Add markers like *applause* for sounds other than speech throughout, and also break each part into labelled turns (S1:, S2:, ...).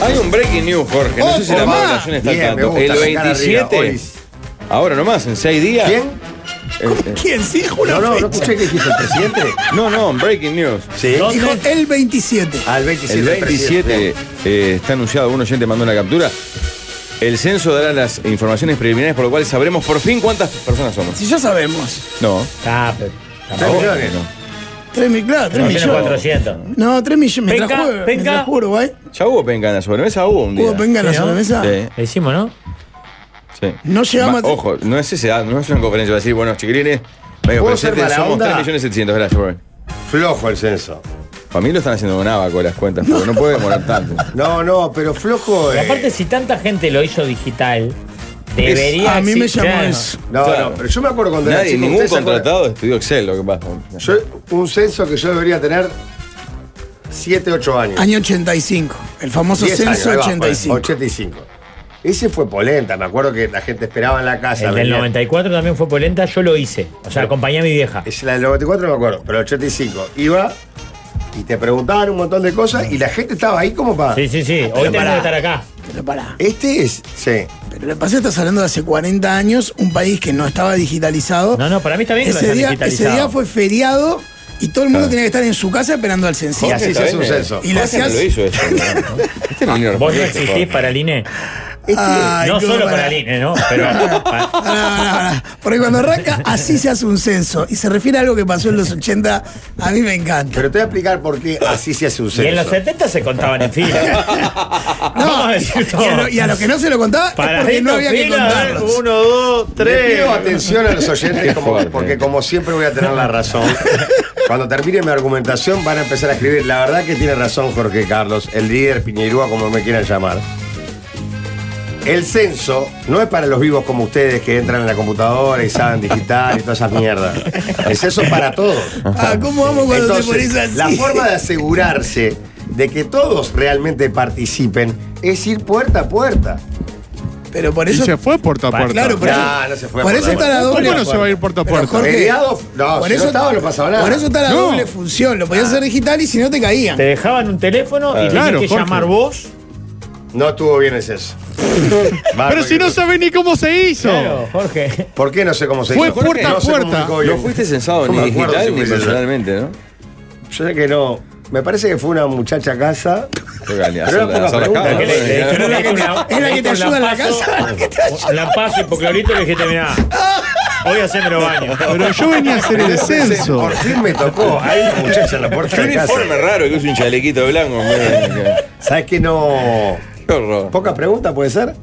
S1: Hay un breaking news, Jorge. No
S2: ¡Oh,
S1: sé si la
S2: papá!
S1: población está al
S2: Bien, me
S1: tanto.
S2: gusta
S1: El
S2: sacar arriba,
S1: 27,
S2: Olis.
S1: ahora nomás, en seis días.
S2: ¿Quién?
S1: Eh, eh,
S3: ¿Quién? ¿Sí dijo una
S2: No, no, no
S3: fecha?
S2: escuché que dijo el presidente.
S1: no, no, breaking news.
S2: Sí.
S3: ¿Dónde? Este, Dijo el 27.
S2: Al 27.
S1: El
S2: presidente.
S1: 27 eh, está anunciado, un oyente mandó una captura. El censo dará las informaciones preliminares, por lo cual sabremos por fin cuántas personas somos.
S3: Si ya sabemos.
S1: No.
S2: Ah,
S4: Está, pero.
S2: Tres
S4: tampoco.
S2: millones.
S3: Tres mil, claro, tres
S4: No tiene
S3: millones.
S4: 400.
S3: No, tres millones. Mientras
S4: Penca,
S3: juega,
S4: penca.
S3: mientras juega Uruguay.
S1: Ya hubo penca en la sobremesa, hubo un día.
S3: Hubo penga en la
S4: Sí, ¿no?
S3: sobremesa.
S1: Sí,
S4: Lo hicimos, ¿no?
S1: sí.
S3: No llegamos
S1: Va,
S3: a-
S1: Ojo, no es ese, no es una conferencia para decir, buenos chiquilines, medio
S2: ¿Puedo ser
S1: presentes,
S2: mala
S1: somos
S2: onda?
S1: 3.700.000, gracias, por
S2: Flojo el censo.
S1: Para mí lo están haciendo con abaco las cuentas, porque no, puede demorar tanto.
S2: *laughs* No, no, pero flojo.
S4: Pero
S2: eh,
S4: aparte, si tanta gente lo hizo digital, debería.
S3: A mí me
S4: existir-
S3: llamó
S4: Claro.
S3: eso.
S2: No,
S1: Claro.
S2: no, pero yo me acuerdo cuando era
S1: Nadie,
S2: chico,
S1: ningún
S2: ¿ustedes se acuerdan?
S1: contratado estudió Excel, lo que pasa.
S2: Yo, un censo que yo debería tener 7, 8 años.
S3: Año 85. El famoso
S2: 10 años,
S3: censo
S2: ahí va,
S3: 85.
S2: 85. Ese fue polenta, me acuerdo que la gente esperaba en la casa.
S4: El del
S2: venía-
S4: 94 también fue polenta, yo lo hice. O sea, acompañé a mi vieja.
S2: Es la del 94 no me acuerdo, pero el 85. Iba y te preguntaban un montón de cosas y la gente estaba ahí como para.
S4: Sí, sí, sí. Hoy
S2: Pero
S4: tenemos que
S2: pará.
S4: estar acá.
S3: Pero pará.
S2: Este es. Sí.
S3: Pero le pasa, estás hablando de hace 40 años, un país que no estaba digitalizado.
S4: No, no, para mí está bien que lo
S3: ese
S4: hayan
S3: día,
S4: digitalizado.
S3: ese día fue feriado y todo el mundo
S1: Claro.
S3: tenía que estar en su casa esperando al
S2: Y
S3: sencillo.
S2: así se hace un censo.
S3: Y la
S1: Jorge no
S3: hacías-
S1: lo hizo eso. ¿no? Este no es un
S4: Vos no
S1: proyecto,
S4: existís
S1: Jorge.
S4: para el INE.
S3: Ay,
S4: no
S3: qué
S4: solo para
S3: barbaridad.
S4: el INE, ¿no? Pero. pa-
S3: Pará, pará, pará. Porque cuando arranca, así se hace un censo. Y se refiere a algo que pasó en los 80, a mí me encanta.
S2: Pero te voy a explicar por qué así se hace un
S4: y en los
S2: censo.
S4: 70 se contaban en
S2: *laughs*
S4: fila. Vamos a decir
S3: y, a
S4: todo.
S3: lo, y a lo que no se lo contaba es
S4: Para eh,
S3: porque no había que contarlo.
S4: Uno, dos,
S2: Le
S4: tres. eh.
S2: pido atención a los oyentes
S1: Qué
S2: como-
S1: fuerte.
S2: porque como siempre voy a tener
S4: *laughs*
S2: la razón. Cuando termine mi argumentación van a empezar a escribir. La verdad que tiene razón Jorge Carlos, el líder Piñerúa, como me quieran llamar. El censo no es para los vivos como ustedes que entran en la computadora y saben digital y todas esas mierdas. El censo es para todos.
S3: Ah, ¿cómo vamos cuando te pones
S2: Entonces,
S3: así?
S2: la forma de asegurarse de que todos realmente participen es ir puerta a puerta.
S3: Pero por
S5: Y
S3: eso.
S5: se fue puerta a puerta.
S3: Claro, por
S2: No,
S3: eso,
S2: no se
S3: por
S2: fue por
S3: eso
S2: la
S3: está la
S2: puerta.
S3: doble.
S5: ¿Cómo no se va a ir puerta a
S3: Pero
S5: puerta?
S3: Jorge,
S2: Mediado- no, si no estaba, no pasaba nada.
S3: Por eso está la
S5: No.
S3: doble función. Lo podías hacer digital y si no te caían.
S4: Te dejaban un teléfono y tenías
S5: Ah, Claro,
S4: que
S5: Jorge.
S4: llamar vos.
S2: No estuvo bien el censo.
S5: *laughs*
S2: Bárbaro.
S5: Pero si no sabe ni cómo se hizo.
S4: Claro, Jorge.
S2: ¿Por qué no sé cómo se
S5: Fue
S2: hizo?
S5: puerta a
S2: No se
S5: puerta.
S2: comunicó bien.
S1: No fuiste censado
S2: No
S1: ni
S2: me acuerdo si
S1: digital ni
S2: fui censado.
S1: personalmente, ¿no?
S2: Yo sé que no. Me parece que fue una muchacha a casa.
S1: Creo que al
S2: Pero
S1: hacer-
S2: era poca
S1: hacer las
S2: pregunta,
S1: cámaras,
S2: ¿qué
S4: Que le- le
S1: ¿no?
S4: dijeron,
S3: es la que te-
S4: "Con
S3: es la que te
S4: con
S3: ayuda en la
S4: Lampazo,
S3: casa, la que te
S4: Lampazo y Poclorito y le dijiste, mirá, hoy hacémelo baño.
S5: Pero yo venía a hacer el censo.
S2: Por fin me tocó. Hay una muchacha en la puerta
S1: Qué
S2: de casa.
S1: uniforme raro que usa un chalequito blanco. mira,
S2: ¿Sabes que no?
S1: Qué horror.
S2: Pocas preguntas puede ser.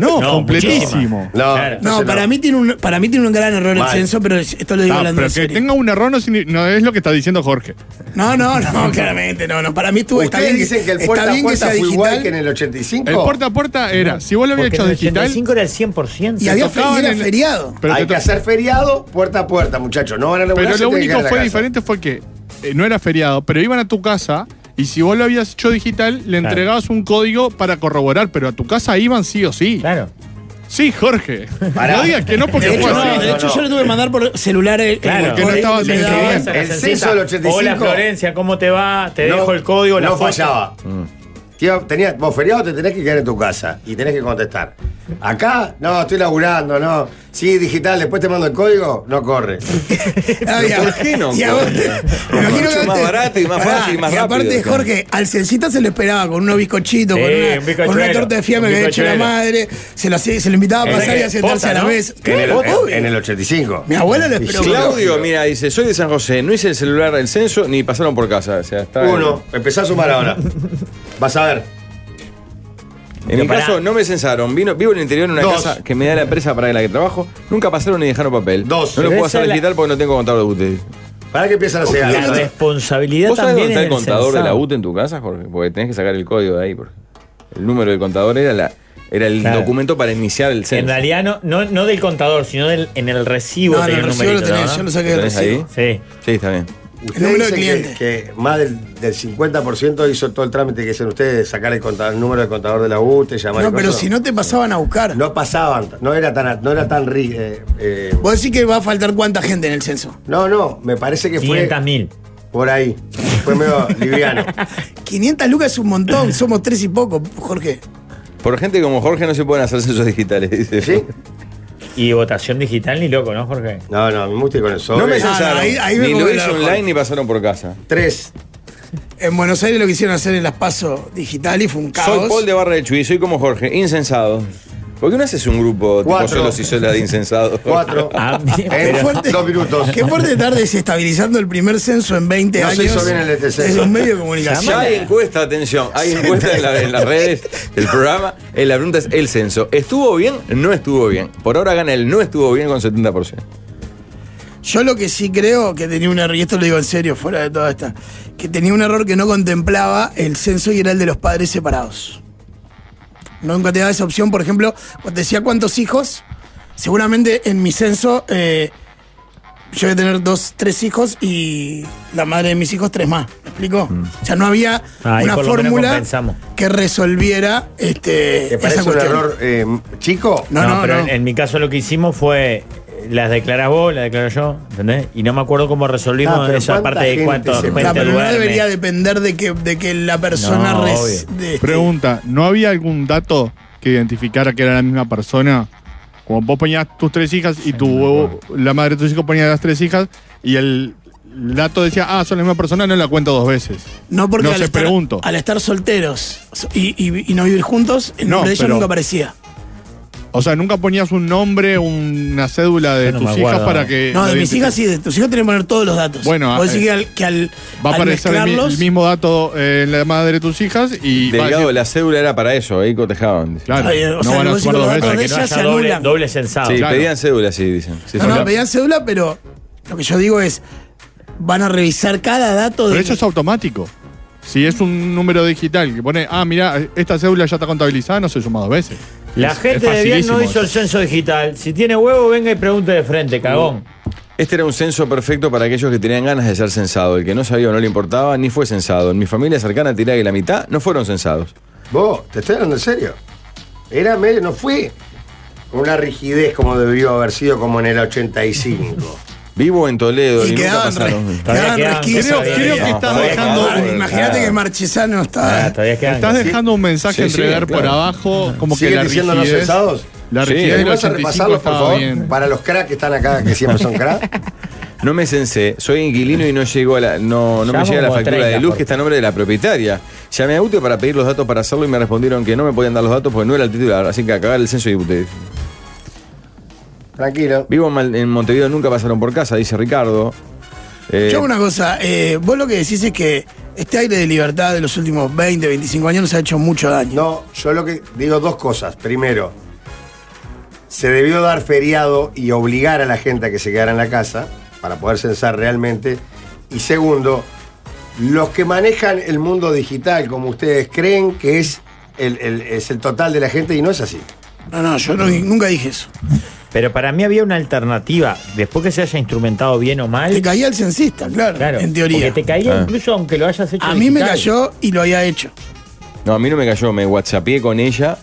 S5: No,
S4: No,
S5: completísimo.
S2: No.
S4: Claro.
S3: No,
S2: entonces
S3: para, Mí tiene un, para mí tiene un gran error
S2: Mal.
S3: el censo, pero es- esto lo digo
S5: Ah,
S3: hablando
S5: pero
S3: en
S5: que
S3: serio.
S5: tenga un error no, signi- no es lo que está diciendo Jorge.
S3: No, no, no, *laughs* claramente, no, no. Para mí estuvo. Está
S2: Ustedes
S3: bien
S2: dicen que el
S3: está
S2: puerta a
S3: bien
S2: puerta
S3: sea
S2: fue igual
S3: digital.
S2: que en el 85.
S5: El puerta a puerta era, si vos lo habías
S4: Porque en
S5: hecho
S4: el
S5: digital,
S4: 85 era el 100%.
S3: Y había fe-
S5: tocaban
S3: y era
S5: en-
S3: feriado.
S5: pero,
S2: Hay
S5: te
S2: que
S5: to-
S2: hacer feriado puerta a puerta, muchachos. No van a laburar,
S5: pero
S2: se
S5: lo
S2: tienen que
S5: único
S2: quedar en la
S5: fue
S2: casa.
S5: diferente fue que eh, no era feriado, pero iban a tu casa y si vos lo habías hecho digital, le
S4: Claro.
S5: entregabas un código para corroborar, pero a tu casa iban sí o sí.
S4: Claro.
S5: Sí, Jorge.
S2: Pará.
S5: No digas que no porque
S3: De hecho,
S5: fue
S2: no,
S5: así.
S3: no, de
S2: no,
S3: hecho
S2: no.
S3: yo le tuve que mandar por celular eh, el, el-
S4: Claro.
S5: Porque no estaba
S3: le
S4: Le
S5: teniendo
S3: daba-
S5: bien.
S4: escribías a la
S2: El
S4: censita,
S2: censo del 85.
S4: Hola Florencia, ¿cómo te va? Te
S2: No,
S4: dejo el código, la
S2: no
S4: foto".
S2: fallaba.
S4: Mm.
S2: Tío, tenías, vos feriado te tenés que quedar en tu casa y tenés que contestar. Acá, no, estoy laburando, no. Sí, digital, después te mando el código,
S3: *laughs*
S2: no corre.
S3: Ah, y a-
S1: ¿Por qué no?
S3: y a-
S1: Porque
S3: me imagino
S1: mucho
S3: que
S1: más
S3: antes-
S1: barato y más
S3: Pará,
S1: fácil y más
S3: aparte,
S1: rápido.
S3: Jorge, al cencita se lo esperaba con unos bizcochitos,
S4: Sí,
S3: con,
S4: un
S3: una,
S4: bizcochuelo,
S3: con una torta de fiambre
S4: un
S3: que había hecho la
S4: bizcochuelo.
S3: madre. Se lo, hacía- se lo invitaba a
S4: En
S3: pasar
S4: el-
S3: y a sentarse
S4: posta,
S3: a la
S4: ¿no?
S3: vez.
S2: En el,
S3: Claro, obvio.
S2: en el 85.
S3: Mi abuela lo
S2: Y
S3: esperó.
S1: Claudio, mira, dice, soy de San José, no hice el celular del censo ni pasaron por casa. O sea, está en-
S2: Uno, empezá a sumar ahora. Vas a ver.
S1: En mi
S4: Pará.
S1: caso no me censaron. Vino, vivo en el interior en una
S2: Dos.
S1: casa que me da la empresa para la que trabajo. Nunca pasaron ni dejaron papel.
S2: Dos.
S1: No lo
S4: Pero
S1: puedo
S4: esa
S1: hacer
S4: es la-
S1: digital porque no tengo contador de UTE.
S2: ¿Para qué empiezan a
S4: La
S2: llegar?
S4: responsabilidad
S1: ¿Vos sabés
S4: también
S1: dónde está
S4: es
S1: el
S4: del
S1: contador de la
S4: censado.
S1: UTE en tu casa, Jorge? Porque tenés que sacar el código de ahí. Porque el número del contador era, la, era el
S4: Claro.
S1: documento para iniciar el censo.
S4: En realidad, no, no, no del contador, sino del, en el recibo.
S3: No, no,
S4: tenía
S3: el
S4: un
S3: recibo lo
S4: numerito,
S3: tenés,
S4: ¿no?
S3: yo lo saqué
S1: ¿Lo
S3: del
S1: tenés
S3: recibo.
S1: ahí?
S4: Sí.
S1: Sí, está bien.
S2: Ustedes
S3: El número de
S2: dicen
S3: clientes.
S2: Que, que más del, del 50% hizo todo el trámite que hicieron ustedes, de sacar el, contador- el número del contador de la UTE, llamar
S3: No,
S2: al
S3: pero
S2: coso.
S3: si no te pasaban a buscar.
S2: No pasaban, no era tan. No era tan ri- eh, eh,
S3: Vos decís que va a faltar cuánta gente en el censo.
S2: no, no, me parece que fue
S4: 500.000.
S3: *laughs*
S2: por ahí. Fue medio liviano.
S3: 500 lucas es un
S2: *laughs*
S3: montón, somos tres y poco, Jorge.
S1: Por gente como Jorge no se pueden hacer censos digitales, dice.
S2: ¿Sí?
S4: Y votación digital ni loco, ¿no, Jorge?
S2: No, no, me gusta ir con el sobre.
S1: No me
S3: Ah,
S1: censaron.
S3: no, ahí- ahí me
S1: ni lo
S3: conviene
S1: hice
S3: la
S1: online
S3: Jorge.
S1: ni pasaron por casa.
S2: Tres.
S3: En Buenos Aires lo quisieron hacer en las pasos digitales y fue un
S1: Soy
S3: caos.
S1: Paul de Barra del Chuy, soy como Jorge, insensado. ¿Por qué no haces un grupo tipo
S2: Cuatro.
S1: solos y solas de insensados? *laughs*
S2: Cuatro.
S4: Ah, bien,
S2: Eh,
S4: pero-
S3: fuerte.
S2: dos minutos.
S3: Qué fuerte estar desestabilizando el primer censo en 20
S2: No se
S3: años.
S2: hizo bien el E ETC.
S3: Es un medio de comunicación.
S1: Ya hay encuesta, atención, hay encuesta en, la- en las
S3: *laughs*
S1: redes del programa. Eh, La pregunta es el censo. ¿Estuvo bien? No estuvo bien. Por ahora gana el no estuvo bien con 70%.
S3: Yo lo que sí creo que tenía un error, y esto lo digo en serio, fuera de toda esta, que tenía un error que no contemplaba el censo y era el de los padres separados. Nunca te daba esa opción, por ejemplo, cuando decía cuántos hijos, seguramente en mi censo eh, yo voy a tener dos, tres hijos y la madre de mis hijos tres más. ¿Me explico?
S2: Mm.
S3: O sea, no había
S4: Ahí
S3: una
S4: Ah, por lo menos
S3: fórmula
S4: compensamos.
S3: que resolviera este,
S2: ¿Te
S3: esa
S2: parece un
S3: cuestión.
S2: error eh, chico?
S3: No,
S4: No,
S3: no,
S4: pero
S3: no.
S4: En, en mi caso lo que hicimos fue. eh, Las declaras vos, las declaro yo, ¿entendés? Y no me acuerdo cómo
S2: Ah,
S4: resolvimos
S2: pero
S4: esa
S2: ¿cuánta
S4: parte de
S2: gente
S4: cuánto.
S2: se-
S4: cuánto
S3: La prioridad
S4: duerme.
S3: debería depender de que, de que la persona
S4: No,
S3: res-
S4: obvio.
S3: de-
S5: Pregunta, ¿no había algún dato que identificara que era la misma persona? Como vos ponías tus tres hijas y tu la madre de tus hijos ponía las tres hijas y el dato decía, ah, son la misma persona, no la cuento dos veces.
S3: No porque
S5: No
S3: al,
S5: se
S3: estar,
S5: pregunto.
S3: al estar solteros so- y, y- y no vivir juntos, el
S5: No,
S3: nombre de ella
S5: pero-
S3: nunca aparecía.
S5: O sea, nunca ponías un nombre, una cédula de
S4: Yo no
S5: tus
S4: me
S5: hijas
S4: acuerdo.
S5: para que.
S3: No, de
S5: lo
S3: mis
S5: identifique.
S3: hijas sí, de tus hijos tienen que poner todos los datos.
S5: Bueno,
S3: Vos decís
S5: eh,
S3: que al, que al-
S5: Va a
S3: al
S5: aparecer el, mi-
S3: mezclarlos,
S5: el mismo dato eh, en la madre de tus hijas y. va a
S1: Delgado,
S5: decir-
S1: la cédula era para eso, ahí cotejaban. dice.
S5: Claro,
S3: Ay, eh, o
S5: no
S3: sea,
S5: van
S3: vos
S5: a
S3: decís
S5: sumar
S3: que
S5: dos
S3: los datos
S5: veces.
S4: Para
S3: de
S4: que no
S3: ellas
S4: haya
S3: se
S4: doble,
S3: anulan.
S4: doble censado.
S1: Sí,
S5: claro.
S1: pedían cédula, sí, dicen. Sí,
S3: No,
S1: sí.
S3: no, pedían cédula, pero lo que yo digo es, van a revisar cada dato
S5: Pero
S3: de...
S5: eso es automático. Si es un número digital que pone, ah, mira, esta cédula ya está contabilizada, no se suma dos veces.
S4: La
S5: Es-
S4: gente
S5: es
S4: de bien no
S5: facilísimo
S4: hizo el
S5: eso.
S4: censo digital. Si tiene huevo, venga y pregunte de frente, cagón.
S1: Este era un censo perfecto para aquellos que tenían ganas de ser censado. El que no sabía o no le importaba, ni fue censado. En mi familia cercana, tirá que la mitad no fueron censados.
S2: Vos, te estoy hablando en serio. Era medio, no fue con una rigidez como debió haber sido como en el 85.
S1: *laughs* Vivo en Toledo y,
S3: y
S1: nunca
S3: quedaban, re-
S1: pasaron.
S3: quedaban
S4: quedan
S3: resquicios.
S5: Creo,
S4: todavía.
S5: creo que
S1: No,
S5: está
S1: todavía
S5: dejando.
S1: quedan.
S3: Imagínate que Marchesano está...
S4: Ah, todavía quedan.
S5: Estás dejando un mensaje
S1: Sí, sí,
S5: entrever por
S1: claro.
S5: abajo, como que
S2: ¿Siguen
S5: la
S2: diciendo no
S5: rigidez,
S2: cesados?
S5: La
S1: Sí,
S5: rigidez
S1: ¿me
S5: del
S2: ¿Vas a
S5: 85
S2: repasarlos, por
S5: estaba
S2: favor?
S5: bien.
S2: Para los cracks que están acá, que siempre son cracks.
S1: *laughs* No me censé, soy inquilino y no llegó a la, no, no me
S4: Llamo
S1: llega la
S4: como
S1: factura
S4: 30,
S1: de luz
S4: por-
S1: que está a nombre de la propietaria. Llamé a UTE para pedir los datos para hacerlo y me respondieron que no me podían dar los datos porque no era el titular, así que a cagar el censo de UTE.
S2: Tranquilo.
S1: Vivo en Mal- en Montevideo, nunca pasaron por casa, dice Ricardo. Eh,
S3: Yo hago una cosa, eh, vos lo que decís es que este aire de libertad de los últimos 20, 25 años nos ha hecho mucho daño.
S2: No, yo lo que digo dos cosas. Primero, se debió dar feriado y obligar a la gente a que se quedara en la casa para poder censar realmente. Y segundo, los que manejan el mundo digital como ustedes creen que es el, el- es el total de la gente y no es así.
S3: No, no, yo no- nunca dije eso.
S4: Pero para mí había una alternativa. Después que se haya instrumentado bien o mal.
S3: Te caía el censista, claro,
S4: claro,
S3: en teoría.
S4: Porque te caía
S1: Ah.
S4: incluso aunque lo hayas hecho.
S3: A mí me
S4: digital.
S3: cayó y lo había hecho.
S1: No, a mí no me cayó, me whatsappié con ella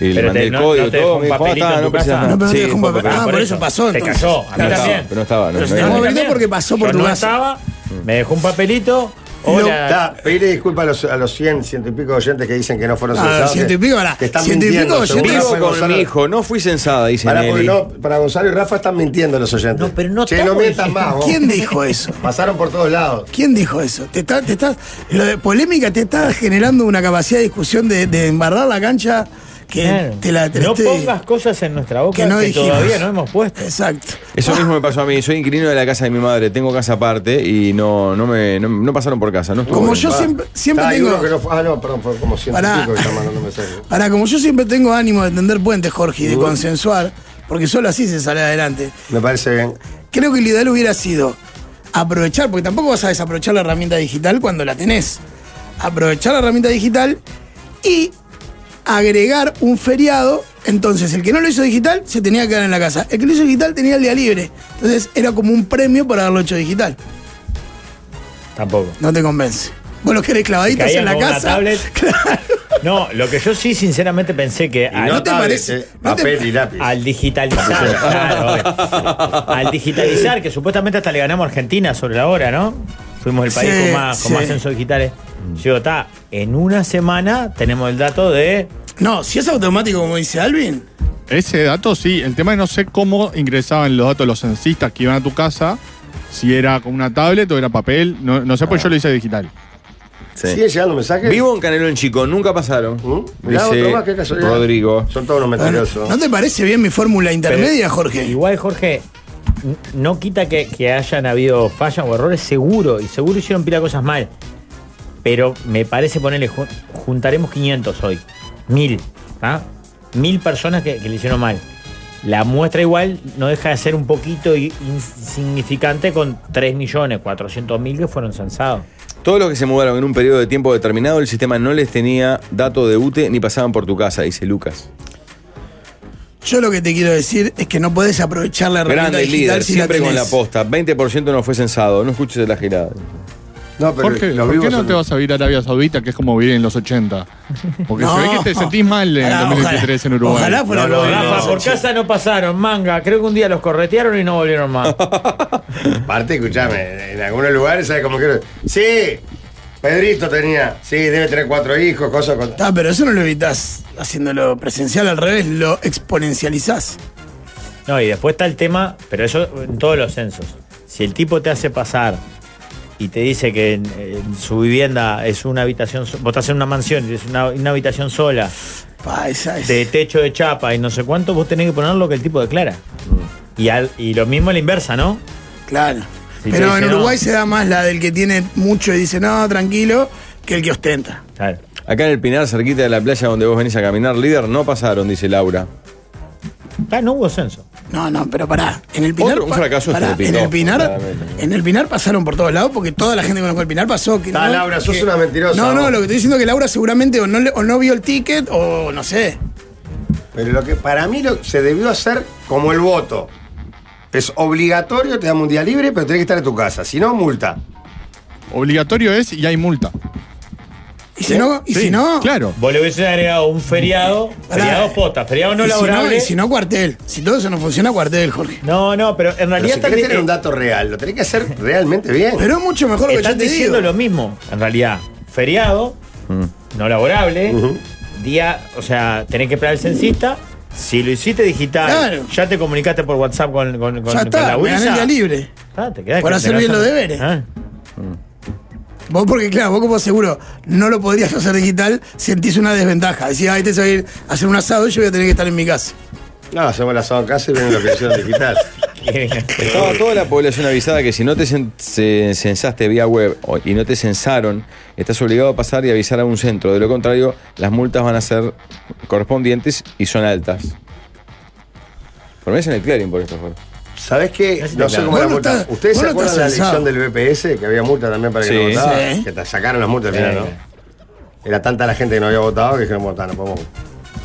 S1: y le
S4: Pero
S1: mandé
S4: te-
S1: el
S4: no-
S1: código
S4: no te
S1: todo.
S4: dejó un
S1: me dijo, ah,
S4: papelito
S1: está,
S4: en
S1: no
S4: tu casa.
S1: precisas nada.
S3: No, pero no te dejó un
S1: fue
S3: papel.
S1: papelito.
S3: Ah, por eso pasó,
S4: Te
S3: entonces.
S4: cayó. A mí
S1: No estaba,
S4: también.
S1: pero no estaba, no,
S4: Pero
S1: no
S4: se
S1: era.
S4: dejó
S1: No,
S3: vino
S4: también.
S3: porque pasó
S4: Yo
S3: por tu
S4: no
S3: casa.
S4: estaba, me dejó un papelito.
S2: Da,
S4: Hola.
S2: pedirle disculpas a los, a los 100, ciento y pico oyentes que dicen que no fueron
S3: Ah,
S2: censados.
S3: ciento y
S2: que-
S3: pico, pará.
S2: que están
S3: Ciento y pico
S2: mintiendo, seguro.
S3: oyentes.
S1: Vivo con
S2: Gonzalo-
S1: mi hijo, no fui censada, dice
S2: Pará, porque
S1: Nelly.
S2: no, para Gonzalo y Rafa están mintiendo los oyentes.
S4: No, pero no
S2: Che, no
S4: estamos
S2: mientan
S4: diciendo- *laughs*
S2: más, vos.
S3: ¿Quién dijo eso?
S2: Pasaron por todos lados.
S3: ¿Quién dijo eso? Te está- te estás, lo de polémica te está generando una capacidad de discusión de, de embarrar la cancha que
S4: Claro.
S3: te la
S4: no
S3: te-
S4: pongas cosas en nuestra boca
S3: que
S4: que,
S3: no dijimos.
S4: todavía no hemos puesto.
S3: Exacto.
S1: Eso mismo me pasó a mí. Soy inquilino de la casa de mi madre. Tengo casa aparte y no, no, me, no, no pasaron por casa. No estuvo
S3: Como
S1: bien.
S3: yo siempre, siempre
S2: Ah, hay
S3: tengo.
S2: uno que no fue- ah, no, perdón, fue como ciento
S3: Pará.
S2: y pico que llamaron, no me sale.
S3: Ahora, como yo siempre tengo ánimo de tender puentes, Jorge, y de consensuar, porque solo así se sale adelante.
S2: Me parece bien.
S3: Creo que lo ideal hubiera sido aprovechar, porque tampoco vas a desaprovechar la herramienta digital cuando la tenés. Aprovechar la herramienta digital y agregar un feriado. Entonces, el que no lo hizo digital se tenía que quedar en la casa. El que lo hizo digital tenía el día libre. Entonces, era como un premio por haberlo hecho digital.
S4: Tampoco.
S3: No te convence. Vos los querés clavaditos
S4: Caían
S3: en la
S4: con una
S3: casa.
S4: tablet.
S3: Claro.
S4: No, lo que yo sí sinceramente pensé que
S2: Y
S4: al,
S3: no te parece-
S2: eh,
S3: no te-
S2: papel y lápiz.
S4: al digitalizar, claro, obvio. al digitalizar, que supuestamente hasta le ganamos a Argentina sobre la hora, ¿no? fuimos el país
S3: Sí,
S4: con más, con
S3: sí.
S4: más censos digitales. Yo digo, está, en una semana tenemos el dato de.
S3: No, si es automático, como dice Alvin,
S5: Ese dato sí, el tema es no sé cómo ingresaban los datos los censistas que iban a tu casa, si era con una tablet o era papel, no, no sé, pues yo lo hice digital.
S1: Sí.
S2: ¿Sigue llegando mensajes?
S1: Vivo en Canelón Chico, nunca pasaron.
S2: ¿Mm? Mirá, otro
S1: Dice
S2: más, qué casualidad.
S1: Rodrigo.
S2: Son todos los
S3: ¿no
S2: mentirosos.
S3: no te parece bien mi fórmula intermedia,
S4: Pero-
S3: Jorge?
S4: Igual, Jorge, n- no quita que, que hayan habido fallas o errores, seguro, y seguro hicieron pila de cosas mal. Pero me parece ponerle, juntaremos 500 hoy, 1000, ¿ah? 1000 personas que, que le hicieron mal. La muestra igual no deja de ser un poquito i- insignificante con 3 millones, 400 mil que fueron censados.
S1: Todos los que se mudaron en un periodo de tiempo determinado, el sistema no les tenía dato de UTE ni pasaban por tu casa, dice Lucas.
S3: Yo lo que te quiero decir es que no podés aprovechar la herramienta
S1: Grande
S3: digital
S1: líder,
S3: si
S1: siempre
S3: la
S1: con la
S3: tenés.
S1: posta. 20% no fue censado, no escuches la girada.
S2: No, pero
S5: Jorge,
S2: los
S5: ¿por
S2: vivos
S5: qué no
S2: son-
S5: te vas a ir a Arabia Saudita, que es como vivir en los 80? Porque se ve
S3: No.
S5: que te sentís mal en
S6: Ah,
S3: Ojalá,
S5: 2023 en Uruguay.
S3: Ojalá fuera
S2: No,
S3: lo de
S2: no,
S3: los
S4: Rafa, por
S3: 80.
S4: casa no pasaron, manga. Creo que un día los corretearon y no
S3: *laughs*
S4: volvieron más.
S2: Aparte,
S3: eh.
S2: escúchame, en algunos lugares, ¿sabes cómo quiero? Sí, Pedrito tenía. Sí, debe tener cuatro hijos, cosas con.
S3: Ah, pero eso no lo evitas haciéndolo presencial, al revés, lo exponencializás.
S4: No, y después está el tema, pero eso en todos los censos. Si el tipo te hace pasar y te dice que en, en su vivienda es una habitación, so- vos estás en una mansión y es una, una habitación sola,
S3: Pa, esa es.
S4: de techo de chapa y no sé cuánto, vos tenés que poner lo que el tipo declara. Y, al- y lo mismo a la inversa, ¿no?
S3: Mm. Claro.
S4: Si te
S3: Pero
S4: dice
S3: en
S4: no.
S3: Uruguay se da más la del que tiene mucho y dice, no, tranquilo, que el que ostenta.
S4: Claro.
S1: Acá en el Pinar, cerquita de la playa donde vos venís a caminar, líder, no pasaron, dice Laura.
S4: Ah, no hubo censo.
S3: No, no, pero pará. En el Pinar.
S1: Otro- un
S3: pa-
S1: fracaso
S3: pará, en
S1: estrepitoso,
S3: el Pinar,
S1: claramente.
S3: en el Pinar pasaron por todos lados porque toda la gente que conozco el Pinar pasó. Que
S2: Está,
S3: no,
S2: Laura, sos
S3: que-
S2: una mentirosa,
S3: No, no,
S2: vos.
S3: lo que estoy diciendo es que Laura seguramente o no, le- o no vio el ticket o no sé.
S2: Pero lo que para mí lo, se debió hacer como el voto. Es obligatorio, te damos un día libre, pero tenés que estar en tu casa. Si no, multa.
S5: Obligatorio es y hay multa.
S3: Y si no, y si no. Eh,
S5: Claro.
S4: Vos le hubiese agregado un feriado,
S3: Pará.
S4: feriado posta, feriado no
S3: y si
S4: laborable.
S3: y si no, cuartel. Si todo eso no funciona, cuartel, Jorge.
S4: no, no, pero en
S2: Pero
S4: realidad
S2: si querés
S4: también-
S2: tener un dato real, lo tenés que hacer realmente bien.
S3: Pero es mucho mejor lo que yo
S4: Están
S3: te
S4: diciendo
S3: digo.
S4: lo mismo, en realidad. Feriado, no laborable, día, o sea, tenés que esperar al censista. Si lo hiciste digital,
S3: Claro.
S4: ya te comunicaste por WhatsApp con, con, con-
S3: ya
S4: con la
S3: está, me gané el
S4: UISA.
S3: día libre.
S4: Ah, te quedás
S3: Por
S4: que
S3: hacer
S4: te
S3: bien
S4: vas a-
S3: los deberes. Mm.
S4: Ah.
S3: Vos, porque claro, vos como seguro no lo podrías hacer digital, sentís una desventaja. Decís, ah, este se va a ir a hacer un asado y yo voy a tener que estar en mi casa.
S2: No, hacemos el asado en casa y viene lo que hicieron
S4: *laughs*
S2: digital.
S1: Estaba toda la población avisada que si no te cen- se- censaste vía web o- y no te censaron, estás obligado a pasar y avisar a un centro. De lo contrario, las multas van a ser correspondientes y son altas. Ponés en el clearing por esto, Jorge.
S2: ¿Sabés qué?
S4: Ese
S2: No
S4: teclado.
S2: sé cómo
S3: Vos
S2: la
S3: no
S2: multa.
S3: estás-
S2: ¿Ustedes
S3: vos
S2: se
S3: no
S2: acuerdan de la
S3: estás
S2: elección
S3: censado.
S2: del BPS? Que había multa también para que
S1: Sí.
S2: no votaba.
S3: Sí.
S2: Que te sacaron las multas al final,
S4: Sí.
S2: ¿no? Era tanta la gente que no había votado que dijeron, bueno, está, no podemos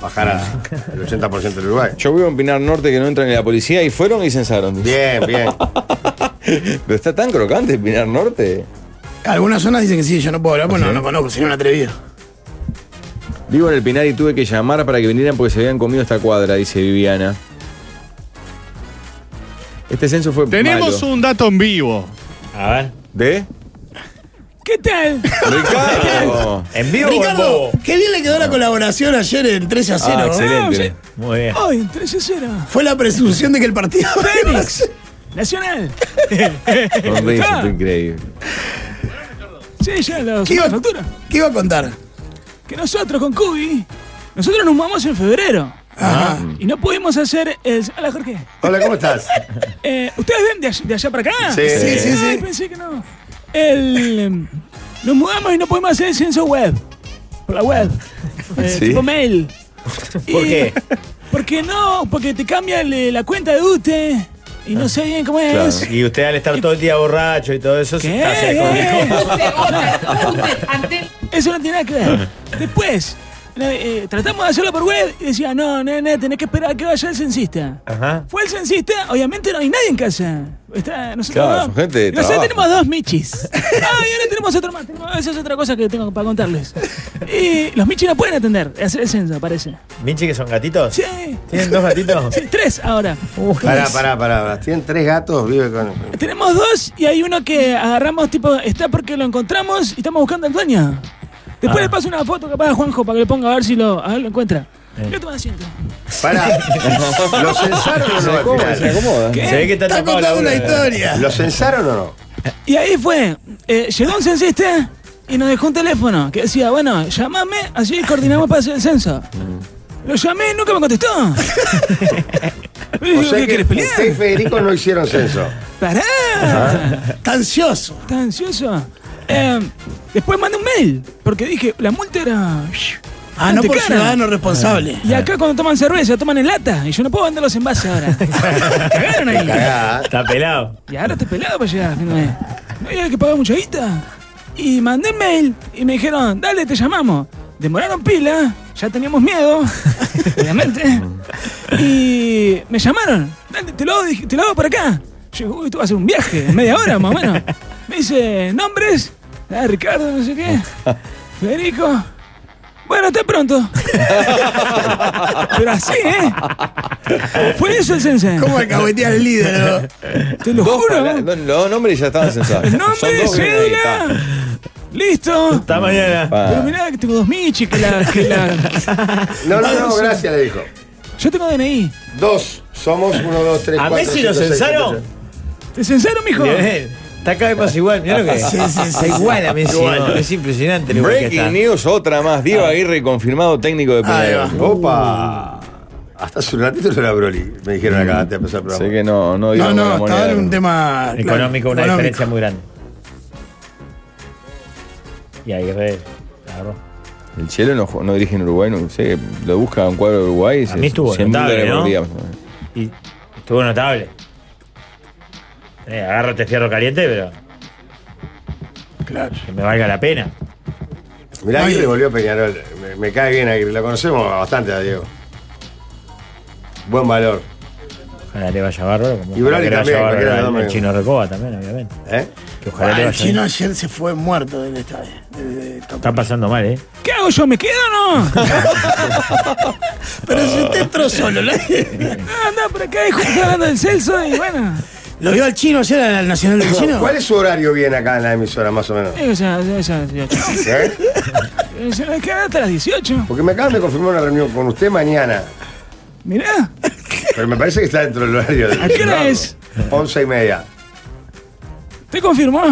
S2: bajar al 80% del Uruguay.
S1: Yo vivo en Pinar Norte que no entra ni la policía y fueron y censaron. dice.
S2: Bien, bien.
S1: *laughs* Pero está tan crocante Pinar Norte.
S3: Algunas zonas dicen que sí, yo no puedo hablar, bueno, no, conozco, sería un atrevido.
S1: Vivo en el Pinar y tuve que llamar para que vinieran porque se habían comido esta cuadra, dice Viviana. Este censo fue
S5: Tenemos
S1: malo.
S5: un dato en vivo.
S4: A ver.
S1: ¿De?
S3: ¿Qué tal?
S4: *laughs*
S1: ¡Ricardo!
S4: ¿En vivo Ah. o en
S3: Ricardo,
S4: bobo?
S3: qué bien le quedó la colaboración ayer en 13 a 0.
S1: Ah, excelente.
S4: Muy bien.
S7: Hoy, 13 0.
S3: Fue la presunción de que el
S4: *laughs*
S3: partido.
S7: Fénix. Nacional. Ah.
S1: Un Ricardo increíble.
S7: Sí, ya lo
S3: ¿Qué iba,
S7: la factura.
S3: qué iba a contar?
S7: Que nosotros con Cubi, nosotros nos mudamos en febrero. Ah.
S3: Ajá.
S7: Y no pudimos hacer. el- hola, Jorge.
S2: Hola, ¿cómo estás?
S7: *laughs* Eh, ¿Ustedes ven de, all- de allá para acá?
S2: Sí. Sí,
S3: sí, sí.
S7: Ay, pensé que no. El, em, nos mudamos y no pudimos hacer el censo web. Por la web. Eh,
S1: Sí.
S7: Tipo mail.
S4: ¿Por
S7: Y-
S4: qué?
S7: Porque no, porque te cambia el- eh, la cuenta de UTE y no sé bien cómo es.
S1: Claro.
S4: Y usted al estar todo el día borracho y todo eso,
S7: ¿Qué?
S4: está- se complicó.
S6: Usted, otra, usted, ante-
S7: Eso no tiene nada que ver. Después, la- eh, tratamos de hacerlo por web y decía, no, nena, tenés que esperar a que vaya el censista.
S4: Ajá.
S7: Fue el censista, obviamente no hay nadie en casa. Está, nosotros
S1: Claro,
S7: dos.
S1: son gente de
S7: nosotros
S1: trabajo.
S7: tenemos dos
S1: *laughs*
S7: michis. Ah, y ahora tenemos otro más. Tenemos- esa es otra cosa que tengo para contarles. Y los michis no pueden atender, hacer el censo, parece.
S4: ¿Michi que son gatitos?
S7: Sí,
S4: ¿Tienen dos
S2: Ah.
S4: gatitos?
S7: sí, tres ahora.
S2: Pará, pará, pará. Tienen tres gatos, vive con.
S7: Tenemos dos y hay uno que agarramos, tipo, está porque lo encontramos y estamos buscando al dueño. Después
S4: Ah.
S7: le paso una foto capaz a Juanjo para que le ponga a ver si lo, a ver lo encuentra. Yo tomo asiento.
S3: *laughs*
S2: Pará. ¿Lo censaron o
S1: Se
S2: no al
S1: acomoda, se
S2: final?
S1: acomoda.
S7: ¿Qué?
S4: Se ve que está,
S3: Está
S4: tapado la
S3: contando una
S4: boca.
S3: historia.
S2: ¿Lo censaron o no?
S7: Y ahí fue. eh, llegó un censista y nos dejó un teléfono que decía, bueno, llamame, así coordinamos para hacer el censo. Lo llamé y nunca me
S3: *laughs*
S7: contestó. Le
S2: O
S7: digo,
S2: sea
S7: ¿Qué
S2: que
S7: querés pelear?
S2: usted y Federico no hicieron censo.
S7: *laughs* ¡Pará!
S3: Está ansioso.
S7: ¿Estás ansioso? Eh, después mandé un mail porque dije, la multa era...
S3: Ah, no
S7: bastante
S3: por
S7: cara.
S3: ciudadano responsable.
S7: Y acá cuando toman cerveza, toman en lata. Y yo no puedo venderlos en base ahora. Cagaron ahí.
S2: Cagada.
S4: Está pelado.
S7: Y ahora estoy pelado para llegar. No me- no había que pagar mucha guita. Y mandé mail y me dijeron, dale, te llamamos. Demoraron pila, ya teníamos miedo, obviamente. Y me llamaron, dale, te lo hago, dije, te lo hago por acá. Yo digo, uy, tú vas a hacer un viaje, media hora más o menos. Me dice, nombres, ah, Ricardo, no sé qué, Federico. Bueno, hasta pronto. Pero así, ¿eh? Fue eso el sensei.
S3: ¿Cómo alcahuetea al líder? no?
S1: *laughs*
S7: Te lo
S1: Dos
S7: juro.
S1: palabras- dos- los nombres ya estaban censados.
S7: El
S1: Son
S7: nombre,
S1: dos que vienen ahí,
S7: cédula. Listo.
S2: Mm,
S4: Hasta mañana.
S1: está. Pa.
S7: Pero mirá que tengo dos michis que la, que la-
S2: *laughs* No, no, no, gracias, le dijo.
S7: Yo tengo DNI.
S2: Dos. Somos uno, dos, tres,
S4: ¿A
S2: cuatro.
S4: Messi lo
S2: cinco, seis, siete,
S4: censaron?
S2: ocho.
S7: ¿Te censaron, mijo?
S4: Lionel, Está acá de paso igual, mirá lo que es.
S3: Sí, sí, sí.
S4: Está igual a Messi. ¿no? Es impresionante lo igual que está. Ah.
S1: Breaking news, otra más. Diego Aguirre confirmado técnico de Peñarol.
S2: Opa. Hasta hace un ratito no era Broly. Me dijeron acá antes de empezar el
S1: Sé
S2: programa.
S1: que no, no dio
S3: No, no,
S1: buena
S3: estaba en
S1: moneda.
S3: un tema. claro,
S4: Económico, una
S3: económico.
S4: diferencia muy grande. Y ahí re, agarró.
S1: El Chelo no, ju- no dirige en Uruguay, no sé, lo busca un cuadro de Uruguay y
S4: A mí estuvo
S1: 100
S4: notable,
S1: dólares por
S4: ¿no?
S1: día.
S4: Y estuvo notable. Eh, agarro este fierro caliente, pero
S3: Claro.
S4: que me valga la pena.
S2: Mirá,
S3: No,
S2: Aguirre
S3: y-
S2: volvió a Peñarol. Me, me cae bien Aguirre. Lo conocemos bastante a Diego. Buen valor.
S4: Ojalá le vaya bárbaro. Como
S2: Y
S4: ojalá
S2: Broly
S4: que le vaya
S2: también,
S4: bárbaro
S2: cualquiera de
S4: al-
S2: los
S4: al
S2: dos,
S4: chino Recoba también, obviamente.
S2: ¿eh?
S4: Que ojalá
S3: Ah,
S4: le
S3: el
S4: vaya
S3: chino
S4: bien.
S3: ayer se fue muerto del estadio. del- del campo.
S4: Está pasando mal, ¿eh?
S7: ¿Qué hago yo? ¿Me quedo o no?
S3: *laughs* Pero se te
S4: *laughs*
S3: entró solo. ¿no?
S7: Ah, anda por acá y justo hablando del Celso y bueno.
S3: Lo vio al chino ayer al Nacional del Chino.
S2: *laughs* ¿Cuál es su horario bien acá en la emisora, más o menos?
S7: eh, O sea, o sea, o sea,
S3: *laughs*
S2: ¿Eh?
S7: o sea, quedan hasta las 18.
S2: Porque me acaban de confirmar una reunión con usted mañana.
S7: Mirá,
S2: Pero me parece que está dentro del horario.
S3: *laughs*
S2: del
S7: ¿a qué hora
S2: programa.
S7: es?
S2: Once y media.
S7: ¿Te confirmó?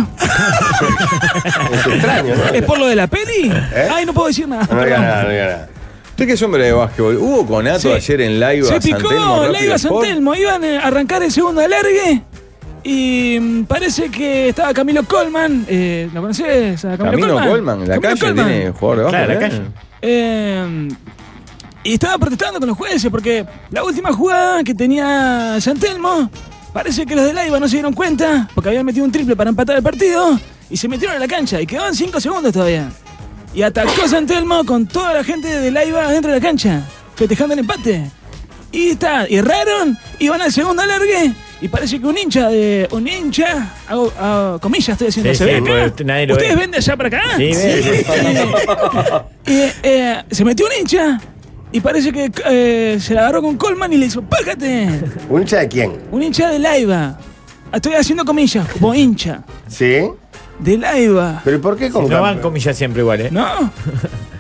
S2: Es extraño, ¿no?
S7: ¿Es por lo de la peli?
S2: ¿Eh?
S7: Ay, no puedo decir nada.
S2: No diga
S7: perdón.
S2: nada, no diga nada.
S1: Usted que es hombre de básquetbol. Hubo conato
S7: Sí.
S1: ayer en live
S7: Se
S1: a San
S7: picó
S1: Telmo.
S7: la iba a San
S1: Sport?
S7: Telmo. Iban eh, a arrancar el segundo alargue. Y mm, parece que estaba Camilo Colman. Eh, ¿Lo conoces? A Camilo,
S1: Camino Colman, en la
S7: Camilo
S1: calle
S7: Colman.
S1: tiene jugador de
S4: Claro,
S1: básquetbol.
S4: la
S1: ¿eh?
S4: calle.
S7: Eh, y estaba protestando con los jueces porque la última jugada que tenía San Telmo, parece que los de Laiva no se dieron cuenta porque habían metido un triple para empatar el partido y se metieron a la cancha y quedaban 5 segundos todavía. Y atacó San Telmo con toda la gente de Laiva dentro de la cancha, festejando el empate. Y está, y erraron, y van al segundo alargue y parece que un hincha de. Un hincha, hago- hago comillas estoy haciendo,
S4: Sí,
S7: ¿se ve
S4: sí,
S7: acá?
S4: porque nadie lo
S7: ¿Ustedes
S4: ve.
S7: ven de allá para acá?
S4: Sí, ve.
S7: Eh, eh, se metió un hincha y parece que eh, se la agarró con Coleman y le hizo ¡Pájate!
S2: ¿Un hincha de quién?
S7: Un hincha de Laiva. Estoy haciendo comillas, como hincha.
S2: ¿Sí?
S7: De Laiva.
S2: ¿Pero y por qué con
S4: No van
S2: campo?
S4: comillas siempre igual, ¿eh?
S7: ¿No?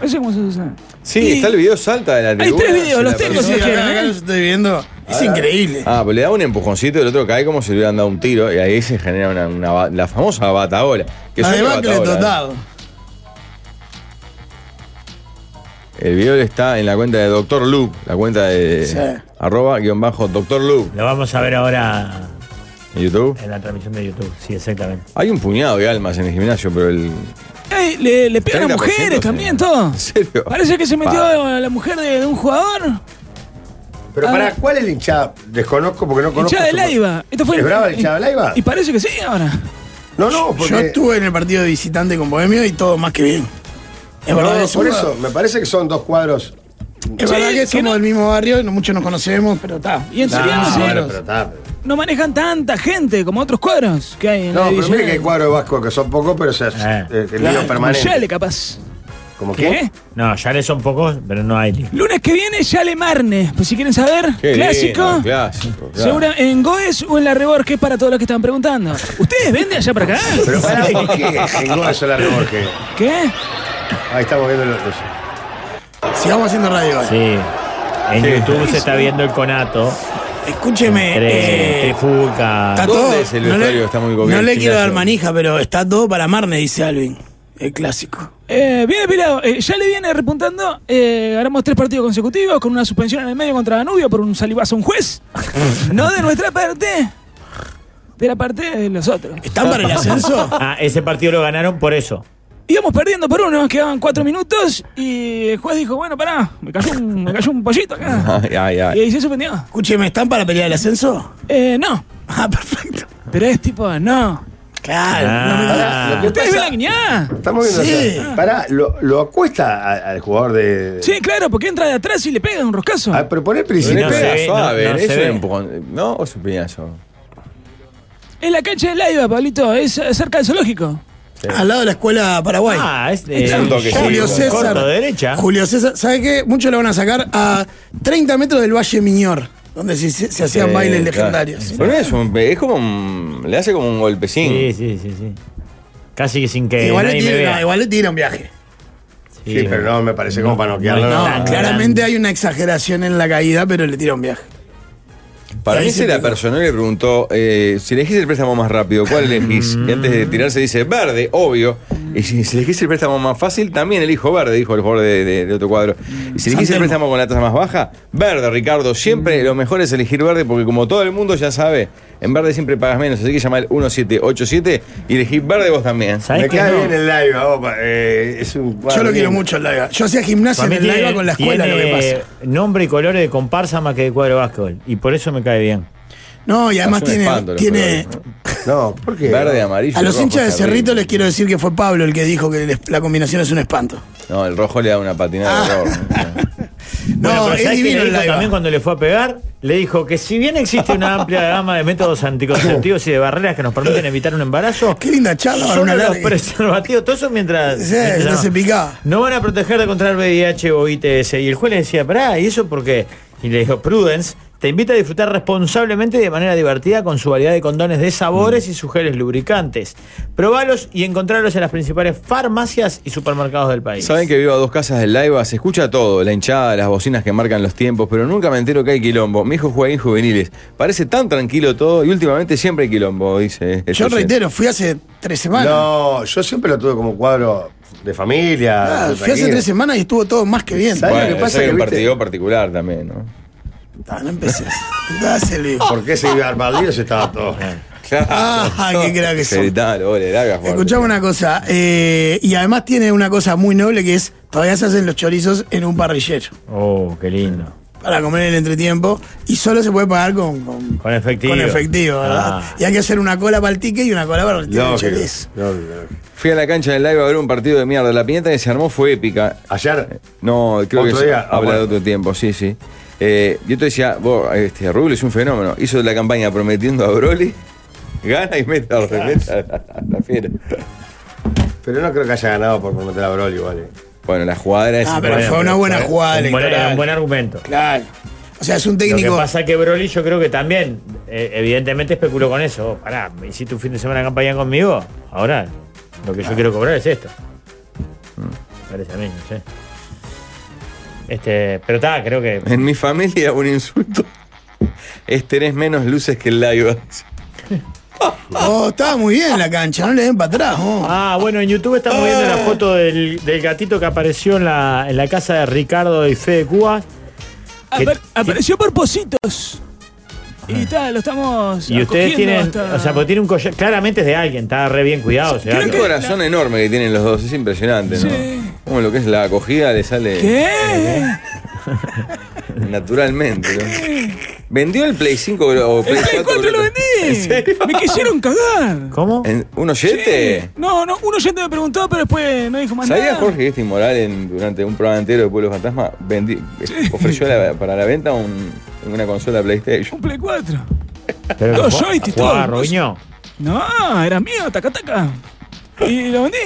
S7: No sé cómo se usa.
S1: Sí,
S7: Y-
S1: está el video salta de la tribuna.
S7: tres videos,
S1: se
S7: los
S1: la
S7: tengo,
S1: persona-
S3: Sí,
S7: ¿eh?
S3: acá, acá lo estoy viendo. Es increíble.
S1: Ah, pues le da un empujoncito y el otro cae como si le hubieran dado un tiro. Y ahí se genera una, una ba- la famosa bataola. Que es otra
S3: Además que le
S1: bataola, ¿eh?
S3: totado.
S1: ¿eh? El video está en la cuenta de Dr. Luke, la cuenta de
S3: Sí.
S1: arroba guión bajo Dr. Luke
S4: Lo vamos a ver ahora
S1: en YouTube.
S4: en la transmisión de YouTube. Sí, exactamente.
S1: Hay un puñado de almas en el gimnasio, pero el.
S7: Ey, le, le pegan a
S1: 30%
S7: mujeres
S1: se-
S7: también, todo.
S1: ¿En serio?
S7: Parece que se metió
S1: Pa.
S7: la mujer de, de un jugador.
S2: Pero
S7: Ah.
S2: para, ¿cuál es el hinchada? Desconozco porque no conozco.
S7: hincha de
S2: su-
S7: Laiva. Esto fue
S2: ¿Es
S7: en-
S2: brava el hincha de Laiva?
S7: Y parece que sí ahora.
S2: No, no, porque.
S3: Yo estuve en el partido de visitante con Bohemio y todo más que bien. Es verdad que
S2: por
S3: somos-
S2: eso, me parece que son dos cuadros.
S3: Es
S7: Sí,
S3: verdad que
S7: que
S3: somos
S7: no-
S3: del mismo barrio, no muchos nos conocemos, pero está.
S7: Y en
S2: No,
S7: serio, sí.
S2: bueno, pero está.
S7: no manejan tanta gente como otros cuadros que hay en
S2: No,
S7: la
S2: pero mire
S7: división.
S2: que hay cuadros de Vasco que son pocos, pero o sea,
S4: Ah.
S2: eh, el
S3: Claro,
S2: mío
S3: como
S2: permanente.
S7: Yale, capaz.
S2: ¿Cómo
S7: ¿Qué?
S2: qué?
S4: No, ya le son pocos, pero no hay.
S7: Lunes que viene, Yale Marne. Pues si quieren saber,
S1: Qué
S7: clásico.
S1: lindo, clásico. claro.
S7: Segura en Goes o en la Rebor, que es para todos los que estaban preguntando. ¿Ustedes venden allá para acá?
S2: Pero para ¿por qué? En Gómez o la remorque.
S7: ¿Qué?
S2: Ahí estamos viendo los los-
S3: Sigamos haciendo radio. ahora.
S4: Sí. En YouTube se está viendo el conato.
S3: Escúcheme.
S4: Entre,
S3: eh,
S4: entre Fuca.
S3: está
S1: ¿Dónde
S3: todo-
S1: es el
S3: no le-
S1: vestuario? Está muy
S3: No
S1: coqueto,
S3: le quiero
S1: Ignacio.
S3: dar manija, pero está todo para Marne, dice Alvin. El clásico.
S7: Eh, viene pelado. Eh, ya le viene repuntando. Eh, ganamos tres partidos consecutivos con una suspensión en el medio contra Danubio por un salivazo a un
S3: *laughs*
S7: juez. no de nuestra parte, de la parte de los otros.
S3: ¿Están para el ascenso?
S4: *laughs* Ah, ese partido lo ganaron por eso.
S7: *laughs* Íbamos perdiendo por uno, quedaban cuatro minutos y el juez dijo, bueno, pará, me cayó un, me cayó un pollito acá.
S1: *laughs* Ay, ay, ay.
S7: Y ahí se suspendió.
S3: Escúcheme, ¿están para pelear el ascenso?
S7: Eh, no.
S3: Ah, perfecto.
S7: Pero es tipo, no.
S3: Claro.
S4: Ah.
S2: Lo que
S7: ¿Ustedes
S2: pasa-
S7: ven la guiñada?
S2: Estamos viendo.
S3: Sí.
S2: o sea, pará, lo, lo acuesta a- al jugador de.
S7: Sí, claro, porque entra de atrás y le pega un roscazo.
S2: A proponer
S1: Pero
S2: principio.
S1: le pega
S4: se ve,
S1: suave,
S4: no, no
S1: eso
S4: se
S1: era
S4: ve.
S1: empujón. ¿No? ¿O es un piñazo?
S7: Es la cancha de Laiva, Pablito, es eh, cerca del zoológico.
S3: Al lado de la escuela Paraguay.
S4: Ah, es de
S1: Es un toque, sí,
S3: Julio
S1: bueno.
S3: César.
S4: corto de derecha.
S3: Julio César, ¿sabe qué? Muchos lo van a sacar a 30 metros del Valle Miñor, donde se, se hacían
S1: Sí,
S3: bailes
S1: claro.
S3: legendarios.
S1: Pero no es, un, es como un- Le hace como un golpecín.
S4: Sí, sí, sí, sí. Casi que sin
S1: Eh,
S4: que
S3: igual, le
S4: nadie me
S3: tiran,
S4: vea.
S3: igual le tiran un viaje.
S2: Sí, pero no, me parece como para
S4: No,
S2: noquearlo.
S3: No,
S4: Ah,
S3: claramente hay una exageración en la caída, pero le tira un viaje.
S1: Para
S3: Ahí
S1: mí
S3: se
S1: se la
S3: pegó.
S1: personal le preguntó, eh, si elegís el préstamo más rápido,
S3: *laughs*
S1: ¿cuál elegís? Y antes de tirarse dice verde, obvio. Y si si elegís el préstamo más fácil, también elijo verde, dijo el jugador de, de- de otro cuadro. Y si elegís el
S3: Santelmo.
S1: préstamo con la tasa más baja, verde, Ricardo. Siempre lo mejor es elegir verde porque como todo el mundo ya sabe, en verde siempre pagas menos. Así que llama al 1787 y elegí verde vos también.
S4: ¿Sabés
S2: Me
S4: qué?
S2: cae
S4: No.
S2: bien el live, opa, eh, es un
S3: Yo
S2: cuadro
S3: lo quiero
S2: lindo.
S3: mucho al Laiva. Yo hacía gimnasia
S4: Para
S3: en
S4: mí
S3: el Laiva
S4: tiene-
S3: con la escuela, lo que
S4: tiene
S3: pasa.
S4: Nombre y colores de comparsa más que de cuadro de básquetbol. Y por eso me cae bien.
S3: No, y además
S1: Son un
S3: tiene.
S1: espanto los
S3: tiene
S1: colores, ¿no?
S2: No, ¿por qué?
S1: Verde, amarillo.
S3: a los
S1: rojo,
S3: hinchas de
S1: es
S3: Cerrito
S1: terrible.
S3: les quiero decir que fue Pablo el que dijo que les- la combinación es un espanto.
S1: No, el rojo le da una patinada de
S3: Ah.
S1: horror. ¿no?
S3: No,
S4: pero
S3: es
S4: ¿sabés qué
S3: divino
S4: le
S3: el
S4: dijo
S3: Laiva.
S4: también cuando le fue a pegar? Le dijo que si bien existe una amplia gama de métodos anticonceptivos y de barreras que nos permiten evitar un embarazo,
S3: Qué linda charla para
S4: solo
S3: una
S4: los
S3: larga.
S4: preservativos, todo eso mientras...
S3: Sí,
S4: mientras-
S3: no se picaba.
S4: No van a proteger de contraer VIH o ITS. Y el juez le decía, pará, ¿y eso por qué? Y le dijo, Prudence, te invita a disfrutar responsablemente y de manera divertida con su variedad de condones de sabores y sus geles lubricantes. Probalos y encontralos en las principales farmacias y supermercados del país.
S1: Saben que vivo a dos casas del Laiva, se escucha todo, la hinchada, las bocinas que marcan los tiempos, pero nunca me entero que hay quilombo. Mi hijo juega en juveniles. Parece tan tranquilo todo y últimamente siempre hay quilombo, dice. este
S3: Yo
S1: oyente.
S3: reitero, fui hace tres semanas.
S2: No, yo siempre lo tuve como cuadro de familia.
S3: Ah,
S2: de
S3: fui hace
S2: tranquilo.
S3: tres semanas y estuvo todo más que bien.
S2: ¿Sabes
S1: Bueno,
S2: lo que pasa?
S1: hay
S2: Que,
S1: un
S2: viste,
S1: partido particular también, ¿no?
S3: Ah, no empecé. Dáselo.
S2: ¿Por qué se iba al baldío si estaba todo?
S3: Ah, qué crack que son.
S1: Gritalo, ole, larga, fuerte.
S3: Escuchame una cosa, eh, y además tiene una cosa muy noble que es, todavía se hacen los chorizos en un parrillero
S4: Oh, qué lindo.
S3: para comer en el entretiempo y solo se puede pagar con, con,
S4: Con efectivo.
S3: con efectivo, ¿verdad?
S4: Ah.
S3: Y hay que hacer una cola para el ticket y una cola para el ticket
S2: No,
S3: de
S2: que-
S3: chorizo.
S2: no, no.
S1: Fui a la cancha del Laiva a ver un partido de mierda. La piñata que se armó fue épica. Eh,
S2: Ayer,
S1: No, creo
S2: Otro
S1: que
S2: día, Ah,
S1: se habla
S2: aguanta.
S1: de otro tiempo, sí, sí. Eh, yo te decía, vos, este, Rubio es un fenómeno. Hizo la campaña prometiendo a Broly, *laughs* gana y mete a remeta a la, a la fiera.
S2: pero no creo que haya ganado por prometer a Broly, eh. ¿vale?
S1: Bueno, la jugada era
S3: Ah,
S1: esa.
S3: pero fue una buena jugada
S4: un, buen,
S3: electoral.
S4: un buen argumento.
S3: Claro. O sea, es un
S4: Lo que
S3: técnico.
S4: pasa que Broly yo creo que también, eh, evidentemente especuló con eso. Oh, pará, ¿me hiciste un fin de semana de campaña conmigo, ahora lo que yo quiero cobrar es esto. Parece a mí, no sé. Este, pero está, creo que.
S1: En mi familia, un insulto es tenés menos luces que el Laiva.
S3: Oh, estaba muy bien la cancha, no le den para atrás. oh.
S4: Ah, bueno, en YouTube estamos viendo la foto del, del gatito que apareció en la, en la casa de Ricardo y Fede Cuba. ¿Qué-
S7: Apa- apareció por Positos. Y tal, lo estamos.
S4: Y ustedes
S7: acogiendo
S4: tienen.
S7: hasta-
S4: O sea, porque tiene un collar. Claramente es de alguien, está re bien cuidado. ese
S1: Qué
S4: gato.
S1: corazón enorme que tienen los dos, es impresionante, ¿no?
S7: Sí.
S1: Como lo que es la acogida le sale
S7: ¿Qué?
S1: naturalmente. ¿no? ¿Vendió el Play 5 o
S7: El
S1: Play 4?
S7: Play 4 lo
S1: bro?
S7: vendí.
S1: ¿En serio?
S7: Me quisieron cagar.
S4: ¿Cómo?
S1: ¿En ¿Un
S7: Sí.
S1: oyente?
S7: No, no, un oyente me preguntó, pero después no dijo más
S1: ¿Sabías,
S7: nada.
S1: Jorge, que este inmoral en- durante un programa entero de Pueblo Fantasma vendi- ofreció la- para la venta un- una consola PlayStation?
S7: Un Play 4.
S4: Pero
S7: No,
S4: que jugaba-
S7: yo y Tito,
S4: jugaba
S7: no
S4: Robinho.
S7: No, era mío, taca taca. Y lo vendí.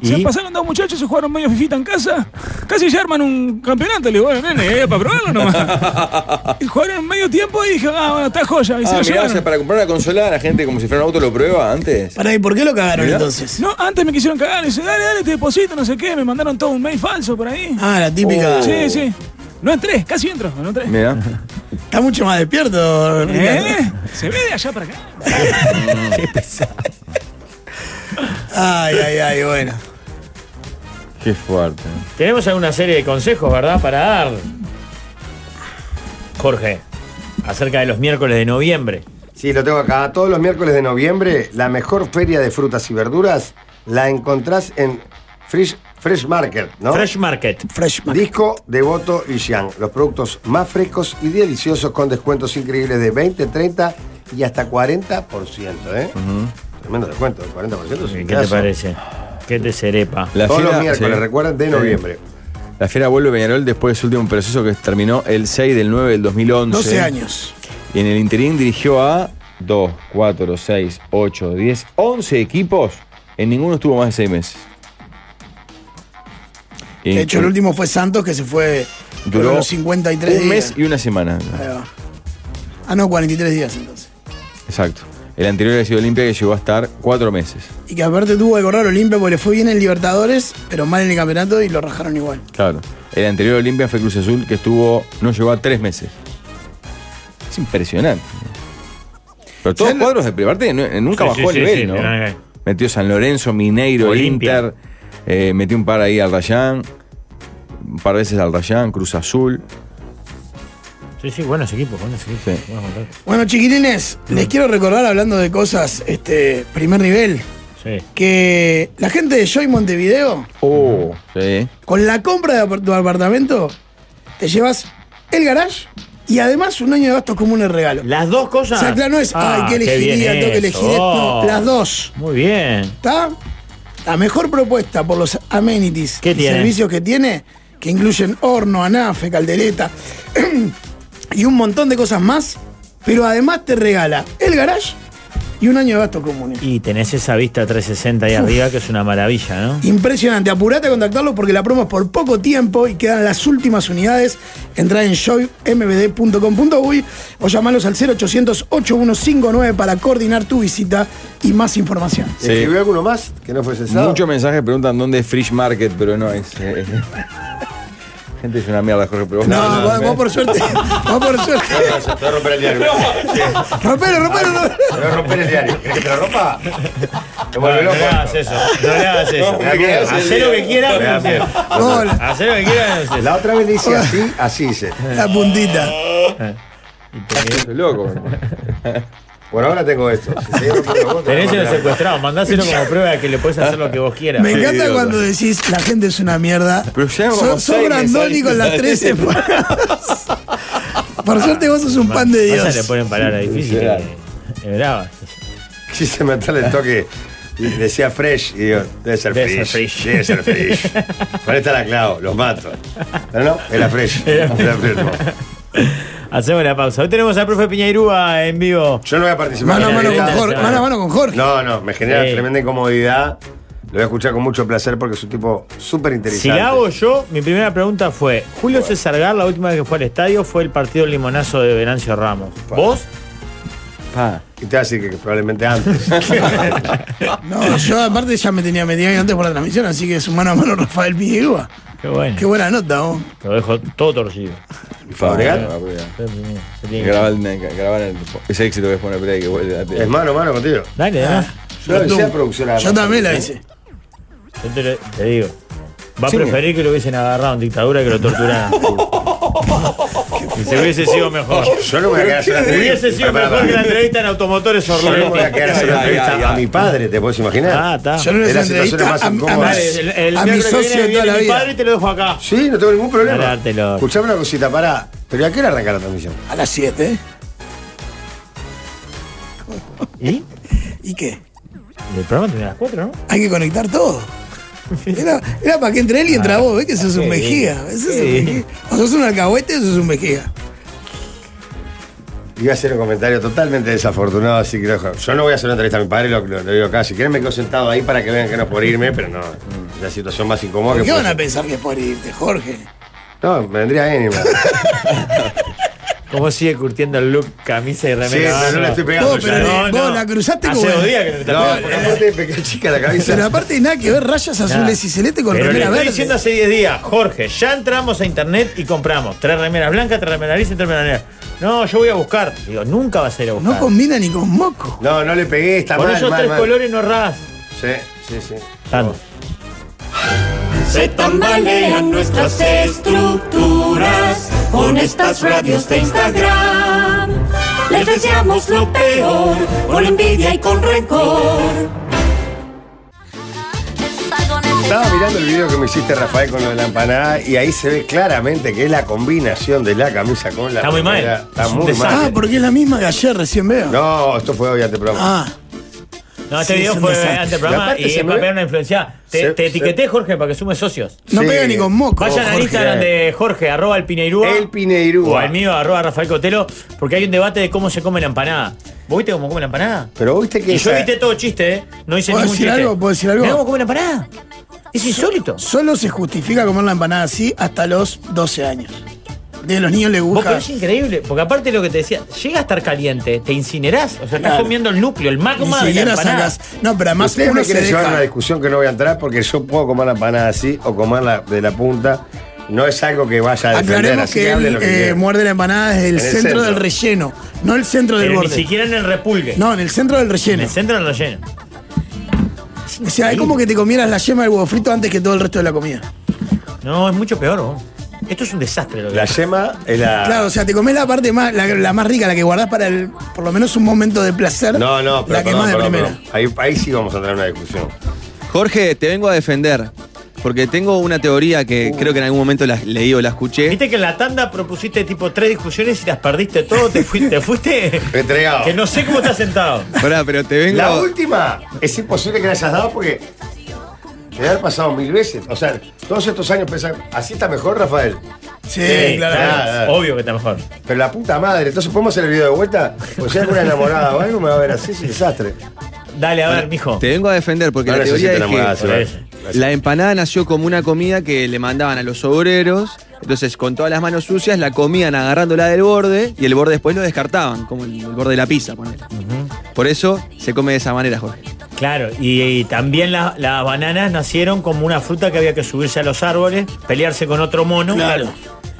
S4: ¿Y?
S7: Se pasaron dos muchachos, se jugaron medio fifita en casa. Casi ya arman un campeonato. Le digo, bueno, nene, era para probarlo nomás. Y
S1: *laughs*
S7: jugaron medio tiempo y dije, ah, bueno, está joya. Y se lo
S1: Ah, mirá, o sea,
S7: llevaron.
S1: para comprar una consola la gente como si fuera un auto lo prueba antes.
S3: Pará, ¿y por qué lo cagaron
S1: Mirá.
S3: entonces?
S7: No, antes me quisieron cagar. Le dije, dale, dale, te deposito, no sé qué. Me mandaron todo un mail falso por ahí.
S3: Ah, la típica.
S1: Oh.
S7: Sí, sí. No entré, casi entro, no entré.
S1: Mirá.
S3: Está mucho más despierto, Ricardo.
S7: ¿Eh? Se ve de allá para acá.
S3: Ay, ay, ay, bueno.
S1: Qué fuerte.
S4: Tenemos alguna serie de consejos, ¿verdad? Para dar. Jorge, acerca de los miércoles de noviembre.
S2: Sí, lo tengo acá. Todos los miércoles de noviembre, la mejor feria de frutas y verduras la encontrás en Fresh, Fresh Market, ¿no?
S4: Fresh Market.
S3: Freshman.
S2: Disco, Devoto y Xiang. Los productos más frescos y deliciosos con descuentos increíbles de 20, 30 y hasta 40%, ¿eh? Tremendo descuento, 40%. es un
S4: ¿Qué te
S2: pedazo.
S4: parece? ¿Qué te cerepa?
S1: La
S2: Todos los
S1: fiera-
S2: miércoles,
S1: sí.
S2: recuerden, de
S1: Sí.
S2: noviembre.
S1: La fiera vuelve a Peñarol después de su último proceso que terminó el 6 del 9 del 2011.
S3: 12 años.
S1: Y en el interín dirigió a 2, 4, 6, 8, 10, 11 equipos. En ninguno estuvo más de 6 meses. Y-
S3: De hecho, el último fue Santos, que se fue duró
S1: duró
S3: los 53
S1: un
S3: días.
S1: mes y una semana.
S3: Ahí va. Ah, no, 43 días entonces.
S1: Exacto. El anterior ha sido Olimpia que llegó a estar 4 meses.
S3: Y que aparte tuvo que correr Olimpia porque le fue bien en Libertadores, pero mal en el campeonato y lo rajaron igual.
S1: Claro. El anterior Olimpia fue Cruz Azul que estuvo no llegó a 3 meses. Es impresionante. Pero todos
S3: Ya no-
S1: cuadros de privarte no- Eh, nunca
S4: Sí,
S1: bajó
S4: sí,
S1: el
S4: sí,
S1: nivel,
S4: sí,
S1: ¿no?
S4: no, no.
S1: Metió San Lorenzo, Mineiro,
S4: Olimpia.
S1: Inter. eh, metió un par ahí al Rayán. Un par de veces al Rayán, Cruz Azul.
S4: Sí, sí, buenos equipos, buenos equipos.
S1: Sí.
S4: buenos contratos.
S3: Bueno, chiquilines, les quiero recordar, hablando de cosas, este, primer nivel,
S4: Sí.
S3: que la gente de Joy Montevideo,
S1: Oh. Sí.
S3: con la compra de apar- tu apartamento, te llevas el garage y además un año de gastos comunes regalo.
S4: Las dos cosas.
S3: O sea, claro, no es,
S4: Ah,
S3: ay, que
S4: qué bien
S3: elegiría, tengo que
S4: eso.
S3: elegir esto. No, las dos.
S4: Muy bien.
S3: ¿Está? La mejor propuesta por los amenities
S4: ¿Qué
S3: y
S4: tiene?
S3: servicios que tiene, que incluyen horno, anafe, caldereta *clears throat* y un montón de cosas más, pero además te regala el garage y un año de gastos comunes.
S4: Y tenés esa vista 360 ahí arriba que es una maravilla, ¿no?
S3: Impresionante, apurate a contactarlos porque la promo es por poco tiempo y quedan las últimas unidades. Entrá en joymbd.com.uy o llamalos al 0800 8159 para coordinar tu visita y más información.
S1: Sí.
S2: ¿Escribió alguno más que no fue cesado?
S1: Muchos mensajes preguntan dónde es Fresh Market, pero no es. eh, Gente es una mierda, Jorge, pero vos-
S3: No, Ah, vos, vos por suerte, vos por suerte.
S2: Te voy a romper el
S4: *laughs*
S2: diario.
S3: Rompelo, rompelo.
S4: Ah,
S3: no.
S2: Te voy a romper el diario. ¿Querés que te lo rompa? Te
S4: No,
S2: vuelve
S4: no
S2: loco.
S4: le hagas eso, no le hagas eso.
S2: me quedo sin
S4: Hacé lo que quieras,
S2: Me da
S4: pero no
S2: miedo.
S4: sé.
S3: Hola.
S4: Hacé lo que quieras, pero no sé.
S2: La otra vez le hice así, así hice.
S3: *laughs* La puntita.
S1: Sos loco.
S2: Bueno, ahora tengo esto. Si seguís rompiendo vos, te voy a
S4: Tenés el
S2: romper la-
S4: secuestrado, mandáselo como prueba de que le puedes hacer lo que vos quieras.
S3: Me
S1: Sí,
S3: encanta
S1: idiota.
S3: cuando decís la gente es una mierda.
S1: Pero ya vamos seis
S3: Brandoni
S1: mensajes.
S3: con las
S4: *laughs*
S3: 13 palabras. Por suerte vos sos un pan de
S4: Pasa,
S3: Dios.
S4: le ponen palabras difíciles. que- Es brava.
S2: Quise meterle el toque. Y decía fresh. Y digo, debe ser
S4: Debe ser
S2: fresh.
S4: fresh.
S2: Debe
S4: *laughs*
S2: ser fresh. Con esta la clavo, los mato. Pero no, era fresh. Era fresh. no.
S4: Hacemos la pausa. Hoy tenemos al profe Piñairúa en vivo.
S2: Yo no voy a participar.
S3: Mano a
S2: en
S3: mano
S2: la
S3: con
S2: entrevista.
S3: Jorge. Mano a mano con Jorge.
S2: No, no, me genera
S4: Sí.
S2: tremenda incomodidad. Lo voy a escuchar con mucho placer porque es un tipo súper
S4: Si
S2: interesante.
S4: la hago yo, mi primera pregunta fue: Julio César Gar, la última vez que fue al estadio fue el partido del limonazo de Venancio Ramos. ¿Vos?
S1: Pa.
S2: Y te va a decir que
S4: *laughs*
S2: probablemente antes.
S3: No, yo aparte ya me tenía metido antes por la transmisión, así que su mano a mano Rafael Piñerúa.
S4: Qué bueno.
S3: Qué buena nota, vos.
S4: Lo dejo todo torcido.
S2: Fabregat.
S1: Graba el, graba el- ese éxito que es poner play que vuelve a
S2: Es mano a mano contigo.
S4: *laughs* Dale, dale.
S2: Ah, Yo la
S3: Yo
S2: hice a
S3: tú-
S2: producción a
S3: Yo
S2: Rafa.
S3: también la hice.
S4: Yo te, lo- te digo. Va a
S1: Sí.
S4: preferir que lo hubiesen agarrado en dictadura que lo torturaran.
S2: *laughs*
S4: Y se hubiese sido mejor.
S2: Yo no me voy a quedar sin la entrevista.
S4: Hubiese sido
S2: Pará,
S4: mejor
S2: pará.
S4: que la entrevista en automotores
S2: Yo no me voy a
S4: Orlando.
S2: quedar sin
S1: Ay, ay,
S2: la entrevista
S1: ay.
S2: a mi padre, ¿te puedes
S4: Ah,
S2: imaginar?
S4: está.
S3: Yo no le
S2: de
S3: hice
S2: las
S3: entrevista
S2: situaciones
S3: a,
S2: más
S3: a-
S2: incómodas.
S4: Dale, el, el
S3: a mi
S4: miércoles que viene
S3: socio de toda
S4: viene
S3: la
S4: mi
S3: vida.
S4: padre y te lo dejo acá.
S2: Sí, no tengo ningún problema.
S4: Parátelo.
S2: Escuchame una cosita, pará. ¿Pero a qué hora arranca la transmisión?
S3: A las 7, ¿eh?
S4: ¿Y?
S3: ¿Y qué?
S4: El programa termina a las 4, ¿no?
S3: Hay que conectar todo. Era, era para que entre él y entra vos, ¿ves? Que sos un
S4: Sí.
S3: mejía. Ese es un
S4: Ah, Sí.
S3: mejía. O sos un alcahuete o sos un mejía.
S2: Iba a hacer un comentario totalmente desafortunado, así que lo- yo no voy a hacer una entrevista a mi padre, lo, lo- lo digo acá. Si quieren me quedo sentado ahí para que vean que no es por irme, pero no, la situación más incómoda que
S3: ¿Por qué
S2: puede
S3: van a
S2: ser.
S3: pensar que es por irte, Jorge?
S2: No, me vendría bien.
S4: *laughs*
S2: igual.
S4: ¿Cómo sigue curtiendo el look, camisa y
S2: Sí,
S4: remera?
S2: no, no la estoy pegando
S3: Vos,
S2: ya.
S3: pero
S2: ¿eh?
S4: no,
S3: vos
S4: no.
S3: la cruzaste como.
S4: Hace dos días que te
S2: No, porque aparte de pequeña chica la
S3: Pero
S2: cabeza.
S3: aparte nada que ver rayas azules y celeste con
S4: Pero le
S3: remera
S4: estoy
S3: verde.
S4: diciendo hace 10 días, Jorge, ya entramos a internet y compramos tres remeras blancas, tres remeras grises y tres remeras negras. No, yo voy a buscar. Digo, nunca vas a ir a buscar.
S3: No combina ni con moco.
S2: No, no le pegué, está
S4: Con
S2: mal,
S4: esos
S2: mal,
S4: tres
S2: mal.
S4: colores no errás.
S2: Sí, sí, sí.
S4: Tanto.
S6: Se tambalean nuestras estructuras con estas radios de Instagram. Les deseamos lo peor, con envidia y con rencor.
S2: Estaba mirando el video que me hiciste, Rafael, con lo de la empanada y ahí se ve claramente que es la combinación de la camisa con la
S4: Está muy mal.
S2: remera. Está
S4: Es un
S2: muy
S4: desastre.
S3: Ah,
S2: mal.
S3: porque es la misma que ayer recién veo.
S2: No, esto fue hoy antes del programa.
S3: Ah,
S4: No, este
S3: Sí,
S4: video
S3: es un
S4: fue
S3: desastre.
S4: antes del
S2: Y
S4: programa
S2: aparte
S4: y,
S2: se
S4: es
S2: me
S4: para
S2: ve-
S4: pegar una influencia. Te,
S2: se-
S4: te
S2: se-
S4: etiqueté, Jorge, para que sume socios.
S3: no
S2: Sí.
S3: pega ni con moco.
S4: Vayan al
S2: Jorge.
S4: Instagram de Jorge, arroba el Pineirúa.
S2: El Pineirúa.
S4: O al mío, arroba Rafael Cotelo, porque hay un debate de cómo se come la empanada. ¿Vos viste cómo come la empanada?
S2: Pero viste que
S4: Y yo
S2: esa-
S4: evité todo chiste, ¿eh? No hice
S3: ¿Puedo
S4: ningún
S3: decir
S4: chiste.
S3: algo? ¿Puedo decir algo?
S4: Mirá cómo come la empanada? Es insólito.
S3: Solo se justifica comer la empanada así hasta los 12 años. De los niños les
S4: Vos,
S3: gusta.
S4: pero es increíble, porque aparte de lo que te decía, llega a estar caliente, te incinerás, o sea, estás
S3: Claro.
S4: comiendo el núcleo, el
S3: Ni
S4: magma de la
S3: siquiera
S4: empanada.
S3: sacas. No, pero además
S2: Ustedes
S3: uno
S2: me
S3: se
S2: quieren llevar a una
S3: deja.
S2: discusión que no voy a entrar porque yo puedo comer la empanada así o comerla de la punta. No es algo que vaya a defender,
S3: Aclaremos
S2: así
S3: que
S2: que hable
S3: él
S2: lo que
S3: eh,
S2: quiera.
S3: muerde la empanada desde el
S2: En el
S3: centro,
S2: centro.
S3: del relleno, no el centro del
S4: Pero ni
S3: borde.
S4: siquiera en el repulgue.
S3: No, en el centro del
S4: En
S3: relleno.
S4: el centro del relleno.
S3: O sea, es como que te comieras la yema del huevo frito antes que todo el resto de la comida.
S4: No, es mucho peor. vos. Esto es un desastre. Lo que
S2: La yema es la...
S3: Claro, o sea, te comés la parte más, la, la más rica, la que guardás para el, por lo menos un momento de placer.
S2: No, no,
S3: la
S2: pero
S3: que
S2: perdón,
S3: más de
S2: perdón,
S3: primera.
S2: perdón. Ahí, ahí sí vamos a entrar en una discusión.
S8: Jorge, te vengo a defender. Porque tengo una teoría que
S1: Uh.
S8: creo que en algún momento la leí o la escuché.
S4: Viste que en la tanda propusiste tipo tres discusiones y las perdiste todo, te fuiste, te fuiste.
S2: *laughs* Entregado.
S4: que no sé cómo estás sentado.
S8: Pará, pero te vengo.
S2: La última es imposible que la hayas dado porque te ha pasado mil veces. O sea, todos estos años pensan, así está mejor, Rafael.
S3: Sí,
S4: Sí,
S3: claro.
S4: claro,
S2: claro.
S4: Obvio que está mejor.
S2: Pero la puta madre, entonces podemos hacer el video de vuelta. O sea, alguna enamorada o algo me va a ver así, es un desastre.
S4: Dale, a ver, mijo.
S8: Te vengo a defender porque
S2: No
S8: la teoría
S2: necesito
S8: es
S2: enamorada,
S8: que
S2: se va.
S4: Eso.
S8: la empanada nació como una comida que le mandaban a los obreros. Entonces, con todas las manos sucias, la comían agarrándola del borde y el borde después lo descartaban, como el, el borde de la pizza, ponele. Por eso se come de esa manera, Jorge.
S4: Claro, y, y también la- las bananas nacieron como una fruta que había que subirse a los árboles, pelearse con otro mono.
S3: Claro.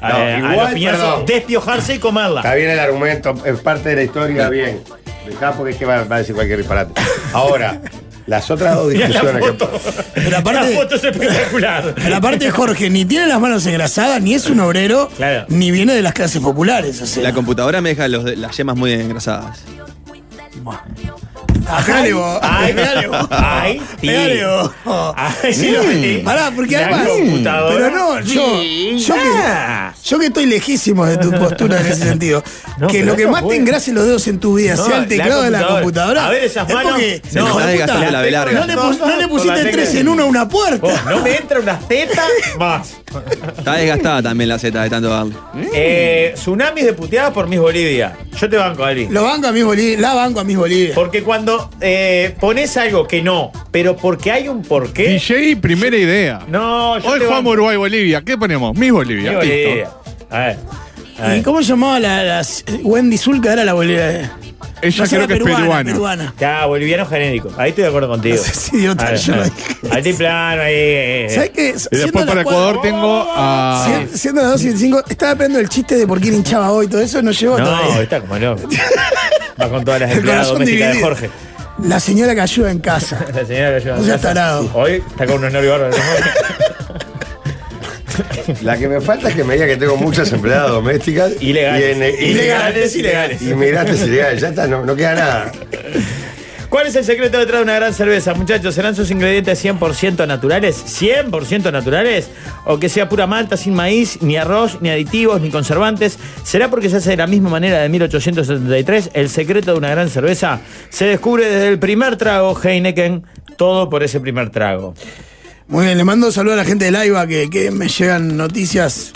S4: A,
S2: No,
S4: a
S2: igual,
S4: los piñazos,
S2: perdón.
S4: despiojarse y
S2: Está
S4: comerla.
S2: bien el argumento, es parte de la historia, bien. Dejá porque es que va, va a decir cualquier disparate. Ahora, las
S4: *laughs*
S2: otras dos
S4: Mirá la
S2: discusiones
S4: foto.
S2: que.
S3: Pero aparte-
S4: la foto es
S3: *laughs*
S4: espectacular.
S3: Pero aparte, Jorge ni tiene las manos engrasadas, ni es un obrero,
S4: Claro.
S3: ni viene de las clases populares. O sea,
S8: La computadora me deja los de- las yemas muy engrasadas.
S3: Ajale vos.
S4: Ay,
S3: pegale vos.
S4: ay, sí.
S3: Pegale vos.
S4: Ay, sí, lo metí.
S3: Pará, porque
S4: La
S3: además.
S4: computadora.
S3: Pero
S4: Ah.
S3: no, yo. Yo que, yo que estoy lejísimo de tu postura en
S4: *laughs*
S3: ese sentido.
S4: No,
S3: que
S4: pero
S3: lo que
S4: eso
S3: más
S4: fue-
S3: te engrase los dedos en tu vida
S4: No,
S3: sea el
S4: la
S3: teclado de la
S4: computadora.
S3: computadora.
S4: A ver esas
S3: es
S4: manos.
S3: porque-
S4: Se nos
S3: hijo
S8: está
S3: de puta,
S8: desgastando la
S3: no,
S8: velarga.
S3: le pus- no le
S2: Con la
S3: pusiste tres
S2: tecla.
S3: en uno a una puerta.
S4: Vos, no me entra unas tetas más.
S8: Está desgastada también la Z de tanto darle.
S2: Mm.
S4: Eh, tsunamis de puteada por Miss Bolivia. Yo te banco, Ari.
S3: Lo banco a mis Bolivia. La banco a mis Bolivia.
S4: Porque cuando eh, pones algo que no, pero porque hay un porqué.
S5: DJ, primera idea.
S4: No, yo
S5: Hoy
S4: te
S5: jugamos
S4: banco.
S5: Uruguay-Bolivia. ¿Qué ponemos? Mis Bolivia.
S4: Miss
S5: listo.
S4: Bolivia. A ver. A
S3: ¿Y
S4: ver.
S3: cómo llamaba la, la- Wendy Zulka? Era la Bolivia.
S5: Ella
S3: No sé,
S5: creo
S3: era
S5: que es peruana.
S3: peruana.
S4: Ya, boliviano genérico. Ahí estoy de acuerdo contigo.
S3: *laughs* No seas idiota,
S4: A ver,
S3: yo
S4: a ver.
S3: lo dije.
S4: Altiplano, ahí. eh, eh.
S3: ¿Sabes qué?
S5: Y
S3: Siendo Oh,
S5: después
S3: las
S5: para
S3: cuatro-
S5: Ecuador tengo a.
S3: Cien- Siendo las 2 y 5, estaba aprendiendo el chiste de por quién hinchaba hoy, todo eso no llegó
S4: No,
S3: todavía.
S4: está como
S3: *laughs*
S4: no. Va con todas las
S3: El
S4: empleadas
S3: corazón
S4: domésticas de
S3: dividido.
S4: Jorge.
S3: La señora que ayuda en
S2: *laughs*
S3: casa.
S4: La señora que ayuda
S3: No
S4: en
S3: seas
S4: casa.
S3: tarado.
S4: Hoy está con unos nervios bárbaros.
S2: La que me falta es que me diga que tengo muchas empleadas domésticas.
S4: Ilegales.
S2: Y en-
S4: Ilegales, ilegales.
S2: Inmigrantes ilegales. Ya está, no, no queda nada.
S4: ¿Cuál es el secreto detrás de una gran cerveza, muchachos? ¿Serán sus ingredientes 100% naturales? ¿100% naturales? ¿O que sea pura malta, sin maíz, ni arroz, ni aditivos, ni conservantes? ¿Será porque se hace de la misma manera de 1873? ¿El secreto de una gran cerveza? Se descubre desde el primer trago, Heineken, todo por ese primer trago.
S3: Muy bien, le mando un saludo a la gente del AIBA que, que me llegan noticias.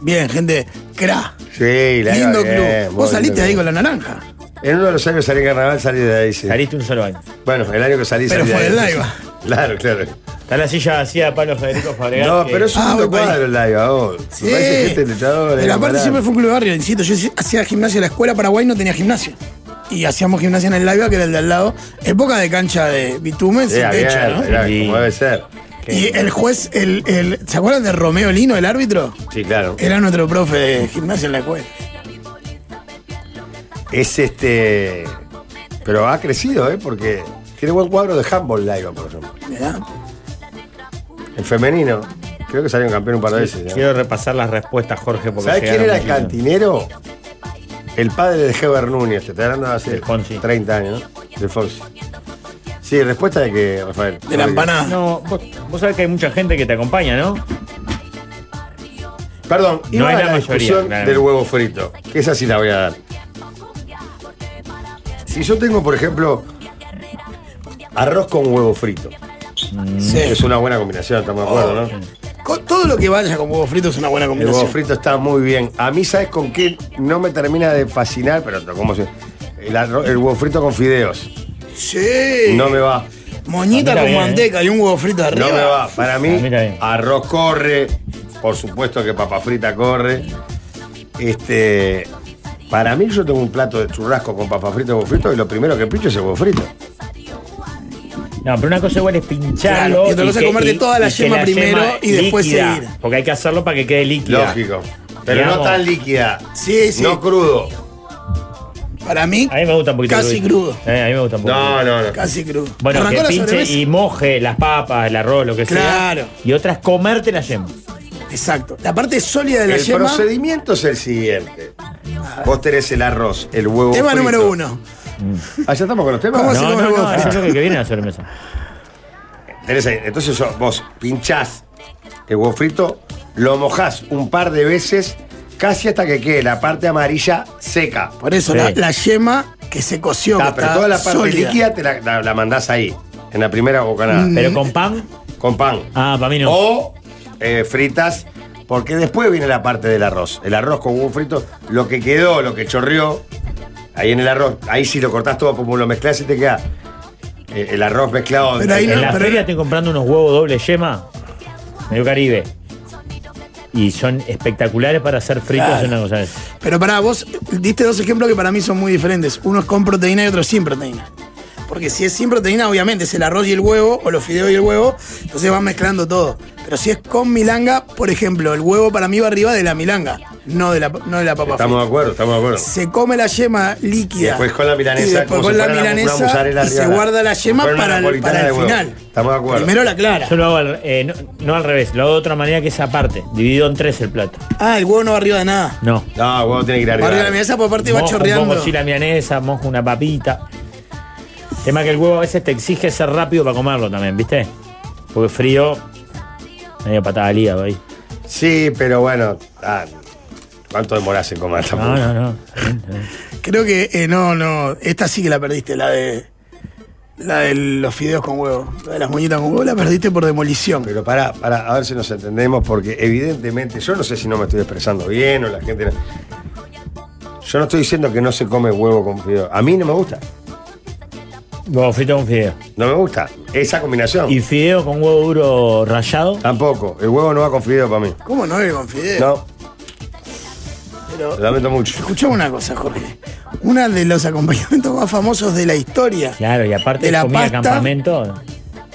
S3: Bien, gente, cra.
S2: Sí, la
S3: Lindo
S2: bien,
S3: club.
S2: muy
S3: Vos saliste
S2: lindo
S3: ahí
S2: club.
S3: con la naranja.
S2: En uno de los años salí en carnaval, salí de ahí, sí.
S4: Saliste un solo año.
S2: Bueno, el año que salí
S3: Pero
S2: salí
S3: fue
S2: de
S3: del
S2: ahí.
S3: Laiva.
S2: Claro, claro.
S4: Está la silla vacía de Pablo Federico Fabregat.
S2: No,
S4: que-
S2: pero es un
S3: Ah,
S2: lindo
S3: voy para
S2: cuadro el Laiva, vos.
S3: Sí.
S2: Parece este gente luchadora.
S3: Pero aparte
S2: pará.
S3: siempre fue un club de barrio, insisto. Yo hacía gimnasia en la escuela, Paraguay no tenía gimnasia. Y hacíamos gimnasia en el Laiva, que era el de al lado. Época de cancha de bitumen
S2: Sí,
S3: sin techo,
S2: abierto,
S3: ¿no?
S2: era
S4: Sí.
S2: como debe ser.
S3: Y el juez, el, el- ¿se acuerdan de Romeo Lino, el árbitro?
S2: Sí, claro.
S3: Era nuestro profe de gimnasia en la escuela.
S2: Es este. Pero ha crecido, ¿eh? Porque tiene buen cuadro de handball Laiva, por ejemplo.
S3: Mirá.
S2: El femenino. Creo que salió campeón un par de veces. ¿no?
S4: Quiero repasar las respuestas, Jorge, porque
S2: ¿Sabes quién
S4: llegaron
S2: era el
S4: muchísimas.
S2: cantinero? El padre de Heber Núñez, te estoy hablando de hace
S4: Del Fonsi.
S2: 30 años, ¿no? Del Fonsi. Sí, respuesta de que, Rafael.
S3: De la empanada.
S4: No, vos, vos sabés que hay mucha gente que te acompaña, ¿no?
S2: Perdón,
S4: No
S2: iba
S4: es
S2: a
S4: la
S2: la,
S4: mayoría,
S2: discusión
S4: claramente.
S2: del huevo frito, que esa sí la voy a dar. Si yo tengo, por ejemplo, arroz con huevo frito,
S3: Sí.
S2: es una buena combinación, estamos de acuerdo, ¿no?
S3: Mm. Oh. Con- todo lo que vaya con huevo frito es una buena
S2: El huevo
S3: combinación.
S2: frito está muy bien. A mí, ¿sabes con qué no me termina de fascinar? Pero, ¿cómo se.? El, arro- el huevo frito con fideos.
S3: Sí.
S2: No me va.
S3: Moñita
S4: Mira
S3: con
S4: bien, eh.
S3: manteca
S2: eh.
S3: y un huevo frito arriba.
S2: No me va. Para mí,
S4: Ah, mira bien.
S2: arroz corre. Por supuesto que papa frita corre. Este. Para mí, yo tengo un plato de churrasco con papa frita y huevo frito. Y lo primero que pincho es el huevo frito.
S4: No, pero una cosa igual es pincharlo.
S3: Claro, y otra cosa es
S4: que-
S3: comerte toda la
S4: que
S3: yema primero y después
S4: líquida,
S3: seguir.
S4: Porque hay que hacerlo para que quede líquida.
S2: Lógico. Pero no
S4: Digamos.
S2: tan líquida.
S3: Sí, sí.
S2: No crudo.
S3: Para mí,
S4: A mí me gusta un poquito
S3: Casi crudo.
S4: Eh, a mí me gusta un poquito
S2: No,
S4: crudo.
S2: no, no.
S3: casi crudo.
S4: Bueno,
S3: Arrancó
S4: que
S3: la
S4: pinche
S3: sobremesa.
S4: y moje las papas, el arroz, lo que sea.
S3: Claro.
S4: Y otra es comerte la yema.
S3: Exacto. La parte sólida de la
S2: El
S3: yema.
S2: procedimiento es el siguiente. Vos tenés el arroz, el huevo
S3: Tema
S2: frito.
S3: número uno.
S2: Allá estamos con los temas.
S3: ¿Cómo se
S4: No,
S3: come el
S4: no, no,
S3: huevo
S4: eso
S3: frito?
S4: es lo que viene a la sobremesa.
S2: Tenés ahí. Entonces so- vos pinchás el huevo frito, lo mojás un par de veces, casi hasta que quede la parte amarilla seca.
S3: Por eso,
S4: Sí.
S3: la, la yema que se coció.
S2: Está,
S3: que
S2: pero
S3: está
S2: toda la parte
S3: sólida.
S2: líquida te la, la- la mandás ahí, en la primera bocanada, Mm.
S4: Pero con pan.
S2: con pan.
S4: Ah, para mí no.
S2: O eh, fritas, porque después viene la parte del arroz. El arroz con huevo frito, lo que quedó, lo que chorreó, ahí en el arroz, ahí si lo cortás todo como lo mezclás y te queda eh, el arroz mezclado.
S3: Pero ahí
S2: en
S3: no,
S4: en la
S2: la-
S3: pero-
S4: feria estoy comprando unos huevos doble yema, medio caribe. Y son espectaculares para hacer fritos
S3: Claro.
S4: en una cosa de esas.
S3: Pero pará, vos diste dos ejemplos que para mí son muy diferentes. Uno es con proteína y otro es sin proteína. Porque si es sin proteína, obviamente es el arroz y el huevo, o los fideos y el huevo, entonces van mezclando todo. Pero si es con milanga, por ejemplo, el huevo para mí va arriba de la milanga, no de la, no de la papa
S2: Estamos
S3: frita.
S2: de acuerdo, estamos de acuerdo.
S3: Se come la yema líquida.
S2: Y después con la milanesa,
S3: Y después
S2: como
S3: con
S2: si
S3: la
S2: fuera una- una
S3: milanesa.
S2: mozzarella
S3: y se
S2: arriba.
S3: guarda la yema
S2: Como fuera una
S3: para el,
S2: napolitana
S3: para el
S2: de huevo.
S3: final.
S2: Estamos de acuerdo.
S3: Primero la clara.
S4: Yo lo hago al- eh, no, no al revés, lo hago de otra manera que esa parte, dividido en tres el plato.
S3: Ah, el huevo no va arriba de nada.
S4: No.
S2: No, huevo tiene que ir
S3: Va
S2: arriba.
S3: arriba de la milanesa, por parte va
S4: Mojo un
S3: chorreando.
S4: poco chila milanesa, mojo una papita. Tema que el huevo a veces te exige ser rápido para comerlo también, ¿viste? Porque frío, medio patada al hígado ahí.
S2: Sí, pero bueno, ah, ¿cuánto demorás en comer tampoco?
S4: No, no, no.
S3: Creo que eh, no, no. Esta sí que la perdiste, la de. La de los fideos con huevo. La de las muñitas con huevo la perdiste por demolición.
S2: Pero para, para, a ver si nos entendemos, porque evidentemente, yo no sé si no me estoy expresando bien o la gente. no- Yo no estoy diciendo que no se come huevo con fideo. A mí no me gusta.
S4: Huevo frito con fideo.
S2: No me gusta. Esa combinación.
S4: Y fideo con huevo duro rallado.
S2: Tampoco. El huevo no va con fideo para mí.
S3: ¿Cómo no vive con fideos?
S2: No,
S3: Pero.
S2: lo lamento mucho.
S3: Escuchame una cosa, Jorge. Una de los acompañamientos más famosos de la historia.
S4: Claro, y aparte
S3: De la
S4: comida
S3: pasta.
S4: campamento.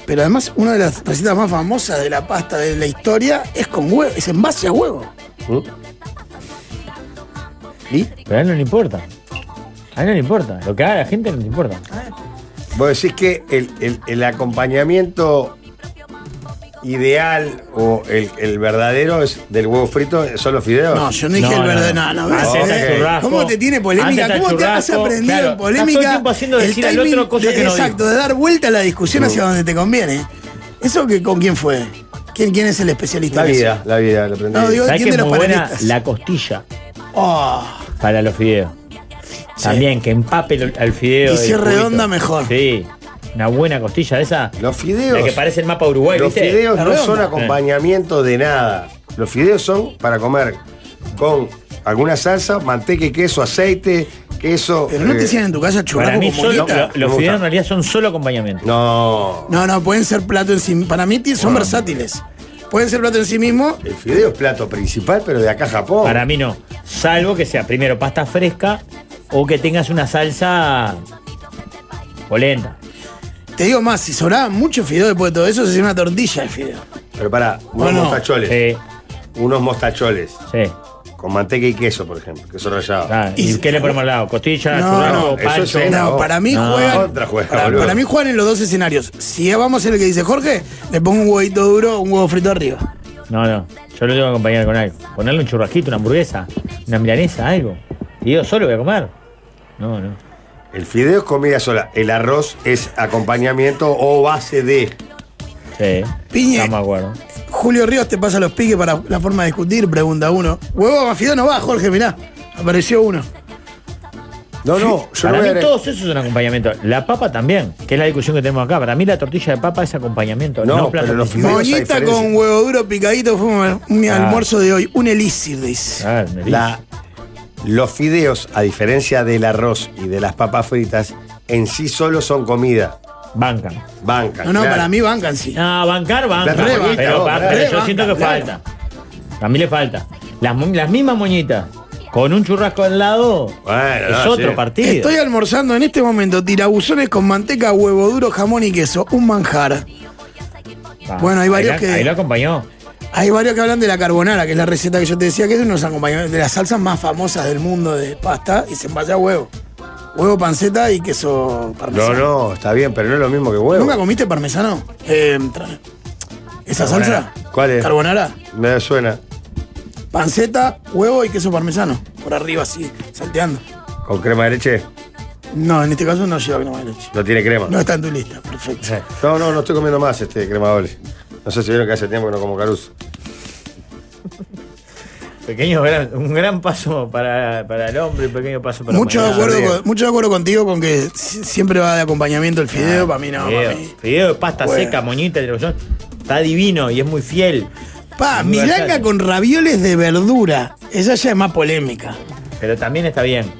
S3: Pero además, una de las recetas más famosas de la pasta de la historia es con huevo, es en base a huevo.
S2: ¿Mm? ¿Y?
S4: uh. Pero a él no le importa. A él no le importa. Lo que haga la gente no le importa.
S2: Vos decís que el, el- el acompañamiento ideal o el, el verdadero es del huevo frito son los fideos?
S3: No, yo no dije
S4: No,
S3: el
S4: no,
S3: verdadero.
S4: no.
S3: No, no,
S2: Antes
S3: ¿ves?
S2: está el
S3: Eh,
S4: churrasco.
S3: ¿Cómo te tiene polémica?
S4: Antes está el
S3: ¿Cómo te has
S4: churrasco.
S3: aprendido
S4: Claro,
S3: en polémica?
S4: estás todo el tiempo haciendo decir al
S3: timing
S4: otro cosas
S3: de-
S4: que no dijo.
S3: Exacto, de dar vuelta a la discusión hacia donde te conviene. ¿Eso que, con quién fue? ¿Quién, quién es el especialista?
S2: La
S3: en eso?
S2: vida, la vida, la aprendí.
S3: No, digo,
S4: ¿Sabes
S3: ¿quién de
S4: que es
S3: los
S4: muy buena
S3: panelistas?
S4: la costilla
S3: Oh,
S4: para los fideos? También, que empape lo- al fideo.
S3: Y si
S4: el
S3: es
S4: cubito.
S3: redonda, mejor.
S4: Sí, una buena costilla de esa.
S2: los fideos.
S4: La que parece el mapa Uruguay,
S2: Los
S4: ¿viste? Eh.
S2: fideos
S3: La
S2: no
S3: redonda.
S2: son acompañamiento de nada. Los fideos son para comer con alguna salsa, manteca y queso, aceite, queso.
S3: pero no
S2: eh,
S3: te hacían en tu casa
S4: Para
S3: churrasco
S4: mí,
S3: con
S4: son- lo-
S3: bolita.
S2: Me
S4: los
S2: gusta.
S4: fideos en realidad son solo acompañamiento.
S2: No.
S3: No, no, pueden ser plato en sí Para mí ti- son versátiles. Pueden ser plato en sí mismo.
S2: El fideo es plato principal, pero de acá a Japón.
S4: Para mí no. Salvo que sea primero pasta fresca o que tengas una salsa polenta.
S3: Te digo más, si sobraban muchos fideos después de todo eso, se hacía una tortilla de fideo.
S2: Pero pará, unos
S3: Bueno,
S2: mostacholes.
S4: Sí,
S2: Unos mostacholes.
S4: sí.
S2: Con manteca y queso, por ejemplo. Queso rallado.
S4: claro. ¿Y,
S3: Y-
S4: qué le ponemos al lado? ¿Costilla,
S3: No,
S4: churrasco,
S2: no, eso
S4: pancho?
S2: es cena.
S3: No, para mí
S2: No.
S3: juegan.
S2: Contra juega,
S3: para,
S2: boludo.
S3: para mí juegan en los dos escenarios. Si vamos a hacer el que dice Jorge, le pongo un huevito duro, un huevo frito arriba.
S4: No, no. Yo lo tengo que acompañar con algo. Ponerle un churrasquito, una hamburguesa, una milanesa, algo. Y yo solo voy a comer. No, no.
S2: El fideo es comida sola. El arroz es acompañamiento o base de.
S4: Sí.
S3: Piñe.
S4: Estamos de acuerdo.
S3: Julio Ríos te pasa los piques para la forma de discutir, pregunta uno. Huevo más fideo no va, Jorge, mirá. Apareció uno.
S2: No, no, yo no
S4: Para
S2: voy a
S4: mí
S2: agregar-
S4: todos esos son acompañamiento. La papa también, que es la discusión que tenemos acá. Para mí la tortilla de papa es acompañamiento.
S2: No,
S4: No, plato
S2: pero los
S4: principal.
S2: fideos- hay
S3: Moñita
S2: diferencia.
S3: con huevo duro picadito fue mi
S4: Ah.
S3: almuerzo de hoy. Un elixir, dice.
S4: Ah, nariz.
S2: La- los fideos, a diferencia del arroz y de las papas fritas, en sí solo son comida.
S4: Banca.
S2: Banca.
S3: No, no,
S2: Ah, claro.
S3: para mí bancan sí.
S4: No, bancar, banca.
S2: Re banca,
S4: pero
S2: vos,
S4: pa-
S2: re
S4: pero yo
S3: banca,
S4: siento que
S3: claro.
S4: falta. A mí le falta. Las, mu- las mismas moñitas, con un churrasco al lado,
S2: Bueno,
S4: es
S2: no,
S4: otro
S2: sí.
S4: partido.
S3: Estoy almorzando en este momento tirabuzones con manteca, huevo duro, jamón y queso. Un manjar.
S4: Ah,
S3: Bueno, hay varios
S4: ahí la-
S3: que-
S4: Ahí lo acompañó.
S3: Hay varios que hablan de la carbonara, que es la receta que yo te decía, que es uno de los acompañamientos de las salsas más famosas del mundo de pasta y se envaya huevo. Huevo, panceta y queso
S2: No,
S3: parmesano.
S2: no, está bien, pero no es lo mismo que huevo.
S3: ¿Nunca comiste parmesano? Eh, tra- ¿Esa
S4: Carbonara.
S3: salsa?
S2: ¿Cuál es?
S3: Carbonara,
S2: Me suena.
S3: panceta, huevo y queso parmesano. Por arriba, así, salteando.
S2: ¿Con crema de leche?
S3: No, en este caso no lleva crema de leche.
S2: No tiene crema.
S3: No está en tu lista, perfecto.
S2: No, no, no estoy comiendo más este crema de leche. No sé si vieron que hace tiempo que no como caruso.
S4: Pequeño, gran- un gran paso para, para el hombre, un pequeño paso para
S3: Mucho
S4: la
S3: de,
S4: humanidad.
S3: acuerdo
S2: Rodrigo.
S3: con- mucho de acuerdo contigo con que si- siempre va de acompañamiento el fideo, para mí no, para mí.
S4: Ah, Fideo, fideo de pasta
S3: Bueno.
S4: seca, moñita, de lo que son. está divino y es muy fiel.
S3: Pa,
S4: Es muy
S3: Ah, milanga
S4: versátil.
S3: con ravioles de verdura. Esa ya es más polémica.
S4: Pero también está bien.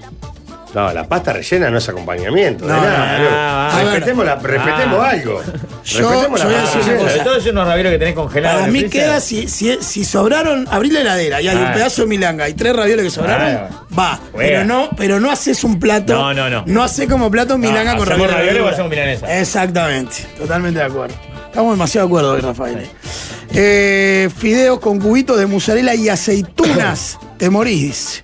S2: No, la pasta rellena no es acompañamiento. de
S3: No,
S2: nada,
S4: no,
S2: no.
S4: ah, ah,
S2: respetemos la- respetemos
S4: Ah.
S2: algo.
S3: Yo-
S2: respetemos
S3: yo voy a
S2: pasta
S3: decir una
S2: rellena.
S3: cosa.
S4: Sobre todo es unos raviolos que tenés congelados.
S3: Para
S4: en el
S3: mí
S4: freezer.
S3: queda, si, si, si sobraron, abrí la heladera y hay
S4: Ah.
S3: un pedazo de milanga y tres ravioles que sobraron,
S4: Claro.
S3: va.
S4: Juega.
S3: Pero no, pero no haces un plato.
S4: No, no, no.
S3: No haces como plato milanga con
S4: ah, hacemos
S3: ravioles. de
S4: ravioles o
S3: verdura.
S4: hacemos milanesa.
S3: Exactamente. Totalmente de acuerdo. Estamos demasiado de acuerdo hoy, Rafael. Eh, fideos con cubitos de mozzarella y aceitunas. Te morís.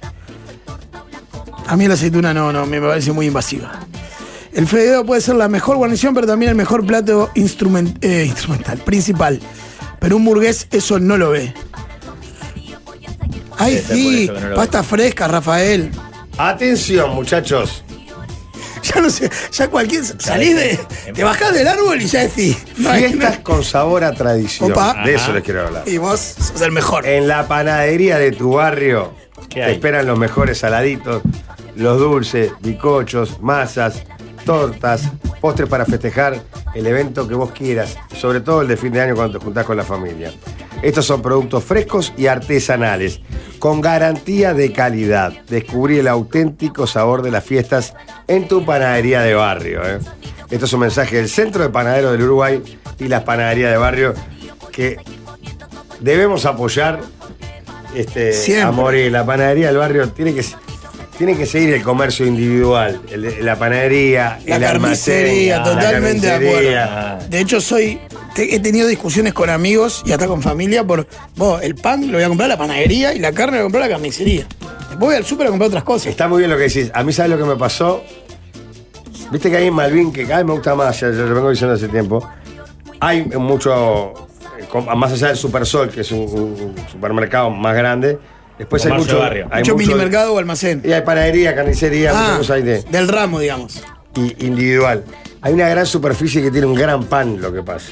S3: A mí la aceituna no, no, me parece muy invasiva. El fideo puede ser la mejor guarnición, pero también el mejor plato instrument- eh, instrumental, principal. Pero un burgués eso no lo ve. Ay,
S4: Debe ser por
S3: sí,
S4: eso que no lo
S3: pasta fresca, Rafael.
S2: Atención, muchachos.
S3: *laughs* Ya no sé, ya cualquier. Salís de. Te bajás del árbol y ya decís. no hay- no-
S2: Fiestas con sabor a tradición.
S3: Opa.
S2: De eso les quiero hablar.
S3: Y vos sos el mejor.
S2: En la panadería de tu barrio
S4: ¿Qué
S2: te
S4: hay?
S2: esperan los mejores saladitos, los dulces, bicochos, masas, tortas, postres para festejar el evento que vos quieras, sobre todo el de fin de año cuando te juntás con la familia. Estos son productos frescos y artesanales, con garantía de calidad. Descubrí el auténtico sabor de las fiestas en tu panadería de barrio. ¿eh? Esto es un mensaje del Centro de Panaderos del Uruguay y las panaderías de barrio que debemos apoyar este
S3: Siempre.
S2: a Morel. La panadería del barrio tiene que, tiene que seguir el comercio individual. El- la panadería,
S3: La
S2: el
S3: carnicería,
S2: almacén,
S3: totalmente
S2: la
S3: de
S2: carnicería.
S3: acuerdo. De hecho, soy. te- he tenido discusiones con amigos y hasta con familia por. Vos, el pan lo voy a comprar a la panadería y la carne la voy a comprar a la carnicería. Después voy al súper a comprar otras cosas.
S2: Está muy bien lo que decís. A mí, ¿sabes lo que me pasó? Viste que hay en Malvin, que cada vez me gusta más, ya, ya lo vengo diciendo hace tiempo. Hay mucho eh, con- más allá del Supersol, que es un, un- un supermercado más grande, después
S4: Con
S2: hay
S4: más de
S2: mucho,
S4: barrio.
S2: hay
S3: Mucho
S2: mucho-
S3: minimercado o almacén.
S2: Y hay panadería, carnicería, muchas
S3: Ah,
S2: cosas hay de,
S3: del ramo, digamos.
S2: y- individual. Hay una gran superficie que tiene un gran pan, lo que pasa.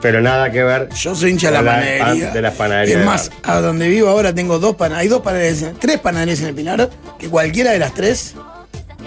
S2: Pero nada que ver.
S3: Yo soy hincha de la,
S2: De la- ah,
S3: panadería.
S2: de las panaderías.
S3: Es más, a donde vivo ahora tengo dos panaderías. Hay dos panaderías, tres panaderías en el Pinar, que cualquiera de las tres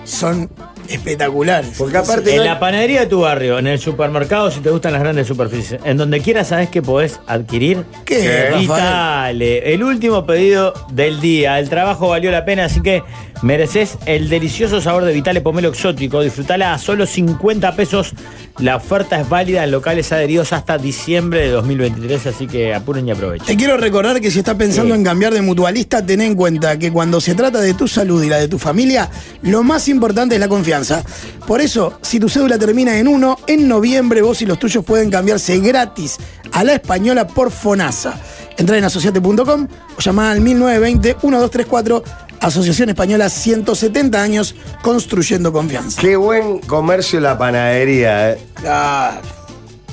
S3: son espectaculares.
S2: Porque aparte-
S4: En la panadería de tu barrio, en el supermercado, si te gustan las grandes superficies, en donde quieras sabes que podés adquirir.
S3: ¿Qué,
S2: ¿Qué?
S3: Rafael?
S4: Y dale, el último pedido del día. El trabajo valió la pena, así que mereces el delicioso sabor de Vitale Pomelo Exótico. Disfrutala a solo 50 pesos. La oferta es válida en locales adheridos hasta diciembre de 2023, así que apuren y aprovechen.
S3: Te quiero recordar que si estás pensando
S4: Sí.
S3: en cambiar de mutualista, ten en cuenta que cuando se trata de tu salud y la de tu familia, lo más importante es la confianza. Por eso, si tu cédula termina en 1, en noviembre vos y los tuyos pueden cambiarse gratis a la española por FONASA. Entra en asociate.com o llamá al 1920-1234, Asociación Española 170 años construyendo confianza.
S2: Qué buen comercio la panadería, eh.
S3: Ah,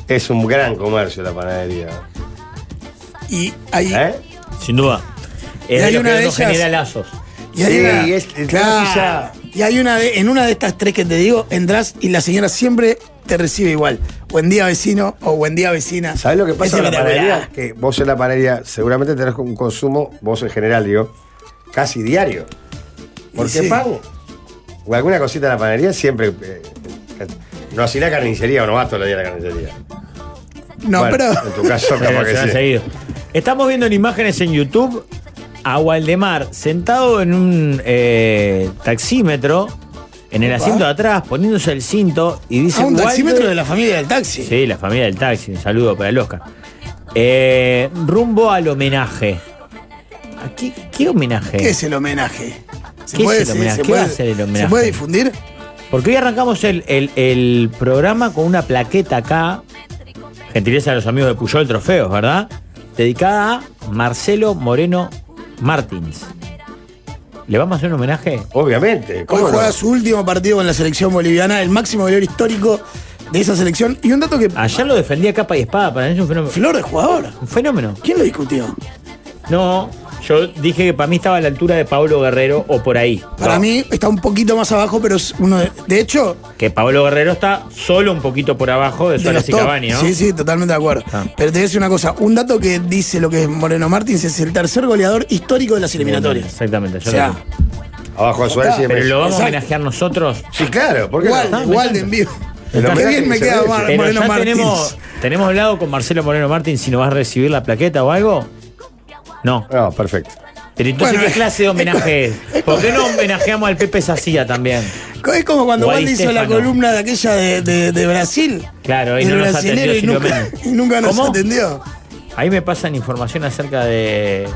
S2: Es un gran comercio la panadería.
S3: y ahí...
S2: ¿Eh?
S4: Sin duda. Es
S3: Y hay
S4: de lo
S3: una
S4: que
S3: de
S4: nos
S3: ellas-
S4: genera lazos.
S3: Y hay
S2: Sí,
S3: una,
S2: y es- entonces
S3: claro, y hay una de, en una de estas tres que te digo, entras y la señora siempre te recibe igual. Buen día vecino o buen día vecina.
S2: ¿Sabés lo que pasa
S3: Es
S2: en la panadería?
S3: espectacular.
S2: Que vos en la panadería seguramente tenés un consumo, vos en general digo, casi diario. Porque
S3: Y sí.
S2: pan o alguna cosita en la panadería siempre... eh, no así la carnicería o no vas todos los días a la carnicería.
S3: No,
S2: Bueno, En
S3: pero
S2: tu
S4: *laughs*
S2: caso capaz
S4: Se
S2: que
S4: han
S2: sí.
S4: seguido. Estamos viendo en imágenes en YouTube a Waldemar sentado en un eh, taxímetro, en el asiento de atrás, poniéndose el cinto y dice.
S3: a Ah, un
S4: "Walde-"
S3: taxímetro de la familia del taxi.
S4: Sí, la familia del taxi. Un saludo para el Oscar. Eh, rumbo al homenaje. ¿A qué, qué homenaje?
S3: ¿Qué es el homenaje?
S4: ¿Qué es el homenaje? ¿Qué va a ser el
S3: ¿Se
S4: homenaje?
S3: puede difundir?
S4: Porque hoy arrancamos el, el- el programa con una plaqueta acá, gentileza de los amigos de Puyol Trofeos, ¿verdad? Dedicada a Marcelo Moreno Martins. ¿Le vamos a hacer un homenaje?
S2: Obviamente.
S3: Hoy
S2: Eh, ¿cómo no?
S3: juega su último partido con la selección boliviana, el máximo valor histórico de esa selección. Y un dato que
S4: Ayer lo defendía capa y espada, para mí es un fenómeno.
S3: Flor de jugador.
S4: Un fenómeno.
S3: ¿Quién lo discutió?
S4: No, yo dije que para mí estaba a la altura de Pablo Guerrero o por ahí.
S3: Para
S4: No,
S3: mí está un poquito más abajo, pero es uno de, de hecho
S4: Que Pablo Guerrero está solo un poquito por abajo de
S3: de los
S4: Suárez y
S3: top.
S4: Cavani, ¿no?
S3: Sí, sí, totalmente de acuerdo.
S4: Ah.
S3: Pero te voy a decir una cosa, un dato que dice lo que es Moreno Martins es el tercer goleador histórico de las eliminatorias.
S4: Exactamente.
S3: O
S4: yo lo
S3: sea,
S4: vi.
S2: Abajo de Suárez y
S4: Pero lo vamos a
S3: Exacto.
S4: homenajear nosotros.
S2: Sí, claro, porque
S3: igual,
S4: Ah, me
S3: igual
S4: encanta.
S3: de en vivo.
S2: El
S3: Qué
S2: homenaje
S3: bien me
S2: que
S3: queda
S2: se
S3: Mar-
S4: Pero
S3: Moreno
S4: ya
S3: Martins.
S4: tenemos, tenemos hablado con Marcelo Moreno Martín si nos vas a recibir la plaqueta o algo. No.
S2: No, Ah, perfecto.
S4: Pero entonces,
S3: Bueno, eh,
S4: ¿qué clase de homenaje es? ¿Por qué no homenajeamos al Pepe Sacía también?
S3: Es como cuando
S4: Guadi
S3: Juan hizo la
S4: Stefano.
S3: columna de aquella de, de- de Brasil.
S4: Claro, y
S3: del
S4: no nos
S3: brasilero
S4: atendió
S3: y nunca,
S4: Gilomeno.
S3: y nunca nos
S4: ¿Cómo?
S3: atendió.
S4: Ahí me pasan información acerca de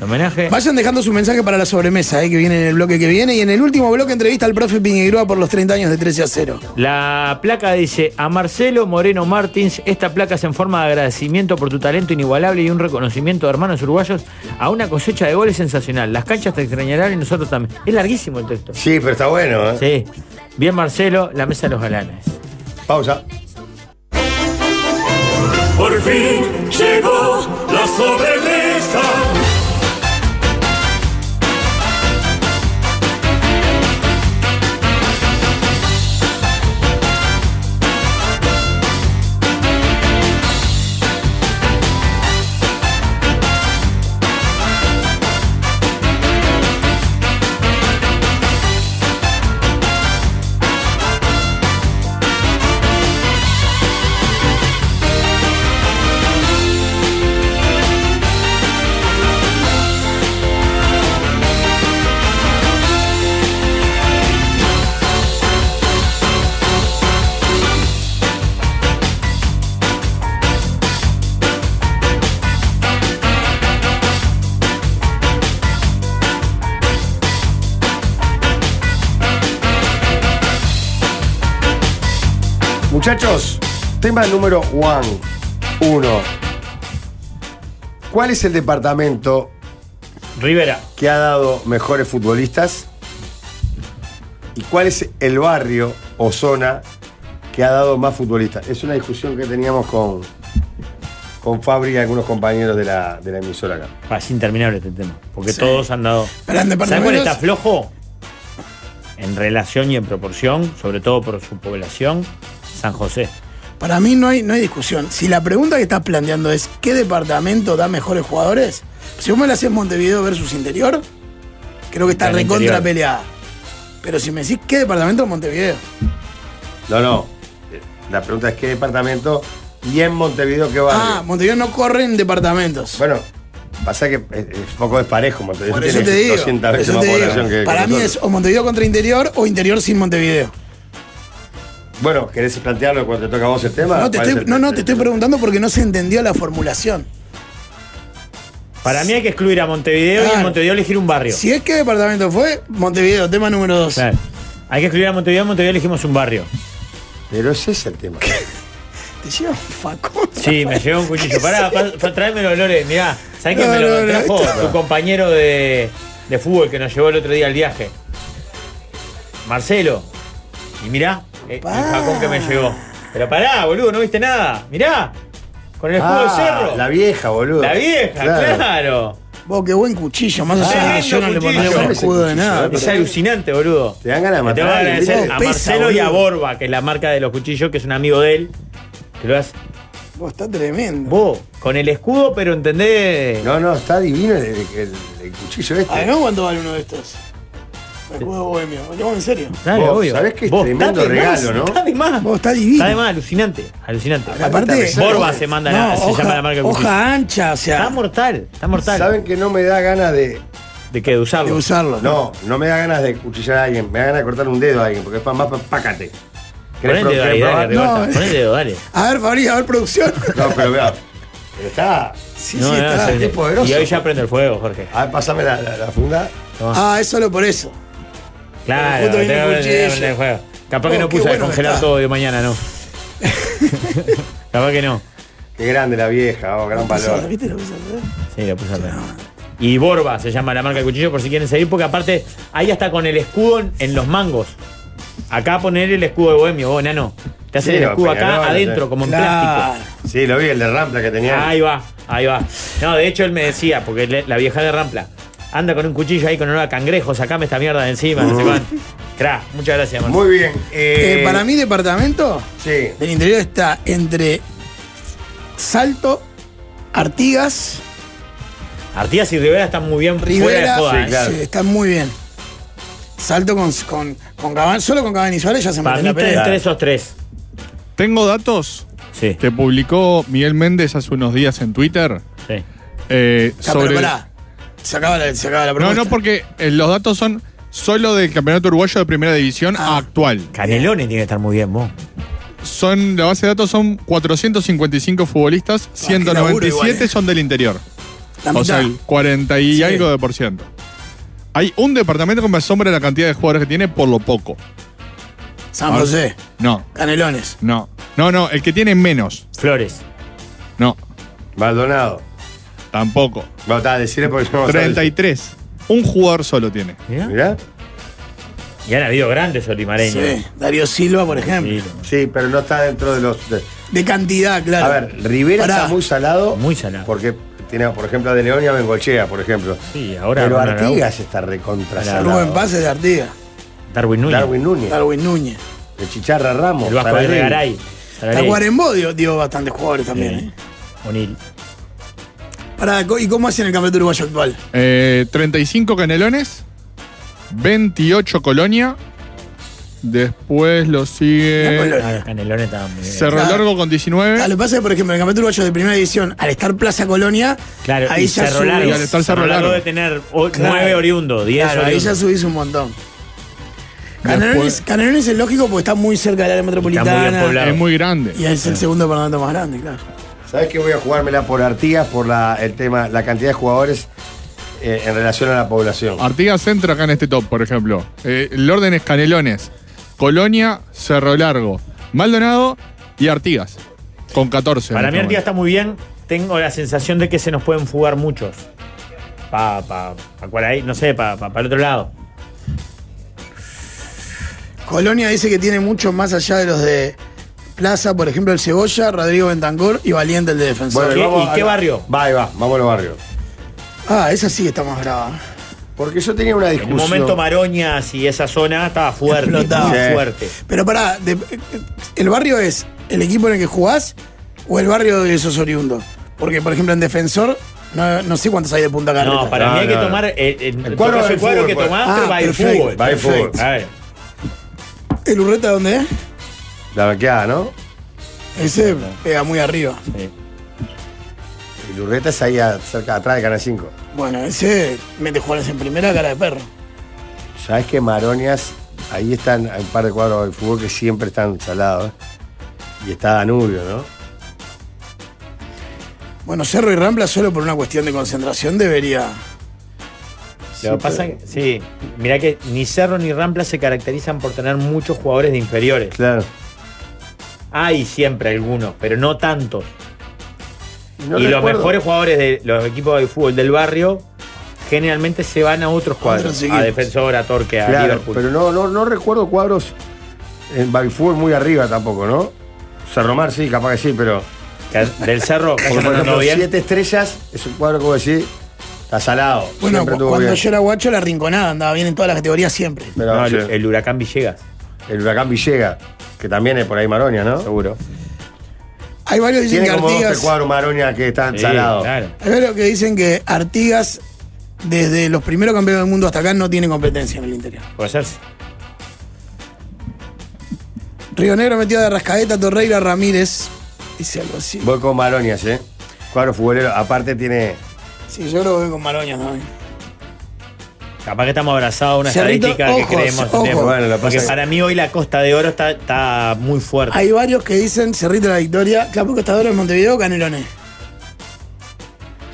S4: homenaje.
S3: Vayan dejando su mensaje para la sobremesa, eh, que viene en el bloque que viene. Y en el último bloque entrevista al profe Piñeirúa por los 30 años de 13 a 0.
S4: La placa dice a Marcelo Moreno Martins, esta placa es en forma de agradecimiento por tu talento inigualable y un reconocimiento de hermanos uruguayos a una cosecha de goles sensacional. Las canchas te extrañarán y nosotros también. Es larguísimo el texto.
S2: Sí, pero está bueno, ¿eh?
S4: Sí. Bien Marcelo, la mesa de los galanes.
S2: Pausa.
S6: Por fin llegó la sobremesa.
S2: Muchachos, tema número one, uno. ¿Cuál es el departamento
S4: Rivera.
S2: que ha dado mejores futbolistas? ¿Y cuál es el barrio o zona que ha dado más futbolistas? Es una discusión que teníamos con, con Fabri y algunos compañeros de la, de la emisora acá.
S4: Ah, Es interminable este tema. Porque
S3: Sí.
S4: todos han dado.
S3: Pero en
S4: ¿Sabes cuál
S3: departamentos-
S4: está flojo? En relación y en proporción, sobre todo por su población, San José.
S3: Para mí no hay, no hay discusión. Si la pregunta que estás planteando es ¿qué departamento da mejores jugadores? Si vos me la haces Montevideo versus interior, creo que está
S4: Está en
S3: recontra
S4: interior.
S3: peleada. Pero si me decís qué departamento Montevideo,
S2: No, no. La pregunta es qué departamento y en Montevideo qué barrio.
S3: Ah, Montevideo no corre en departamentos.
S2: Bueno, pasa que es, es poco desparejo Montevideo.
S3: Por eso
S2: tiene
S3: te digo.
S2: 200
S3: por
S2: veces
S3: eso
S2: más
S3: te digo.
S2: población que- que
S3: Para mí
S2: nosotros.
S3: es o Montevideo contra interior o interior sin Montevideo.
S2: Bueno, ¿querés plantearlo cuando te toca a vos el tema?
S3: No, te
S2: ¿Cuál
S3: estoy,
S2: es el-
S3: no, no, te estoy preguntando porque no se entendió la formulación.
S4: Para mí hay que excluir a Montevideo y
S3: Claro.
S4: en Montevideo elegir un barrio.
S3: Si es que departamento fue, Montevideo, tema número 2.
S4: Claro. Hay que excluir a Montevideo, en Montevideo elegimos un barrio.
S2: Pero ese es el tema.
S3: *laughs* Te lleva un facón.
S4: Sí, me llegó un
S3: *laughs*
S4: cuchillo. Pará, pa- tráeme los olores. Mirá, ¿sabés que
S3: No,
S4: me lo
S3: no, no,
S4: trajo
S3: esto-
S4: tu compañero de, de fútbol que nos llevó el otro día al viaje? Marcelo. Y mirá, eh, el
S3: Pa.
S4: facón que me llegó. Pero pará, boludo, no viste nada. Mirá, con el escudo
S2: Ah,
S4: de cerro.
S2: La vieja, boludo.
S4: La vieja, claro.
S3: Vos, qué buen cuchillo. Más allá de que yo Ah, no
S4: Tremendo
S3: le pondría ¿eh?
S4: cuchillo.
S3: un escudo de nada.
S4: Es alucinante, boludo.
S2: Te dan ganas de
S4: Le tengo que
S2: matar a alguien,
S4: agradecer
S3: ¿viste?
S4: a
S3: Pesa,
S4: Marcelo y a
S3: boludo.
S4: Borba, que es la marca de los cuchillos, que es un amigo de él. Que lo hace.
S3: Vos, está tremendo.
S4: Vos, con el escudo, pero entendés.
S2: No, no, está divino el, el- el cuchillo este.
S3: Además, ¿cuánto vale uno de estos? El escudo de bohemio. ¿Vos, en serio?
S2: Vos, sabés que es tremendo
S4: está de
S2: regalo,
S4: más,
S2: ¿no?
S4: Está de más.
S3: Vos, está divino.
S4: Está de más, alucinante. Alucinante.
S3: Aparte,
S4: Borba se manda la,
S3: No,
S4: Ah, se
S3: hoja,
S4: llama la marca de cuchillo.
S3: hoja ancha, o sea,
S4: Está mortal, está mortal.
S2: ¿Saben que no me da ganas de.
S4: ¿De qué? ¿De
S3: de
S4: usarlo?
S3: usarlo.
S2: No, no me da ganas de cuchillar a alguien. Me da ganas de cortar un dedo a alguien, porque es pa- más pa- pácate.
S4: Pon el
S2: pro-
S4: dedo ahí, dale,
S2: probar? no,
S4: Rigoberta,
S3: No,
S4: Pon el dedo, dale.
S3: A ver, Fabri, a ver, producción.
S2: no, pero vea. Pero está.
S3: Sí,
S4: No,
S3: sí,
S4: no,
S3: está.
S4: se-
S2: qué poderoso.
S4: Y hoy ya prende el fuego, Jorge.
S2: A ver, pasame la, la, la funda.
S3: Ah, es solo por eso.
S4: Claro,
S3: Justo
S4: te
S3: viene
S4: va a
S3: el
S4: prender-
S3: cuchillo.
S4: prender el fuego. Capaz
S3: Oh,
S4: que no
S3: qué
S4: puse a
S3: bueno que
S4: congelar
S3: está.
S4: todo de
S3: *laughs*
S4: mañana, no. Capaz que no.
S2: Qué grande la vieja, oh, gran valor.
S3: ¿Viste lo que se hace?
S4: Sí, lo puse al revés. Y Borba se llama la marca de cuchillo por si quieren seguir, porque aparte ahí hasta con el escudo en, en los mangos. Acá poner el escudo de Bohemio, vos, nano. Te hacen
S2: Sí,
S4: el
S2: lo
S4: escudo
S2: pegaron,
S4: acá adentro,
S2: sí.
S4: como en
S3: Claro.
S4: plástico.
S2: Sí, lo vi, el de Rampla que tenía.
S4: Ahí va, ahí va. No, de hecho él me decía, porque le- la vieja de Rampla anda con un cuchillo ahí con olor a cangrejo, sacame esta mierda de encima, no sé cuánto. Cra, muchas gracias, Marcelo.
S2: Muy bien. eh,
S3: Eh, para mí, departamento
S2: Sí.
S3: del interior está entre Salto, Artigas,
S4: Artigas y Rivera están muy bien fuera de
S3: Rivera.
S4: joda, ¿eh?
S2: sí, claro.
S3: Sí, está muy bien. Salto con, con, con Cavani- solo con Cavani y Suárez ya se
S4: Para
S3: mantiene
S4: mí
S3: la
S4: está entre
S3: pelea.
S4: esos tres.
S5: Tengo datos
S4: Sí,
S5: que publicó Miguel Méndez hace unos días en Twitter
S4: sí.
S5: eh,
S3: Ya, pero
S5: sobre.
S3: pará. Se acaba la, se acaba la
S5: No,
S3: pregunta.
S5: no, porque eh, los datos son solo del campeonato uruguayo de primera división
S3: Ah.
S5: actual.
S4: Canelones tiene que estar muy bien, vos.
S5: Son, la base de datos son 455
S4: Ah,
S5: futbolistas,
S3: qué
S5: 197
S3: laburo igual, eh.
S5: son del interior.
S3: La
S5: O
S3: mitad.
S5: sea, el 40 y
S3: Sí.
S5: algo de por ciento. Hay un departamento que me asombra la cantidad de jugadores que tiene por lo poco.
S3: San José,
S5: No,
S3: Canelones.
S5: no. No, no, el que tiene menos.
S4: Flores.
S5: No,
S2: Maldonado.
S5: tampoco.
S2: Bueno, está, decirle porque yo no sé.
S5: 33. Un jugador solo tiene.
S4: Mirá.
S2: ¿Mirá?
S4: Y han habido grandes olimareños.
S3: Sí, Darío Silva, por ejemplo.
S4: Sí,
S2: Sí, pero no está dentro de los. de-
S3: De cantidad, claro.
S2: A ver, Rivera
S3: Pará.
S2: está muy salado.
S4: Muy salado.
S2: Porque tiene, por ejemplo, a De León y a Bengochea, por ejemplo.
S4: Sí, ahora
S2: pero
S4: van a la
S2: Artigas está recontra
S4: Pará.
S2: salado.
S3: Rubén Paz es de Artigas.
S4: Darwin Núñez.
S2: Darwin Núñez.
S3: Darwin Núñez.
S2: De Chicharra Ramos.
S4: El Vasco de
S2: Tararelli.
S4: Regaray.
S3: Tacuarembó dio, dio bastantes jugadores también. ¿eh?
S4: O'Neill.
S3: Pará, co- ¿y cómo hacen el campeonato uruguayo actual?
S5: Eh, 35 Canelones, 28 Colonia. Después lo
S2: Eh,
S3: La
S5: sigue
S3: Colonia.
S4: Ah, los Canelones estaban muy bien.
S5: Cerro
S3: Claro.
S5: Largo con
S3: Ah,
S5: 19.
S3: lo que pasa es que, por ejemplo, en el campeonato uruguayo de primera división, al estar Plaza Colonia,
S4: Claro,
S3: ahí
S4: y
S3: ya
S4: Cerro
S3: subís-
S4: Largo.
S5: Y al estar Cerro Largo.
S4: de tener o-
S3: Claro.
S4: nueve oriundos, diez
S3: Claro, ahí
S4: oriundos.
S3: ya subís un montón. Canelones,
S5: Después-
S3: Canelones es lógico porque está muy cerca del área
S4: Está muy bien
S3: metropolitana.
S4: poblado.
S5: Es muy grande.
S3: Y es el segundo departamento más grande, claro.
S2: ¿Sabes qué? Voy a jugármela por Artigas, por la, el tema, la cantidad de jugadores eh, en relación a la población.
S4: Ah,
S5: Artigas entra acá en este top, por ejemplo. Eh, el orden es Canelones, Colonia, Cerro Largo, Maldonado y Artigas. Con 14. en
S4: Para
S5: este
S4: mí Artigas
S5: momento.
S4: está muy bien. Tengo la sensación de que se nos pueden fugar muchos. Pa, pa, pa cuál ahí, no sé, pa, pa, pa el otro lado.
S3: Colonia dice que tiene mucho más allá de los de Plaza, por ejemplo, el Cebolla, Rodrigo Bentancor y Valiente, el de defensor.
S2: Bueno,
S4: ¿Qué-
S2: vamos
S4: y
S2: a
S4: qué
S2: la-
S4: barrio?
S2: Va, ahí va, vamos a los barrios.
S3: ah, esa sí que está más brava.
S2: Porque yo tenía una
S4: En
S2: discusión.
S4: un momento Maroñas y Ah, esa zona estaba fuerte,
S3: Explotaba.
S4: muy
S2: Sí.
S4: fuerte.
S3: Pero pará, de- ¿el barrio es el equipo en el que jugás o el barrio de esos oriundos? Porque, por ejemplo, en defensor, no, no sé cuántos hay de Punta Carreta.
S4: No, para
S2: No,
S4: mí hay que
S2: no, no.
S4: tomar eh, el, el,
S2: El cuadro
S4: tocas
S2: del
S4: el cuadro
S2: fútbol,
S4: que
S2: pues.
S4: tomás,
S3: Ah,
S4: pero va el
S3: perfecto,
S4: fútbol.
S2: va el fútbol. Ah.
S4: A ver,
S3: ¿El Urreta dónde es?
S2: La banqueada, ¿no?
S3: Ese pega muy arriba.
S2: Y Lurreta es ahí a- cerca atrás de Canal 5.
S3: Bueno, ese mete jugadores en primera cara de perro.
S2: ¿Sabes que Maronias? Ahí están hay un par de cuadros de fútbol que siempre están salados. ¿eh? Y está Danubio, ¿no?
S3: Bueno, Cerro y Rampla solo por una cuestión de concentración debería.
S4: sí, pasa que- sí, mirá que ni Cerro ni Rampla se caracterizan por tener muchos jugadores de inferiores.
S2: Claro.
S4: Hay siempre algunos, pero no tantos.
S2: No
S4: y los
S2: recuerdo.
S4: mejores jugadores de los equipos de fútbol del barrio generalmente se van a otros cuadros.
S3: Otros equipos.
S4: a Defensor, a Torque, a
S2: Claro,
S4: Ah, Liverpool.
S2: pero no, no, no recuerdo cuadros en Baifútbol muy arriba tampoco, ¿no? Cerro Mar sí, capaz que sí, pero.
S4: Que Del Cerro, por
S2: Por
S4: ejemplo,
S2: ejemplo,
S4: bien.
S2: siete estrellas es un cuadro, como decir, está salado.
S3: Bueno,
S2: siempre
S3: cu-
S2: estuvo
S3: cuando
S2: bien.
S3: yo era guacho, la rinconada andaba bien en todas las categorías siempre.
S2: Pero,
S4: No, el,
S2: sí.
S4: el Huracán Villegas,
S2: El huracán Villega, que también es por ahí Maronia, ¿no?
S4: seguro.
S3: Hay varios que dicen
S2: Tiene
S3: que
S2: como dos tres
S3: Artigas.
S2: cuadros Maronia que están
S4: Sí,
S2: salados.
S4: claro.
S3: Hay varios que dicen que Artigas, desde los primeros campeones del mundo hasta acá, no tiene competencia en el interior.
S4: Puede ser.
S3: Río Negro metió de Rascaeta, Torreira, Ramírez. Dice algo así.
S2: Voy con Maronias, ¿eh? Cuadro futbolero. Aparte tiene.
S3: Sí, yo lo veo con Maroñas también.
S4: Capaz que estamos abrazados a una
S3: Cerrito,
S4: estadística
S3: ojos,
S4: que creemos.
S3: ojos.
S4: tenemos.
S2: Bueno, la
S4: Porque
S2: pasa-
S4: para mí hoy la Costa de Oro está, está muy fuerte.
S3: Hay varios que dicen Cerrito de la Victoria, Claro, Costador en Montevideo, Canelones.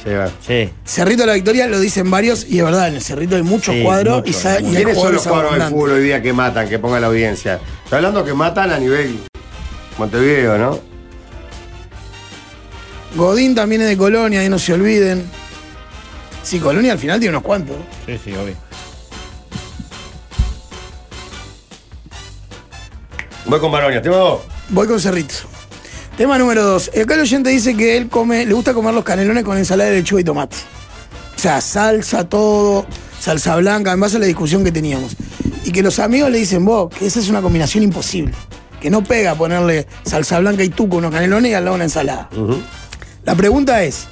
S2: Llega.
S4: Sí.
S3: Cerrito de la Victoria lo dicen varios y es verdad, en el Cerrito hay muchos
S4: Sí,
S3: cuadros y,
S4: muchos.
S3: sa- y hay
S2: ¿Quiénes son
S3: jugadores
S2: los cuadros del
S3: abundantes.
S2: fútbol hoy día que matan, que ponga la audiencia? Está hablando que matan a nivel Montevideo, ¿no?
S3: Godín también es de Colonia, ahí no se olviden. Sí, Colonia al final tiene unos cuantos.
S4: Sí, sí, obvio.
S2: Voy con Maronias, tengo dos.
S3: Voy con Cerrito. Tema número dos. Acá el oyente dice que él come, le gusta comer los canelones con ensalada de lechuga y tomate. O sea, salsa, todo, salsa blanca, en base a la discusión que teníamos. Y que los amigos le dicen, vos, que esa es una combinación imposible. Que no pega ponerle salsa blanca y tuco unos canelones y al lado una ensalada. La pregunta es,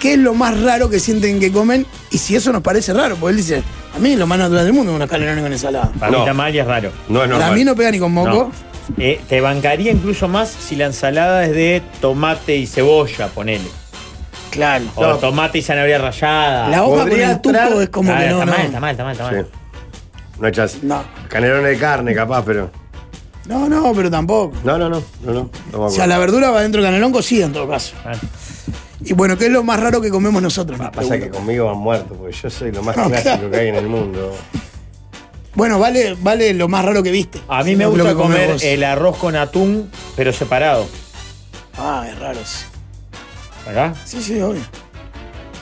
S3: ¿qué es lo más raro que sienten que comen? Y si eso nos parece raro, porque él dice, a mí es lo más natural del mundo unos canelones con ensalada.
S4: Para
S2: No.
S4: mí está mal y es raro.
S2: No es normal.
S3: Para mí no pega ni con moco.
S4: No. Eh, te bancaría incluso más si la ensalada es de tomate y cebolla, ponele.
S3: Claro.
S4: O tomate y zanahoria rallada.
S3: La hoja con
S2: Podría
S3: el tuco
S2: entrar-
S3: es como
S4: Ah,
S3: que no,
S4: está
S3: no.
S4: mal, está mal, está mal, está mal.
S2: Sí. No hay chance.
S3: No.
S2: Canelones de carne, capaz, pero.
S3: No, no, pero tampoco.
S2: No, no, no. No, no. no me
S3: O sea,
S2: acuerdo.
S3: la verdura va dentro del canelón cocida en todo caso.
S4: Ah,
S3: Y bueno, ¿qué es lo más raro que comemos nosotros? Me
S2: Pasa que
S3: pregunto.
S2: conmigo van muertos, porque yo soy lo
S3: *laughs*
S2: más
S3: No,
S2: clásico
S3: claro.
S2: que hay en el mundo.
S3: Bueno, vale, vale lo más raro que viste.
S4: A mí
S3: Si
S4: me
S3: no es lo
S4: gusta
S3: que comés
S4: comer
S3: vos.
S4: el arroz con atún, pero separado.
S3: Ah, es raro. sí.
S4: ¿Verdad?
S3: Sí, sí, obvio.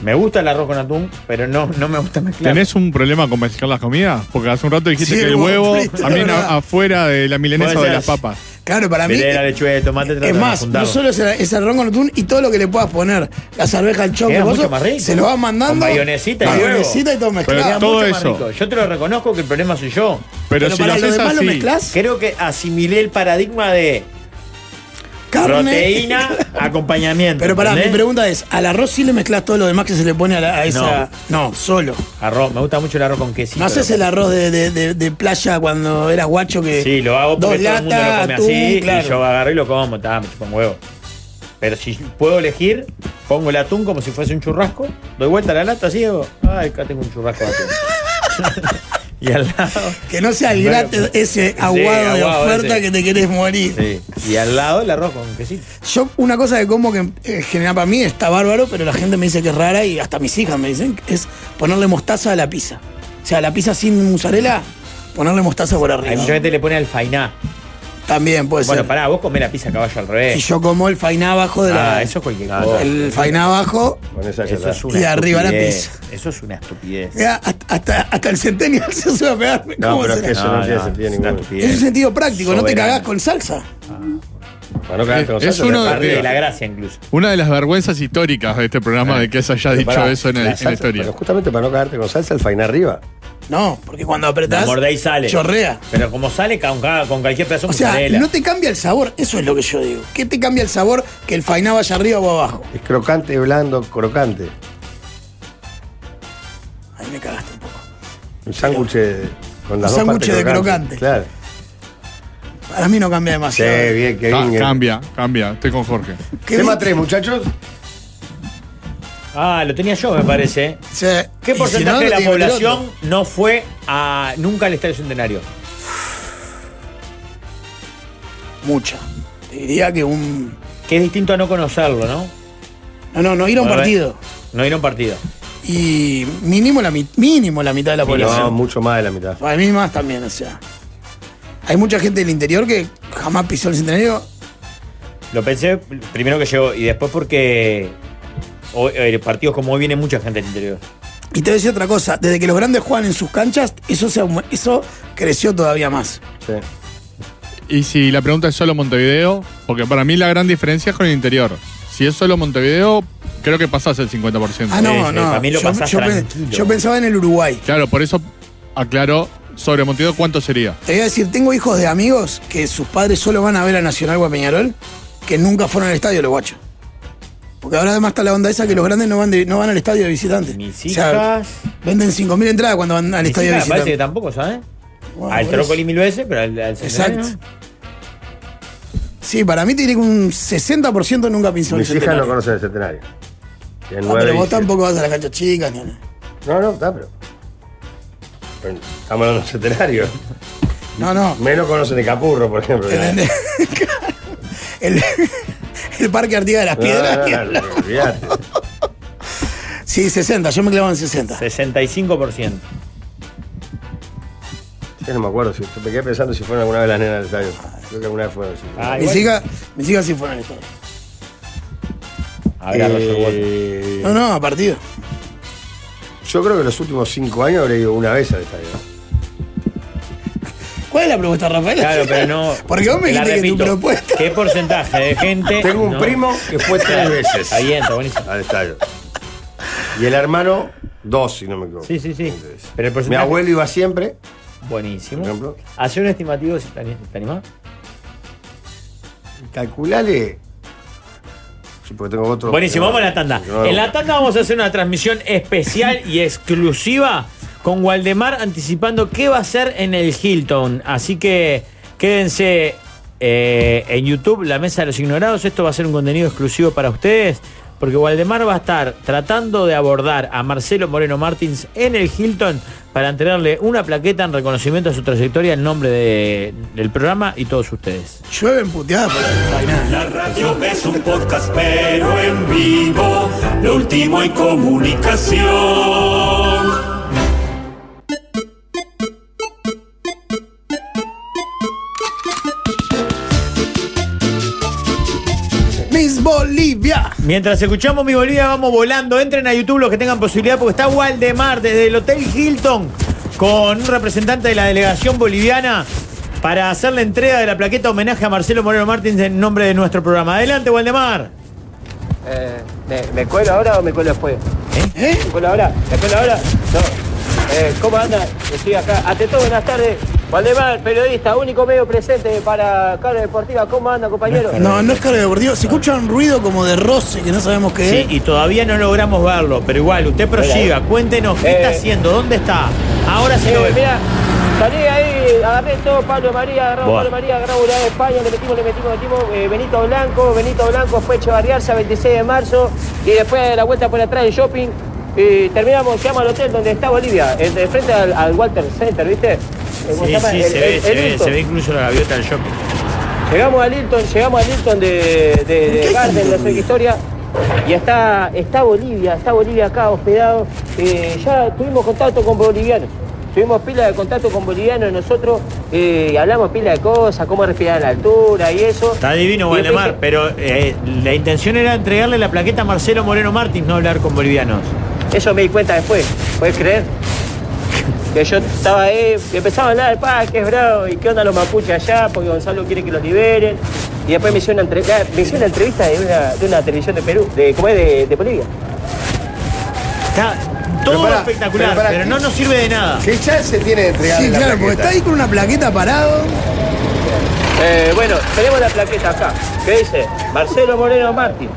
S4: Me gusta el arroz con atún, pero no, no me gusta mezclar.
S5: ¿Tenés un problema con mezclar las comidas? Porque hace un rato dijiste
S3: Sí,
S5: que el
S3: huevo
S5: huevo
S3: frito,
S5: también
S3: es
S5: a-
S3: verdad.
S5: afuera de la milanesa
S4: Puede
S5: o de
S4: ser.
S5: las papas.
S3: Claro, para mí.
S4: Pelé, la lechuga de tomate
S3: Es
S4: tratan de
S3: más, no
S4: juntarlo.
S3: solo es el, es el arroz con atún y todo lo que le puedas poner, las arvejas, el choclo,
S4: Queda
S3: cosas,
S4: mucho más rico.
S3: se lo vas mandando.
S4: Con mayonesita y
S3: mayonesita y todo
S5: Pero
S3: mezclado.
S5: todo
S4: Mucho más
S5: eso.
S4: rico. Yo te lo reconozco que el problema soy yo.
S5: Pero,
S3: Pero
S5: si lo
S3: para lo
S5: haces
S3: demás lo
S5: así,
S3: mezclas,
S4: Creo que asimilé el paradigma de
S3: carne.
S4: proteína, *laughs* acompañamiento.
S3: Pero pará, mi
S4: ¿entendés?
S3: pregunta es, ¿al arroz sí le mezclas todo lo demás que se le pone a, la- a esa...? No, solo.
S4: Arroz, me gusta mucho el arroz con quesito.
S3: ¿No haces el arroz de, de- de- de playa cuando eras guacho que...
S4: Sí, lo hago porque
S3: dos
S4: todo el mundo lo
S3: latas,
S4: come
S3: atún,
S4: así
S3: claro.
S4: y yo agarro y lo como, está, me chupa un huevo. Pero si puedo elegir, pongo el atún como si fuese un churrasco, doy vuelta a la lata así y digo, ay, acá tengo un churrasco de atún. *laughs* y al lado,
S3: Que no sea el gratis ese aguado de
S4: aguado
S3: oferta
S4: ese.
S3: que te querés morir.
S4: sí, y al lado el arroz con quesito.
S3: Yo una cosa que como que en general para mí está bárbaro, pero la gente me dice que es rara y hasta mis hijas me dicen que es ponerle mostaza a la pizza. O sea, la pizza sin mozzarella, ponerle mostaza por
S4: Hay
S3: arriba.
S4: mucha gente que le pone al fainá.
S3: También puede
S4: Bueno,
S3: ser.
S4: pará, vos comés la pizza a caballo al revés.
S3: Y yo como el fainá abajo de la...
S4: eh. Ah, eso es cualquier
S2: Ah,
S4: cosa.
S3: el fainá abajo...
S2: Con esa
S4: Eso
S2: ya está.
S4: es una
S3: Y arriba la
S4: estupidez. Eso es una estupidez.
S3: Mirá, eh, hasta, hasta, hasta el centennial *laughs* se sube a pegarme.
S2: No,
S3: ¿Cómo
S2: pero es
S3: será?
S2: que eso no,
S4: No,
S2: tiene
S4: no,
S2: sentido
S4: es una
S2: ninguno.
S4: estupidez.
S3: Es un sentido práctico, no te
S4: Soberano.
S3: cagás con salsa.
S2: Para no quedarte con
S5: Es
S2: salsa,
S5: uno
S2: te
S4: Parte
S5: de-
S4: de
S2: parrilla.
S4: la gracia incluso.
S5: Una de las vergüenzas históricas de este programa de que se haya
S2: Eh, Pero
S5: dicho
S2: pará,
S5: eso en, el-
S2: la
S5: en la
S2: salsa-
S5: historia.
S2: pero justamente para no quedarte con salsa, el faina arriba.
S3: No, porque cuando
S4: La
S3: apretás,
S4: mordé y sale.
S3: chorrea.
S4: Pero como sale con, ca- con cualquier pedazo de
S3: O sea,
S4: mozzarella.
S3: no te cambia el sabor, eso es lo que yo digo. ¿Qué te cambia el sabor que el fainá vaya arriba o abajo?
S2: Es crocante, blando, crocante.
S3: Ahí me cagaste un poco.
S2: Un sándwich de- con las
S3: Un
S2: dos
S3: sándwich
S2: partes
S3: de crocante.
S2: Claro.
S3: Para mí no cambia
S2: Sí,
S3: demasiado.
S2: bien, qué
S5: Ah,
S2: bien. eh.
S5: cambia, cambia. Estoy con Jorge.
S3: ¿Qué
S2: Tema
S3: viste?
S2: 3, muchachos.
S4: Ah, lo tenía yo, me parece.
S3: Sí.
S4: ¿Qué
S3: Y si
S4: porcentaje
S3: no,
S4: de
S3: lo
S4: la
S3: tiene que meter otro.
S4: población no fue a nunca al Estadio Centenario?
S3: Mucha. Te diría que un.
S4: Que es distinto a no conocerlo, ¿no?
S3: No, no, no ir a un
S4: A ver.
S3: partido.
S4: No ir a un partido.
S3: Y mínimo la, mi- mínimo la mitad de la
S2: No,
S3: población.
S2: mucho más de la mitad.
S3: Para mí más también, o sea. Hay mucha gente del interior que jamás pisó el centenario.
S4: Lo pensé primero que llegó y después porque hoy, eh, partidos como hoy viene mucha gente del interior.
S3: Y te voy a decir otra cosa, desde que los grandes juegan en sus canchas, eso, se, aume- eso creció todavía más.
S2: Sí.
S5: Y si la pregunta es solo Montevideo, porque para mí la gran diferencia es con el interior. Si es solo Montevideo, creo que pasás el 50%.
S3: Ah, no,
S4: Sí, sí,
S3: no.
S4: para mí lo
S3: yo,
S4: pasás
S3: yo pe-
S4: tranquilo.
S3: yo pensaba en el Uruguay.
S5: Claro, por eso aclaró sobre Montevideo cuánto sería.
S3: Te voy a decir, tengo hijos de amigos que sus padres solo van a ver a Nacional o a Peñarol, que nunca fueron al estadio los guachos. Porque ahora además está la onda esa que los grandes no van, de- no van al estadio de visitantes.
S4: Mis
S3: O sea,
S4: hijas.
S3: venden 5.000 entradas cuando van al
S4: Ni
S3: estadio de
S4: siquiera me parece que
S3: visitantes.
S4: tampoco, ¿sabes?
S3: Bueno,
S4: al
S3: por
S4: Trócoli
S3: eso.
S4: mil veces, pero al, al Centenario.
S3: Exacto. Sí, para mí tiene que un 60% nunca pensó en el
S2: Mis hijas
S3: centenario.
S2: no conocen el centenario. Tienen
S3: Ah,
S2: nueve
S3: pero
S2: y
S3: vos
S2: siete.
S3: tampoco vas a las canchas chicas, ni a nada.
S2: No, no, está, pero. pero Estamos hablando del centenario.
S3: No, no.
S2: Menos conocen de Capurro, por ejemplo.
S3: ¿Entendés? el, *laughs* el Parque Artigas de las
S2: No,
S3: Piedras. ni
S2: no, no,
S3: hablar.
S2: no, olvidate.
S3: Sí, 60, yo me clavo en 60.
S4: 65%.
S2: Yo no me acuerdo, si, me quedé pensando si fueron alguna vez las nenas del estadio. Creo que alguna vez fueron. sí.
S4: Ah,
S3: Mis
S4: igual.
S3: hijas, mis hijas sí fueron al estadio.
S4: Habrá Roger Waters.
S2: Eh,
S3: No, no, a partido.
S2: Yo creo que los últimos cinco años habré ido una vez al estadio.
S3: ¿Cuál es la propuesta, Rafael?
S4: Claro, pero no.
S3: *laughs* Porque vos me
S4: te la
S3: dijiste que tu
S4: repito.
S3: propuesta.
S4: ¿Qué porcentaje de gente?
S2: *laughs* Tengo un
S4: no-
S2: primo que fue tres veces
S4: Ahí entra, buenísimo.
S2: al estadio. Y el hermano, dos, si no me equivoco.
S4: Sí, sí, sí.
S2: Entonces,
S4: Pero el
S2: Mi
S4: porcentaje.
S2: abuelo iba siempre.
S4: Buenísimo.
S2: Por ejemplo.
S4: Hacer un estimativo, si te ani- te animás.
S2: Calculale. Sí, porque tengo otro.
S4: Buenísimo, vamos a la tanda.
S2: No,
S4: En la tanda vamos a hacer una transmisión especial y exclusiva con Waldemar anticipando qué va a ser en el Hilton. Así que quédense eh, en YouTube, La Mesa de los Ignorados. Esto va a ser un contenido exclusivo para ustedes. Porque Waldemar va a estar tratando de abordar a Marcelo Moreno Martins en el Hilton para entregarle una plaqueta en reconocimiento a su trayectoria en nombre de- del programa y todos ustedes.
S3: Llueven puteadas por el Fainá.
S6: La radio es un podcast, pero en vivo, lo último en comunicación.
S3: Miss Bolivia.
S4: Mientras escuchamos mi Bolivia, vamos volando. Entren a YouTube los que tengan posibilidad, porque está Waldemar desde el Hotel Hilton con un representante de la delegación boliviana para hacer la entrega de la plaqueta homenaje a Marcelo Moreno Martins en nombre de nuestro programa. Adelante, Waldemar.
S9: Eh, ¿me, me cuelo ahora o me cuelo después?
S3: ¿Eh?
S9: ¿Me cuelo ahora? ¿Me cuelo ahora? No. Eh, ¿Cómo anda? Estoy acá. Ante todo, buenas tardes. Valdemar, periodista, único medio presente para Carga Deportiva. ¿Cómo anda, compañero?
S3: No, no es cargo deportivo. Se escucha un ruido como de roce que no sabemos qué
S4: Sí,
S3: es.
S4: y todavía no logramos verlo, pero igual, usted prosiga. Cuéntenos qué
S9: Eh.
S4: está haciendo, dónde está. Ahora se lo
S9: Eh,
S4: ve.
S9: mira, salí ahí, agarré todo, Pablo María, agarramos
S4: Buah.
S9: Pablo María, agarramos la de España, le metimos, le metimos, le metimos, eh, Benito Blanco, Benito Blanco fue Echevarriarse a 26 de marzo y después de la vuelta por atrás del shopping y terminamos, llegamos al hotel donde está Bolivia, en- de frente al, al Walter Center, ¿viste? Eh, ¿cómo
S4: Sí,
S9: llama?
S4: sí,
S9: El-
S4: se ve,
S9: el-
S4: se
S9: el
S4: ve,
S9: Hilton.
S4: se ve incluso la gaviota del shopping.
S9: Llegamos al Hilton, llegamos al Hilton de, de, de Garden, no sé qué historia. Y está, está Bolivia, está Bolivia acá hospedado. Eh, ya tuvimos contacto con bolivianos. Tuvimos pila de contacto con bolivianos nosotros. eh, hablamos pila de cosas, cómo respirar a la altura y eso.
S4: Está divino,
S9: Y
S4: Waldemar,
S9: después-
S4: pero eh, la intención era entregarle la plaqueta a Marcelo Moreno Martins, no hablar con bolivianos.
S9: Eso eh, me di cuenta después, ¿puedes creer? Que yo estaba ahí, que empezaba a hablar, pa, que es bravo, y qué onda los mapuches allá, porque Gonzalo quiere que los liberen, Y después me hizo una, entre- ah, me hizo una entrevista de una, de una televisión de Perú, de, ¿cómo es? De, de Bolivia.
S4: Está todo
S2: Pero pará,
S4: espectacular,
S2: pero
S4: pero,
S2: pará, ¿qué?
S4: no nos sirve de nada.
S2: ¿Qué chance tiene de entregarle
S3: Sí,
S2: la
S3: claro, porque
S2: plaqueta?
S3: está ahí con una plaqueta parado.
S9: Eh, bueno, tenemos la plaqueta acá, que dice Marcelo Moreno Martín.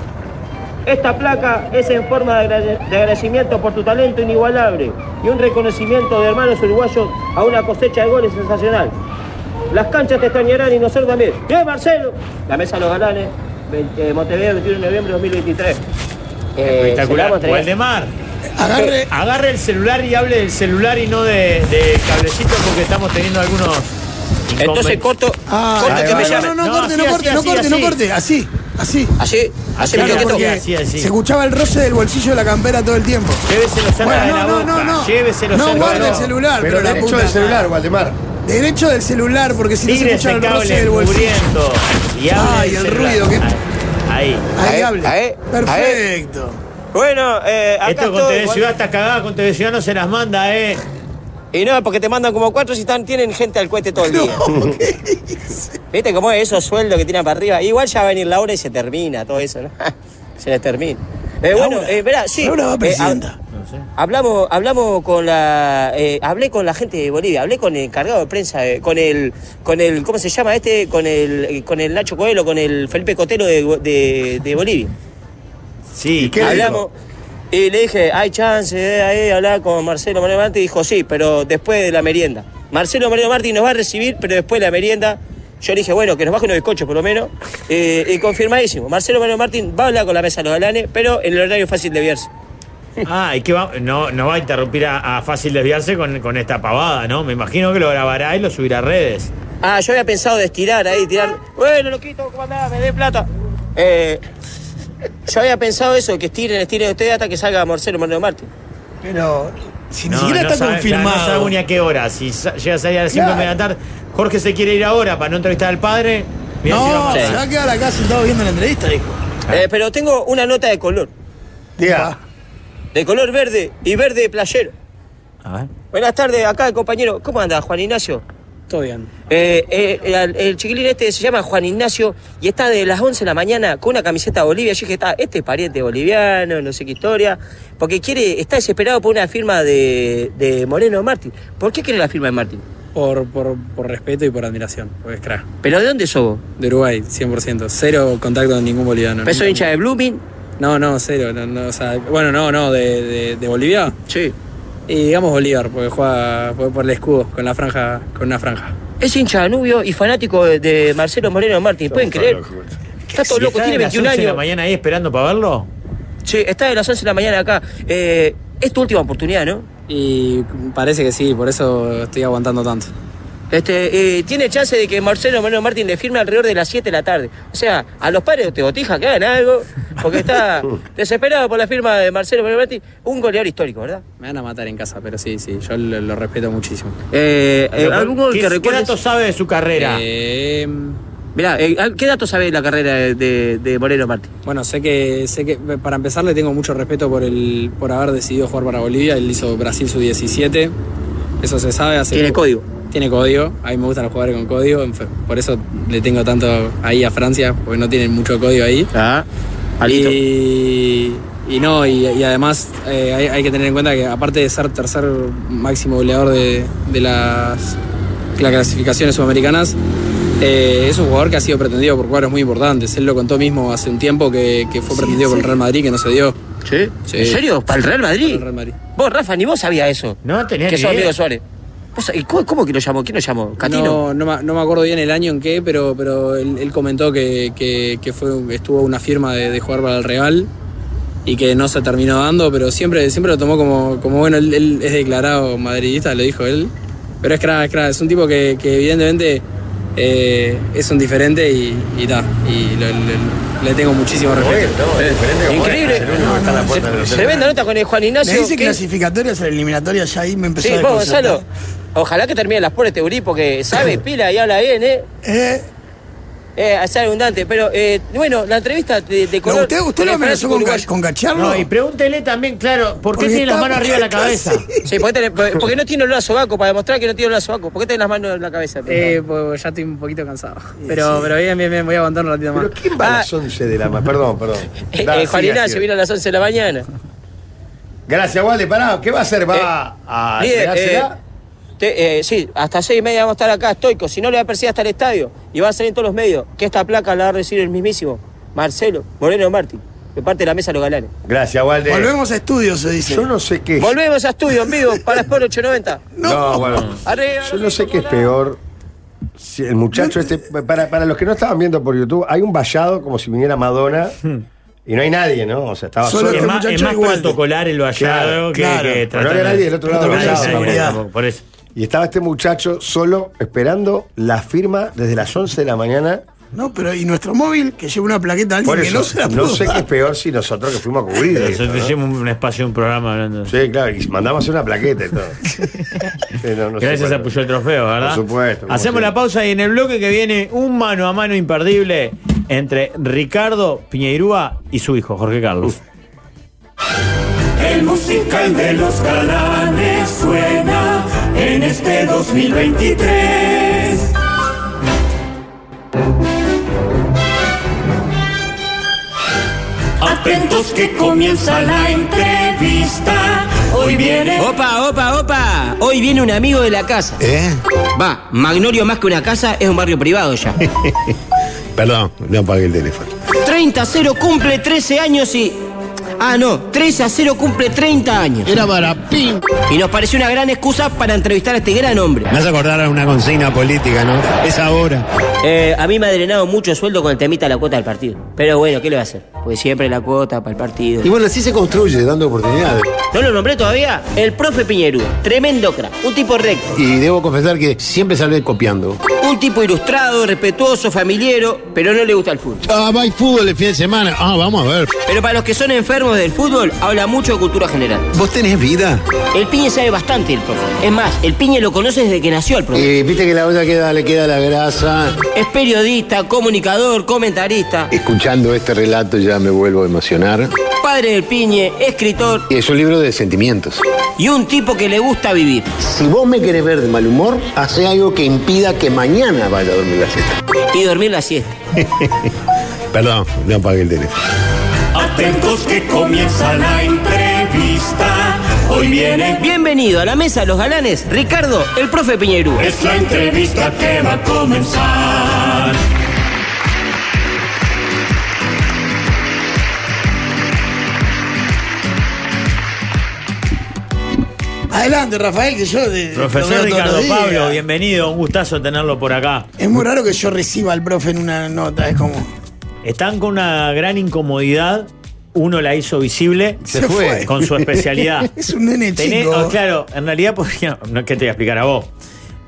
S9: Esta placa es en forma de agrade- de agradecimiento por tu talento inigualable y un reconocimiento de hermanos uruguayos a una cosecha de goles sensacional. Las canchas te extrañarán y nosotros también. ¡Bien, Marcelo! La mesa de los galanes, 20 de Montevideo, 21 de noviembre de 2023. Eh, se la
S4: Espectacular.
S9: vamos a entregar.
S4: Waldemar,
S3: Agarre.
S4: agarre el celular y hable del celular y no de, de cablecito porque estamos teniendo algunos.
S9: Entonces
S4: inconvenientes.
S9: corto,
S3: Ah,
S9: corto que
S3: no,
S9: me
S3: no,
S9: llame.
S3: no, no,
S4: No,
S3: corte,
S4: así,
S3: no corte,
S4: así,
S3: no
S4: así,
S3: corte, no
S4: así.
S3: corte. Así,
S9: Así,
S3: así.
S9: así me
S4: Claro,
S3: Claro,
S9: quedo
S3: porque
S4: así, así.
S3: se escuchaba el roce del bolsillo de la campera todo el tiempo.
S4: Lléveselo cerca
S3: Bueno,
S4: de la
S3: no,
S4: boca.
S3: no, no, no.
S4: Lléveselo
S3: No
S4: cerca
S3: guarde
S4: de
S3: el
S4: la boca.
S3: celular, pero,
S2: Pero
S3: la
S2: derecho
S3: puta.
S2: del celular, Waldemar.
S3: Derecho del celular, porque si no se
S4: Tigres
S3: escucha
S4: de
S3: el roce
S4: cable
S3: del bolsillo.
S4: muriendo. Y hable
S3: Ay,
S4: del
S3: el
S4: celular.
S3: ruido que-
S4: Ahí. ahí.
S3: Ahí
S9: Ahí,
S3: habla.
S9: ahí,
S3: Perfecto.
S9: Bueno, eh, acá
S4: Esto con
S9: estoy,
S4: TV
S9: Wal-
S4: Ciudad está cagada, con TV Ciudad no se las manda, eh.
S9: Y no, porque te mandan como cuatro si están, tienen gente al cohete todo el
S3: *laughs*
S9: día. *laughs* ¿Viste cómo es esos sueldos que tiran para arriba? Igual ya va a venir la hora y se termina todo eso, ¿no? *laughs* se les termina. Eh, bueno,
S3: Laura.
S9: eh, verá, sí.
S3: Laura va
S9: eh, hab-
S3: presidenta.
S9: hablamos, hablamos con la. eh, hablé con la gente de Bolivia, hablé con el encargado de prensa, eh, con el. con el. ¿Cómo se llama este? Con el. eh, con el Nacho Coelho, con el Felipe Cotelo de, de- de Bolivia.
S4: Sí.
S2: ¿Qué dijo?
S9: Hablamos. Y le dije, hay chance de ahí hablar con Marcelo Moreno Martí. Dijo, sí, pero después de la merienda. Marcelo Moreno Martí nos va a recibir, pero después de la merienda. Yo le dije, bueno, que nos baje unos bizcochos por lo menos. Eh, y confirmadísimo, Marcelo Moreno Martín va a hablar con la mesa de los galanes, pero en el horario fácil de verse.
S4: Ah, y que va, no, no va a interrumpir a, a fácil desviarse con, con esta pavada, ¿no? Me imagino que lo grabará y lo subirá a redes.
S9: Ah, yo había pensado de estirar ahí, tirar. Bueno, loquito, ¿cómo andás? Me dé plata. Eh, yo había pensado eso, que estiren, estiren ustedes hasta que salga Marcelo Moreno Martín.
S3: Pero si ni
S4: No,
S3: siquiera
S4: no
S3: está
S4: sabe-
S3: confirmado.
S4: No sabemos ni a qué hora. Si sa- llegas ahí a las 5
S3: Claro.
S4: de la tarde, Jorge se quiere ir ahora para no entrevistar al padre. mirá si va a
S3: No,
S4: pasar.
S3: se va a quedar acá sentado viendo la entrevista, dijo.
S9: Eh, pero tengo una nota de color,
S2: Diga.
S9: de color verde y verde playero.
S4: A ver.
S9: Buenas tardes, acá el compañero. ¿Cómo anda, Juan Ignacio?
S10: Todo bien.
S9: Eh, eh, el, el chiquilín este se llama Juan Ignacio y está de las 11 de la mañana con una camiseta de Bolivia. Yo dije, está, este es pariente boliviano, no sé qué historia. Porque quiere, está desesperado por una firma de, de Moreno Martín. ¿Por qué quiere la firma de Martín?
S10: Por, por, por respeto y por admiración, porque es crack.
S9: ¿Pero de dónde sos vos?
S10: De Uruguay, 100%. Cero contacto con ningún boliviano.
S9: ¿Pero sos hincha de Blooming?
S10: No, no, cero. No, no, o sea, bueno, no, no, de, de, de Bolivia.
S9: Sí.
S10: Y digamos Bolívar, porque juega por, por el escudo, con la franja, con una franja.
S9: Es hincha de Danubio y fanático de, de Marcelo Moreno Martín. ¿Pueden creer? Está todo
S4: Si
S9: loco,
S4: está
S9: tiene
S4: de las
S9: 21
S4: 11 de la
S9: años.
S4: mañana ahí esperando para verlo?
S9: Sí, está de las 11 de la mañana acá. Eh, es tu última oportunidad, ¿no?
S10: Y parece que sí, por eso estoy aguantando tanto.
S9: Este, eh, tiene chance de que Marcelo Moreno Martín le firme alrededor de las 7 de la tarde. O sea, a los padres de Teotija que hagan algo, porque está desesperado por la firma de Marcelo Moreno Martín, un goleador histórico, ¿verdad?
S10: Me van a matar en casa, pero sí, sí, yo lo, lo respeto muchísimo.
S9: Eh, eh,
S4: Pero,
S9: ¿Algún gol
S4: ¿qué-
S9: que
S4: ¿Qué dato
S9: recuerdes?
S4: sabe de su carrera?
S10: Eh,
S9: Mirá, eh, al- ¿qué datos sabe de la carrera de, de- de Moreno Martín?
S10: bueno, sé que, sé que para empezar le tengo mucho respeto por el, por haber decidido jugar para Bolivia. Él hizo Brasil su 17. Eso se sabe. Hace
S9: Tiene
S10: po-
S9: código.
S10: Tiene código. A mí me gustan los jugadores con código. en fe- Por eso le tengo tanto ahí a Francia, porque no tienen mucho código ahí.
S9: Ah,
S10: Y, y no, y, y además eh, hay, hay que tener en cuenta que aparte de ser tercer máximo goleador de, de las, de las clasificaciones sudamericanas, eh, es un jugador que ha sido pretendido por jugadores muy importantes. Él lo contó mismo hace un tiempo que, que fue pretendido por el Real Madrid, que no se dio.
S9: ¿Sí?
S10: Sí.
S9: ¿En serio? ¿Para el Real
S10: Por
S9: Madrid?
S10: el Real Madrid.
S9: Vos, Rafa, ni vos sabías eso.
S4: No tenía
S9: que
S4: ni
S9: sos
S4: idea.
S9: amigo de Suárez. ¿Vos sab- y ¿Cómo, cómo que lo llamó? ¿Quién lo llamó? ¿Catino?
S10: No, no, me- no me acuerdo bien el año en qué, pero, pero él, él comentó que, que- que fue, un- estuvo una firma de, de jugar para el Real y que no se terminó dando, pero siempre, siempre lo tomó como, como bueno, él, él es declarado madridista, lo dijo él. Pero es crack, es crack, es un tipo que, que evidentemente eh, es un diferente y, y ta, y lo- lo- le tengo muchísimo
S2: Oye,
S10: respeto.
S2: no, es diferente como
S9: Increíble.
S2: es, el único que está en la puerta de los
S9: Tremenda nota con el Juan Ignacio.
S3: Me dice
S9: que-
S3: clasificatorias, eliminatorias, ya ahí me empezó
S9: Sí,
S3: a
S9: vos,
S3: desconcertar.
S4: *coughs*
S9: Gonzalo. Ojalá que termine las pobres Teurí porque sabe pila y habla bien, ¿eh?
S3: Eh,
S9: eh, así abundante. Pero eh, bueno, la entrevista de, de
S3: No,
S9: color.
S3: usted, usted lo
S9: el
S3: amenazó
S9: fanático
S3: con,
S9: uruguayo.
S3: Ga- con Gacharlo.
S4: No, y pregúntele también, claro, ¿por
S3: Porque
S4: qué tiene las
S3: está-
S4: manos arriba de la
S3: está
S4: cabeza?
S3: así.
S9: Sí, ¿por qué tenés- porque, porque no tiene olor a sobaco, para demostrar que no tiene olor a sobaco. ¿Por qué tenés las manos en la cabeza?
S10: Eh, pues ya estoy un poquito cansado. Pero, pero bien, bien, bien, voy a aguantar un ratito más. Ah.
S2: ¿Pero quién va a las 11 de la mañana? Perdón, perdón.
S9: Eh,
S2: Da,
S9: eh, Juan
S2: siga,
S9: Ignacio
S2: siga.
S9: viene a las 11 de la mañana.
S3: eh.
S2: Gracias, Walde. Pará, ¿qué va a hacer? ¿Va a
S9: Líder,
S2: entregársela?
S9: eh, te- eh, sí, hasta seis y media vamos a estar acá, estoico. Si no, le va a perseguir hasta el estadio. Y va a salir en todos los medios. Que esta placa la va a recibir el mismísimo Marcelo Moreno Martín. De parte de la mesa de los galanes.
S2: Gracias, Walde.
S3: Volvemos a estudios, se dice.
S2: Yo no sé qué.
S9: Volvemos a estudio en vivo para Sport 890.
S2: No, bueno.
S9: Arriba,
S2: Yo no sé qué es peor. Si el muchacho este. Para, para los que no estaban viendo por YouTube, hay un vallado como si viniera Madonna y no hay nadie, ¿no? O sea, estaba
S3: Solo
S2: solo.
S3: Pero
S4: Es
S3: este
S4: más, es
S3: muchacho
S4: más
S3: igual.
S4: protocolar el vallado
S2: Claro,
S4: que,
S3: claro.
S4: que
S3: Pero
S2: no había nadie del otro lado
S4: Nadie,
S2: del vallado,
S4: nadie,
S3: seguridad.
S4: tampoco, por eso.
S2: Y estaba este muchacho solo esperando la firma desde las 11 de la mañana.
S3: No, pero y nuestro móvil, que lleva una plaqueta a alguien
S2: Por
S3: que
S2: eso,
S3: no se la
S2: no
S3: pudo
S2: sé qué es
S3: dar.
S2: peor si nosotros que fuimos a cubrir. esto,
S4: Nosotros
S2: ¿no?
S4: hicimos un espacio, un programa hablando.
S2: Sí, claro, y mandamos una plaqueta
S3: *laughs*
S2: y todo. Sí, no, no sé,
S4: Gracias
S2: bueno.
S4: a Puyol Trofeo, ¿verdad?
S2: Por supuesto, como
S4: Hacemos
S2: siempre.
S4: la pausa y en el bloque que viene un mano a mano imperdible entre Ricardo Piñeirúa y su hijo, Jorge Carlos.
S6: El musical de los galanes suena en este 2023. Atentos que comienza la entrevista. Hoy viene.
S9: Opa, opa, opa. Hoy viene un amigo de la casa.
S11: ¿Eh?
S9: Va, Magnorio más que una casa es un barrio privado ya.
S11: *laughs* Perdón, no apagué el teléfono.
S9: 30 a 0 cumple 13 años y... Ah, no, 13 a 0 cumple 30 años.
S11: Era para pim.
S9: Y nos pareció una gran excusa para entrevistar a este gran hombre.
S11: Me vas a acordar a una consigna política, ¿no? Es ahora.
S9: Eh, a mí me ha drenado mucho sueldo con el temita de la cuota del partido. Pero bueno, ¿qué le va a hacer? Pues siempre la cuota para el partido.
S11: Y bueno, así se construye, dando oportunidades.
S9: ¿No lo nombré todavía? El profe Piñerúa. Tremendo crack. Un tipo recto.
S11: Y debo confesar que siempre salvé copiando.
S9: Un tipo ilustrado, respetuoso, familiero, pero no le gusta el fútbol.
S11: Ah, va hay fútbol el fin de semana. Ah, vamos a ver.
S9: Pero para los que son enfermos del fútbol, habla mucho de cultura general.
S11: ¿Vos tenés vida?
S9: El piñe sabe bastante el profe. Es más, el piñe lo conoce desde que nació el profe.
S11: Y Eh, viste que la olla queda, le queda la grasa.
S9: Es periodista, comunicador, comentarista,
S11: Escuchando este relato ya me vuelvo a emocionar.
S9: padre del piñe, escritor
S11: Y es un libro de sentimientos.
S9: y un tipo que le gusta vivir.
S11: Si vos me querés ver de mal humor, hace algo que impida que mañana vaya a dormir la siesta.
S9: Y dormir la siesta.
S11: *laughs* Perdón, no apagué el teléfono.
S6: Atentos que comienza la entrevista. Hoy viene.
S9: Bienvenido a la mesa de los galanes, Ricardo, el profe Piñerú.
S6: Es la entrevista que va a comenzar.
S3: Adelante, Rafael, que yo. de- lo
S4: Profesor
S3: veo todos
S4: Ricardo
S3: los días.
S4: Pablo, bienvenido, un gustazo tenerlo por acá.
S3: Es muy raro que yo reciba al profe en una nota, es como. *laughs*
S4: Están con una gran incomodidad, uno la hizo visible
S3: Se, fue.
S4: con su especialidad.
S3: *laughs* Es un nene
S4: Tenés-
S3: chico.
S4: oh, claro, en realidad podría, no es que te voy a explicar a vos,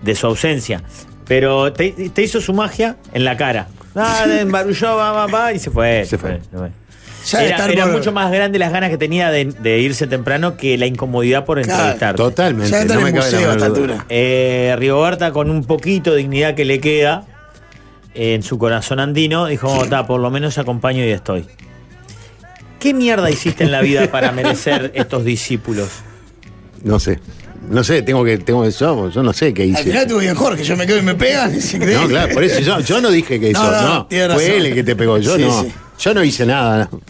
S4: de su ausencia, pero te, te hizo su magia en la cara. Ah, embarulló, va, va, va, y se fue. Se fue. se fue.
S3: Ya de
S4: Era,
S3: estar
S4: era
S3: por-
S4: mucho más grande las ganas que tenía de, de irse temprano que la incomodidad por
S3: Claro,
S4: entrevistarte.
S11: Totalmente.
S3: Ya está
S11: no
S3: en el
S11: me cabe la
S3: museo a esta
S11: menor duda.
S3: altura.
S4: Eh, Rigoberta, con un poquito de dignidad que le queda en su corazón andino, dijo, "Oh, ta, por lo menos acompaño y estoy. ¿Qué mierda hiciste en la vida para merecer estos discípulos?
S11: No sé. No sé, tengo que. Tengo, yo, yo no sé qué
S3: Al final
S11: hice.
S3: tuve bien Jorge, yo me *laughs* quedo y me pegan, es increíble.
S11: No, claro, por eso yo, yo no dije que hizo.
S3: No,
S11: No,
S3: no, tiene razón.
S11: Fue él el que te pegó. Yo
S3: Sí,
S11: no.
S3: sí.
S11: Yo no hice nada. no.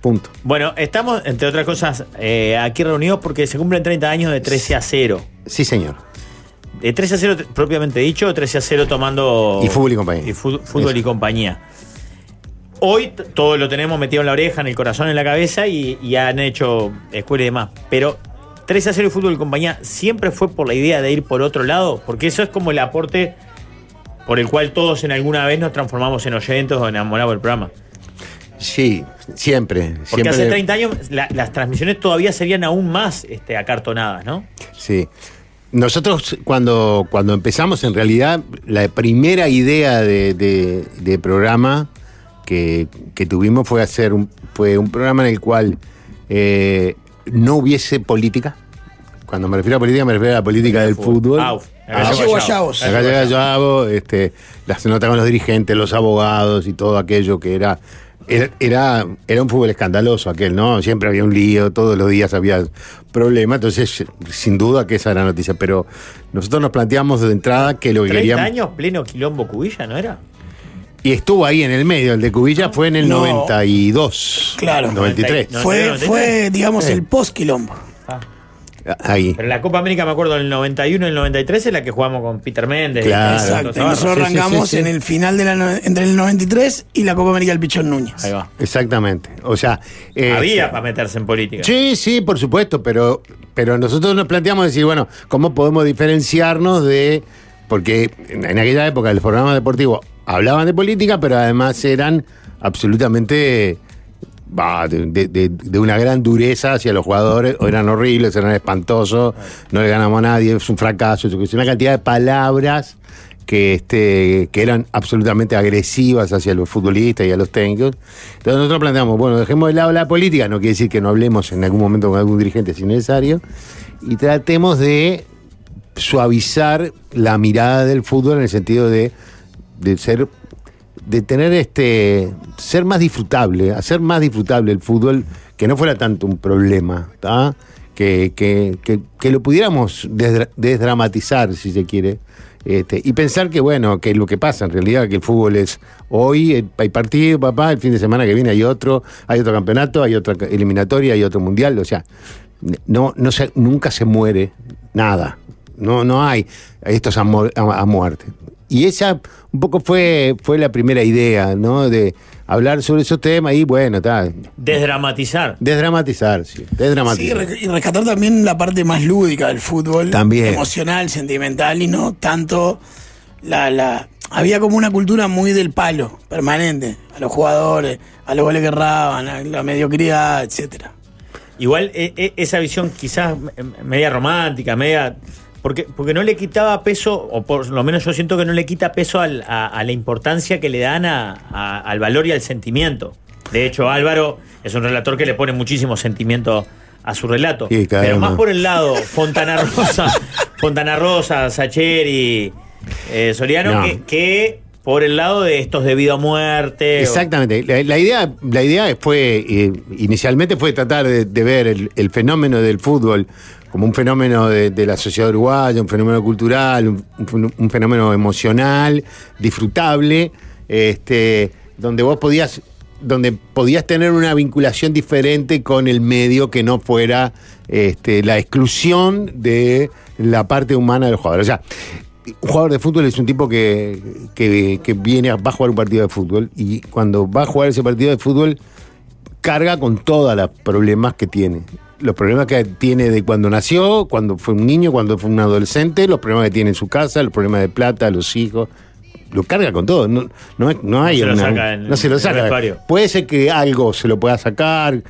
S11: Punto.
S4: Bueno, estamos, entre otras cosas, eh, aquí reunidos porque se cumplen 30 años de 13 a 0.
S11: Sí, señor.
S4: De 13 a 0 t- propiamente dicho, 13 a 0 tomando...
S11: Y fútbol y compañía.
S4: y fu- fútbol
S11: Eso.
S4: y compañía. Hoy t- todo lo tenemos metido en la oreja, en el corazón, en la cabeza y, y han hecho escuela y demás. Pero 13 a 0 y fútbol y compañía siempre fue por la idea de ir por otro lado, porque eso es como el aporte por el cual todos en alguna vez nos transformamos en oyentes o enamorados del programa.
S11: Sí, siempre.
S4: Porque
S11: siempre
S4: hace 30 años la- las transmisiones todavía serían aún más este, acartonadas, ¿no?
S11: Sí. Nosotros cuando, cuando empezamos, en realidad, la primera idea de, de- de programa que, que tuvimos fue hacer un, fue un programa en el cual eh, no hubiese política. Cuando me refiero a política, me refiero a la política del fútbol.
S4: Ah,
S11: Acá
S3: Acá
S11: llega
S3: llegó Ayavos.
S11: Acá llega Yavo, este, las notas con los dirigentes, los abogados y todo aquello que era, era, era, era un fútbol escandaloso aquel, ¿no? Siempre había un lío, todos los días había problemas, entonces sin duda que esa era la noticia, pero nosotros nos planteamos de entrada que lo que
S4: 30
S11: queríamos...
S4: años pleno quilombo cubilla, ¿no era?
S11: Y estuvo ahí en el medio, el de Cubilla fue en el
S4: No.
S11: 92.
S4: Claro.
S11: 93.
S3: Fue, fue digamos,
S11: Sí.
S3: el post-quilombo.
S11: Eh, Ahí.
S4: Pero la Copa América, me acuerdo, en el 91 y el 93 es la que jugamos con Peter Méndez.
S11: Claro.
S4: Exacto.
S3: Exacto. Y nosotros arrancamos en el final de la no- entre el 93 y la Copa América del Pichón Núñez.
S11: Ahí va. Exactamente. O sea, eh,
S4: Había para meterse en política.
S11: Sí, sí, por supuesto, pero, pero nosotros nos planteamos decir, bueno, ¿cómo podemos diferenciarnos de...? Porque en, en aquella época los programas deportivos hablaban de política, pero además eran absolutamente... bah, de, de- de- de una gran dureza hacia los jugadores, o eran horribles, eran espantosos, no le ganamos a nadie, es un fracaso, yo qué sé, una cantidad de palabras que, este, que eran absolutamente agresivas hacia los futbolistas y a los técnicos. Entonces nosotros planteamos, bueno, dejemos de lado la política, no quiere decir que no hablemos en algún momento con algún dirigente si es necesario, y tratemos de suavizar la mirada del fútbol en el sentido de, de ser de tener este ser más disfrutable, hacer más disfrutable el fútbol, que no fuera tanto un problema, ¿tá? que, que, que- que lo pudiéramos desdra- desdramatizar, si se quiere, este, y pensar que bueno, que lo que pasa en realidad, que el fútbol es hoy eh, hay partido, papá, el fin de semana que viene hay otro, hay otro campeonato, hay otra ca- eliminatoria, hay otro mundial, o sea, n- no, no se- nunca se muere nada. No, no hay. Esto es a, mu- a- a muerte. Y esa un poco fue, fue la primera idea, ¿no? De hablar sobre esos temas y bueno, está.
S4: Desdramatizar.
S11: Desdramatizar, sí.
S3: Sí,
S11: Desdramatizar.
S3: re- y rescatar también la parte más lúdica del fútbol.
S11: También.
S3: Emocional, sentimental y no tanto la, la... Había como una cultura muy del palo, permanente. A los jugadores, a los goles que erraban, a la mediocridad, etcétera.
S4: Igual e- e- esa visión quizás eh, media romántica, media... Porque, porque no le quitaba peso, o por lo menos yo siento que no le quita peso al- a, a la importancia que le dan a- a- al valor y al sentimiento. De hecho, Álvaro es un relator que le pone muchísimo sentimiento a su relato.
S11: Sí, claro,
S4: Pero más
S11: no.
S4: por el lado, Fontana
S11: *laughs*
S4: Rosa, Fontana Rosa, Sacheri, eh, Soriano,
S11: No.
S4: que, que por el lado de estos debido a muerte. o-
S11: Exactamente. La, la idea, la idea fue, eh, inicialmente fue tratar de, de ver el, el fenómeno del fútbol como un fenómeno de, de la sociedad uruguaya, un fenómeno cultural, un, un fen- un fenómeno emocional, disfrutable, este, donde vos podías, donde podías tener una vinculación diferente con el medio que no fuera este, la exclusión de la parte humana del jugador. O sea, un jugador de fútbol es un tipo que, que- que viene, a- va a jugar un partido de fútbol y cuando va a jugar ese partido de fútbol carga con todos los problemas que tiene. Los problemas que tiene de cuando nació, cuando fue un niño, cuando fue un adolescente, los problemas que tiene en su casa, los problemas de plata, los hijos. Lo carga con todo. No, no, es- no hay
S4: se lo
S11: una-
S4: saca en-
S11: no se lo
S4: en el
S11: saca.
S4: vestuario.
S11: Puede ser que algo se lo pueda sacar,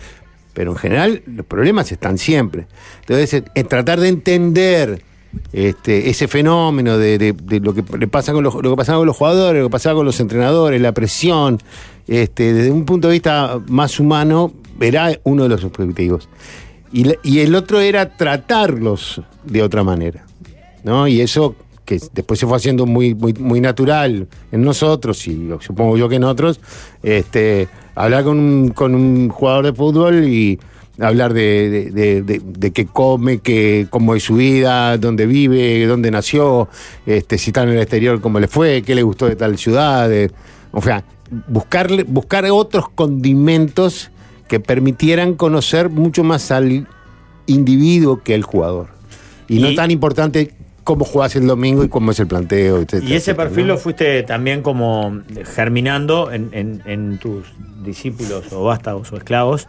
S11: pero en general los problemas están siempre. Entonces, es- es tratar de entender este, ese fenómeno de, de- de lo que le pasa con los, lo que pasaba con los jugadores, lo que pasaba con los entrenadores, la presión, este, desde un punto de vista más humano, era uno de los objetivos. Y, la- y el otro era tratarlos de otra manera. ¿no? Y eso que después se fue haciendo muy, muy, muy natural en nosotros y yo- supongo yo que en otros, este, hablar con un, con un jugador de fútbol y hablar de, de- de- de- de qué come, qué, cómo es su vida, dónde vive, dónde nació, este, si está en el exterior, cómo le fue, qué le gustó de tal ciudad. eh, o sea, buscarle, buscar otros condimentos que permitieran conocer mucho más al individuo que al jugador. Y, no tan importante cómo jugás el domingo y cómo es el planteo, etcétera,
S4: Y ese
S11: etcétera,
S4: perfil
S11: ¿no?
S4: lo fuiste también como germinando en, en- en tus discípulos o vástagos o esclavos.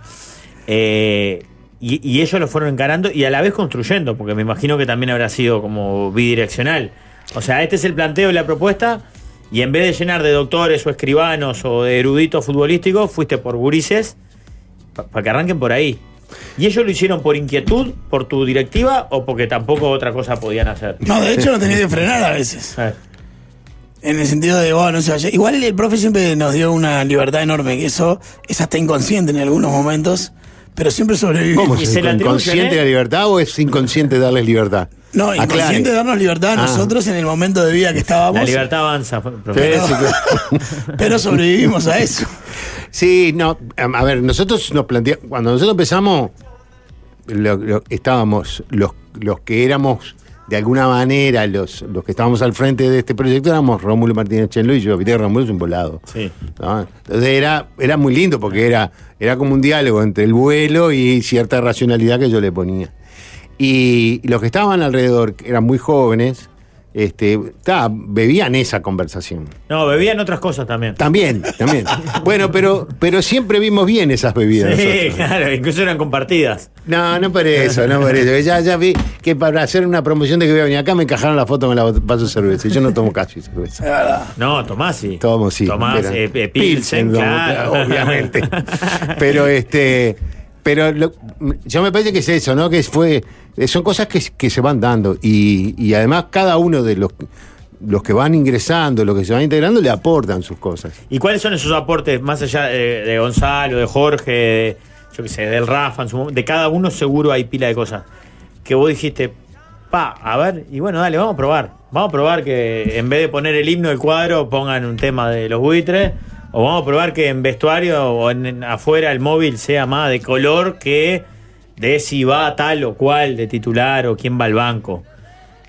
S4: Eh, y, y ellos lo fueron encarando y a la vez construyendo, porque me imagino que también habrá sido como bidireccional. O sea, este es el planteo y la propuesta, y en vez de llenar de doctores o escribanos o de eruditos futbolísticos, fuiste por gurises para que arranquen por ahí. ¿Y ellos lo hicieron por inquietud, por tu directiva o porque tampoco otra cosa podían hacer?
S3: No, de hecho lo tenés que frenar a veces.
S4: Eh.
S3: En el sentido de, vos no se vaya. Igual el profe siempre nos dio una libertad enorme, que eso es hasta inconsciente en algunos momentos, pero siempre sobrevive.
S11: ¿Cómo es
S4: ¿eh?
S11: inconsciente la libertad o es inconsciente darles libertad?
S3: No, inconsciente
S11: Aclare.
S3: darnos libertad a
S11: Ah.
S3: nosotros en el momento de vida que estábamos.
S4: La libertad avanza,
S3: Pero-
S4: profesor.
S3: *laughs* pero sobrevivimos a eso.
S11: Sí, no, a ver, nosotros nos planteamos, cuando nosotros empezamos, lo- lo- estábamos, los, los que éramos de alguna manera, los, los que estábamos al frente de este proyecto, éramos Rómulo Martínez Chenlo y yo, viste, Rómulo es un volado.
S4: Sí.
S11: ¿no? Ah, Entonces era, era muy lindo porque era, era como un diálogo entre el vuelo y cierta racionalidad que yo le ponía. Y los que estaban alrededor, que eran muy jóvenes, este, ta, bebían esa conversación.
S4: No, bebían otras cosas también.
S11: También,
S4: *laughs*
S11: también. Bueno, pero, pero siempre vimos bien esas bebidas.
S4: Sí,
S11: nosotros.
S4: claro, incluso eran compartidas.
S11: No, no por eso, no por eso. Ya, ya vi que para hacer una promoción de que voy a venir acá me encajaron la foto con la vaso de cerveza. Y yo no tomo casi cerveza.
S4: No, Tomás sí.
S11: Tomo, sí.
S4: Tomás,
S11: pero-
S4: eh, eh, Pilsen,
S11: tomo,
S4: claro.
S11: Obviamente.
S4: *laughs*
S11: Pero este. Pero lo- yo me parece que es eso, ¿no? Que fue. eh, Son cosas que, que se van dando. Y, y además cada uno de los, los que van ingresando, los que se van integrando, le aportan sus cosas.
S4: ¿Y cuáles son esos aportes, más allá de, de Gonzalo, de Jorge, de- yo qué sé, del Rafa, en su momento, de cada uno seguro hay pila de cosas? Que vos dijiste, pa, a ver, y bueno, dale, vamos a probar. Vamos a probar que en vez de poner el himno del cuadro pongan un tema de los buitres, o vamos a probar que en vestuario o en, en- afuera el móvil sea más de color que de si va tal o cual de titular o quién va al banco.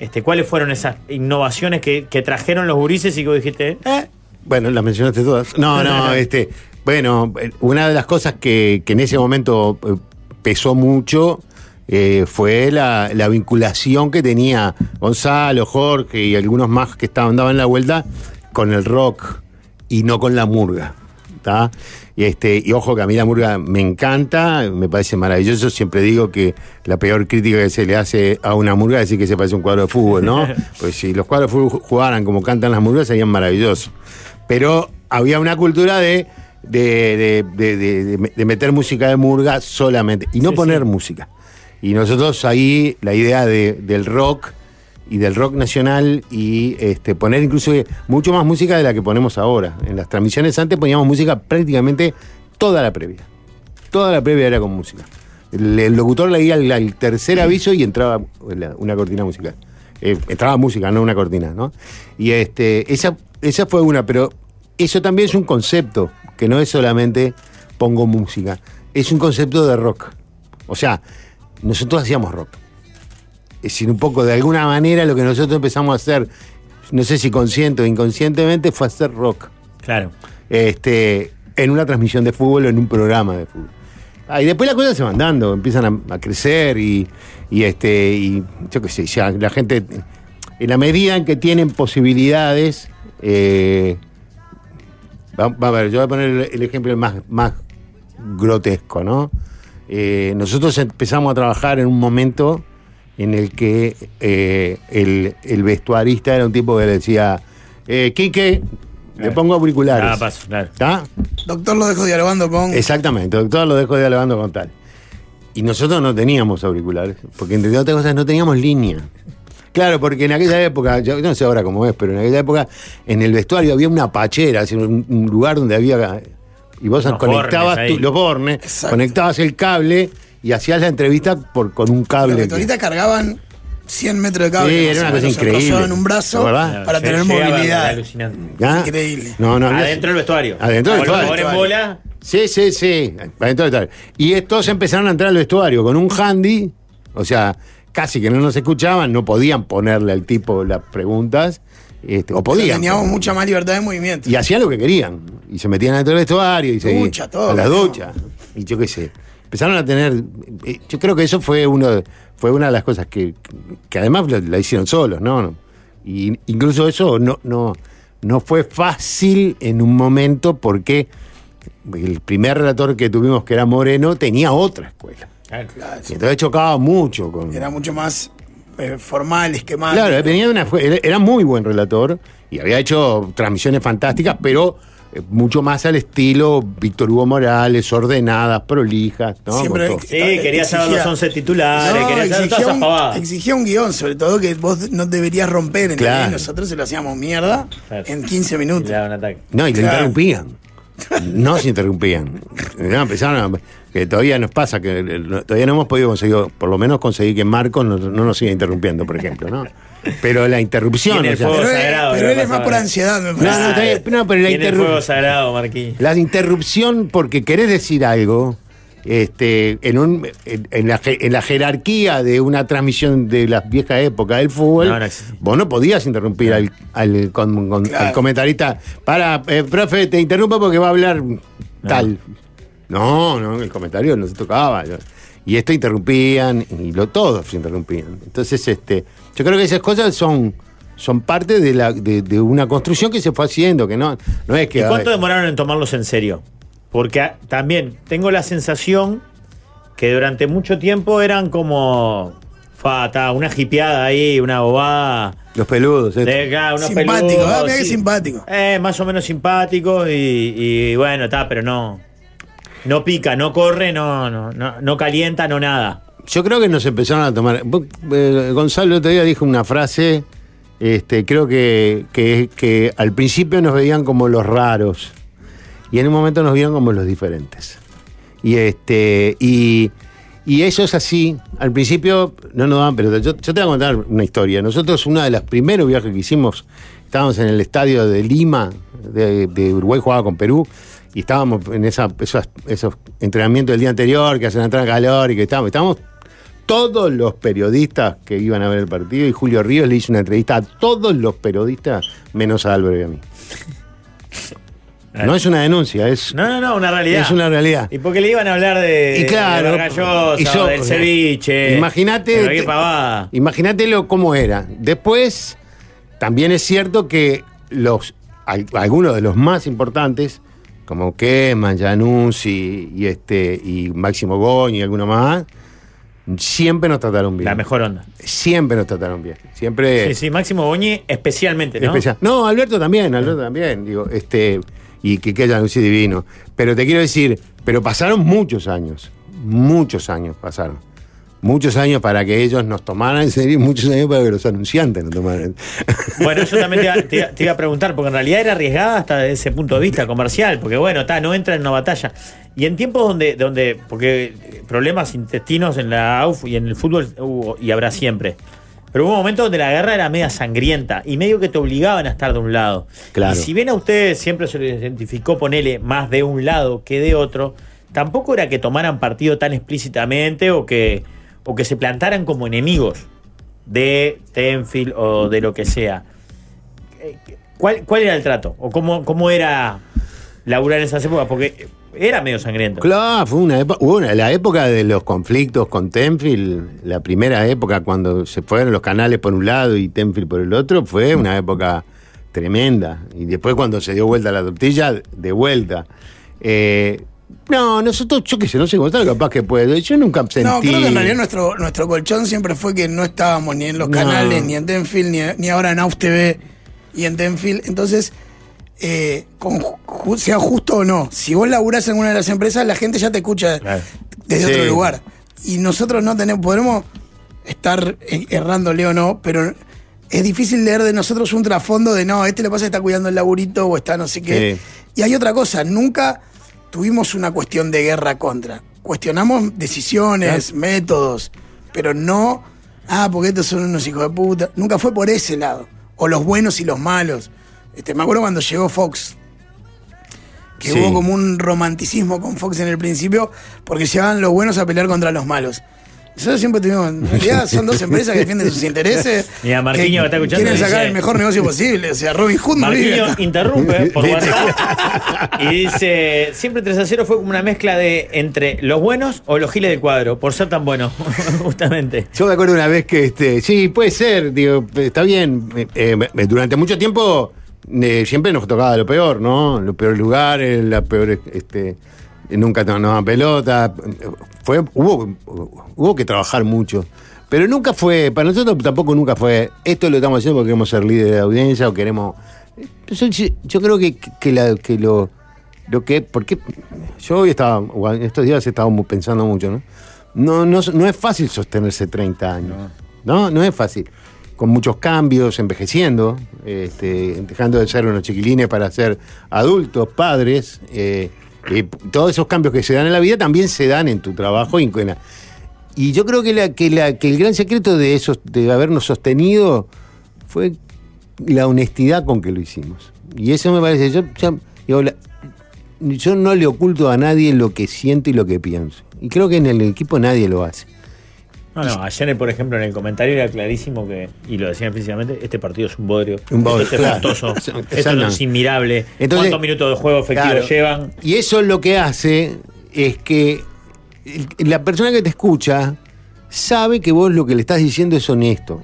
S4: Este, ¿Cuáles fueron esas innovaciones que, que trajeron los gurises y que vos dijiste, eh,
S11: Bueno, las mencionaste todas. No, no, este. Bueno, eh, una de las cosas que, que en ese momento eh, pesó mucho eh, fue la, la vinculación que tenía Gonzalo, Jorge y algunos más que estaban daban la vuelta con el rock y no con la murga. ¿tá? Y, este, y ojo que a mí la murga me encanta, me parece maravilloso. Siempre digo que la peor crítica que se le hace a una murga es decir que se parece a un cuadro de fútbol, ¿no? Pues si los cuadros de fútbol jugaran como cantan las murgas serían maravillosos pero había una cultura de, de, de- de- de- de- de meter música de murga solamente y no poner música. Y nosotros ahí la idea de- del rock y del rock nacional y este, poner incluso mucho más música de la que ponemos ahora. En las transmisiones antes poníamos música prácticamente toda la previa. Toda la previa era con música. El, el locutor leía el, el tercer aviso y entraba la- una cortina musical. Eh, entraba música, no una cortina, ¿no? Y este, esa, esa fue una, pero eso también es un concepto, que no es solamente pongo música, es un concepto de rock. O sea, nosotros hacíamos rock. Es decir, un poco de alguna manera lo que nosotros empezamos a hacer, no sé si consciente o inconscientemente, fue hacer rock
S4: claro.
S11: este, en una transmisión de fútbol o en un programa de fútbol. Ah, y después las cosas se van dando, empiezan a, a crecer y, y, este, y yo qué sé, ya la gente, en la medida en que tienen posibilidades, eh, va- va a ver, yo voy a poner el, el ejemplo más, más grotesco, ¿no? Eh, nosotros empezamos a trabajar en un momento en el que eh, el, el vestuarista era un tipo que le decía, eh, Quique, le pongo auriculares.
S4: Ah, paso, claro.
S11: ¿Está?
S3: Doctor lo dejo dialogando con.
S11: Exactamente, doctor, lo dejo dialogando con tal. Y nosotros no teníamos auriculares, porque entre otras cosas no teníamos línea. Claro, porque en aquella época, yo no sé ahora cómo es, pero en aquella época en el vestuario había una pachera, es decir, un, un lugar donde había... Y vos
S4: Los bornes
S11: conectabas
S4: ahí.
S11: tu- los bornes, conectabas el cable y hacías la entrevista por, con un
S3: Los
S11: cable.
S3: vestuaristas cargaban 100 metros de cable.
S11: Sí,
S3: más
S11: era
S3: o
S11: una
S3: menos,
S11: cosa
S3: se enrollaban
S11: increíble.
S3: en un brazo
S11: ¿De verdad?
S3: para tener
S4: Llegaba, era
S3: movilidad.
S4: alucinante.
S11: ¿Ah?
S3: Increíble.
S11: No, no, había-
S4: Adentro del vestuario.
S11: Adentro del
S4: Ahora,
S11: vestuario.
S4: ahora en bola,
S11: Sí, sí, sí. Adentro del vestuario. Y estos empezaron a entrar al vestuario con un handy, o sea, casi que no nos escuchaban, no podían ponerle al tipo las preguntas, este, o podían.
S3: Teníamos mucha más libertad de movimiento.
S11: Y hacían lo que querían. Y se metían adentro del vestuario y se
S3: Ducha, todo,
S11: a la
S3: ¿no?
S11: ducha. Y yo qué sé. Empezaron a tener. eh, Yo creo que eso fue uno de- fue una de las cosas que, que además lo- la hicieron solos, ¿no? Y incluso eso no, no, no fue fácil en un momento porque el primer relator que tuvimos, que era Moreno, tenía otra escuela.
S3: Claro,
S11: Y entonces chocaba mucho con.
S3: Era mucho más eh, formal, esquemático.
S11: Claro, venía de una, fue- era- era muy buen relator y había hecho transmisiones fantásticas, pero eh, mucho más al estilo Víctor Hugo Morales, ordenadas, prolijas, ¿no?
S3: Siempre
S11: Con todo.
S4: sí, quería saber
S3: exigía-
S4: los 11 titulares,
S3: No,
S4: quería saber todas
S3: exigía,
S4: esas
S3: un,
S4: pavadas.
S3: exigía un guión, sobre todo que vos no deberías romper. ¿entendés?
S11: Claro.
S3: Nosotros se lo hacíamos mierda
S4: Claro.
S3: en 15
S4: Y le
S3: minutos.
S4: daba un ataque.
S11: No, y le
S3: Claro.
S11: interrumpían. Nos interrumpían. No, empezaron a- que todavía nos pasa, que eh, no- todavía no hemos podido conseguir, por lo menos conseguir que Marcos no, no nos siga interrumpiendo, por ejemplo, ¿no? Pero la interrupción.
S4: Tiene el
S11: o sea-
S4: fuego Pero él- sagrado, pero él es más por
S3: ansiedad, me
S11: No, no, está bien, no, pero la
S4: Tiene el
S11: interrup-
S4: fuego sagrado, Marquín.
S11: La interrupción porque querés decir algo. Este, en, un, en, en la, je- en la jerarquía de una transmisión de la vieja época del fútbol,
S4: No, no
S11: vos no podías interrumpir al, al con- con- al comentarista. Para, eh, profe, te interrumpo porque va a hablar tal. No, no, el comentario no se tocaba. no. Y esto interrumpían, y lo todos interrumpían. Entonces, este, yo creo que esas cosas son, son parte de, la, de, de una construcción que se fue haciendo, que no, no es que.
S4: ¿Y cuánto demoraron en tomarlos en serio? Porque ah, también tengo la sensación que durante mucho tiempo eran como. Fata, una jipeada ahí, una bobada.
S11: Los peludos, esto.
S4: De acá, unos
S3: Simpático,
S4: peludos,
S3: ah, mirá que
S4: sí.
S3: simpático.
S4: Eh, más o menos simpático y, y bueno, está, pero no. No pica, no corre, no, no, no, no calienta, no nada.
S11: Yo creo que nos empezaron a tomar. vos, eh, Gonzalo el otro día dijo una frase, este, creo que, que, que al principio nos veían como los raros y en un momento nos vieron como los diferentes. Y este y, y ellos así, al principio no nos daban pelota. Yo, yo te voy a contar una historia. Nosotros, uno de los primeros viajes que hicimos, estábamos en el estadio de Lima, de, de Uruguay, jugaba con Perú, y estábamos en esa, esos, esos entrenamientos del día anterior que hacen entrar en calor y que estábamos. Estábamos todos los periodistas que iban a ver el partido y Julio Ríos le hizo una entrevista a todos los periodistas, menos a Álvaro y a mí. No es una denuncia, es.
S4: Eh. No, no, no, una realidad.
S11: Es una realidad.
S4: Y porque le iban a hablar de.
S11: Y claro,
S4: de Vargas Llosa,
S11: y yo-
S4: del ceviche.
S11: Imagínate-
S4: Pero qué pavada.
S11: Imagínatelo cómo era. Después, también es cierto que los al- algunos de los más importantes, como Keman, Januzzi y, este, y Máximo Goñi y alguno más, siempre nos trataron bien.
S4: La mejor onda.
S11: Siempre nos trataron bien. Siempre.
S4: Sí, sí, Máximo Boñi especialmente, ¿no? Ah.
S11: especial. No, Alberto también, Alberto también. Digo, este. Y que, que Januzzi divino. Pero te quiero decir, pero pasaron muchos años. Muchos años pasaron. Muchos años para que ellos nos tomaran en serio, y muchos años para que los anunciantes nos tomaran.
S4: Bueno, yo también te iba, te iba- te iba a preguntar, porque en realidad era arriesgada hasta desde ese punto de vista comercial, porque bueno, está, no entra en una batalla. Y en tiempos donde, donde porque problemas intestinos en la AUF y en el fútbol hubo y habrá siempre. Pero hubo un momento donde la guerra era media sangrienta y medio que te obligaban a estar de un lado.
S11: Claro.
S4: Y si bien a ustedes siempre se les identificó, ponele, más de un lado que de otro, tampoco era que tomaran partido tan explícitamente o que, o que se plantaran como enemigos de Tenfield o de lo que sea. ¿Cuál, cuál era el trato? ¿O cómo, cómo era laburar en esas épocas? Porque era medio sangriento.
S11: Claro, fue una época, hubo una- la época de los conflictos con Tenfield, la primera época cuando se fueron los canales por un lado y Tenfield por el otro, fue una época tremenda. Y después cuando se dio vuelta la tortilla, de vuelta. Eh, no, nosotros, yo qué sé, no sé, Gonzalo capaz que puede. Yo nunca sentí...
S3: No, creo que en realidad nuestro, nuestro colchón siempre fue que no estábamos ni en los
S11: No.
S3: canales, ni en Denfield, ni, ni ahora en Aus TV y en Denfield. Entonces, eh, con ju- sea justo o no, si vos laburás en una de las empresas, la gente ya te escucha desde
S11: Sí.
S3: otro lugar. Y nosotros no tenemos, podremos estar eh, errándole o no, pero es difícil leer de nosotros un trasfondo de no, este le pasa que está cuidando el laburito o está no sé qué.
S11: Sí.
S3: Y hay otra cosa, nunca tuvimos una cuestión de guerra contra. Cuestionamos decisiones, métodos, pero no, ah, porque estos son unos hijos de puta. Nunca fue por ese lado. O los buenos y los malos. Este, me acuerdo cuando llegó Fox, que
S11: Sí.
S3: hubo como un romanticismo con Fox en el principio, porque llegaban los buenos a pelear contra los malos. Nosotros siempre tuvimos, en realidad son dos empresas que defienden sus intereses.
S4: Mira, Marquiño
S3: que
S4: está escuchando,
S3: Quieren
S4: dice-
S3: sacar el mejor negocio posible. O sea, Robin Hood no vive
S4: Marquinhos
S3: acá.
S4: *laughs* interrumpe por WhatsApp y dice: Siempre 3 a 0 fue como una mezcla de entre los buenos o los giles del cuadro, por ser tan buenos, justamente.
S11: Yo me acuerdo una vez que, este, sí, puede ser, digo, está bien. Eh, eh, durante mucho tiempo eh, siempre nos tocaba lo peor, ¿no? Los peores lugares, las peores, este, nunca nos nos daban pelota. Fue, hubo, hubo que trabajar mucho. Pero nunca fue, para nosotros tampoco nunca fue, esto lo estamos haciendo porque queremos ser líderes de audiencia o queremos... Yo, yo- yo creo que, que, la- que lo, lo que... Porque yo hoy estaba, o en estos días he estado mu- pensando mucho, ¿no? No, no, no es fácil sostenerse 30 años. No, no, es fácil. con muchos cambios, envejeciendo, este, dejando de ser unos chiquilines para ser adultos, padres. eh, eh, todos esos cambios que se dan en la vida también se dan en tu trabajo. Y, en la- y yo creo que, la- que la- que el gran secreto de, esos, de habernos sostenido fue la honestidad con que lo hicimos. Y eso me parece, yo, ya- digo, la- yo no le oculto a nadie lo que siento y lo que pienso. Y creo que en el equipo nadie lo hace.
S4: No, *laughs* no, ayer, por ejemplo, en el comentario era clarísimo que, y lo decían explícitamente, este partido es un bodrio.
S11: Un bodrio,
S4: Esto es
S11: claro. *laughs*
S4: costoso, esto no es
S11: Exactamente.
S4: inmirable.
S11: Entonces,
S4: ¿Cuántos minutos de juego efectivo
S11: Claro.
S4: llevan?
S11: Y eso lo que hace es que el- la persona que te escucha sabe que vos lo que le estás diciendo es honesto,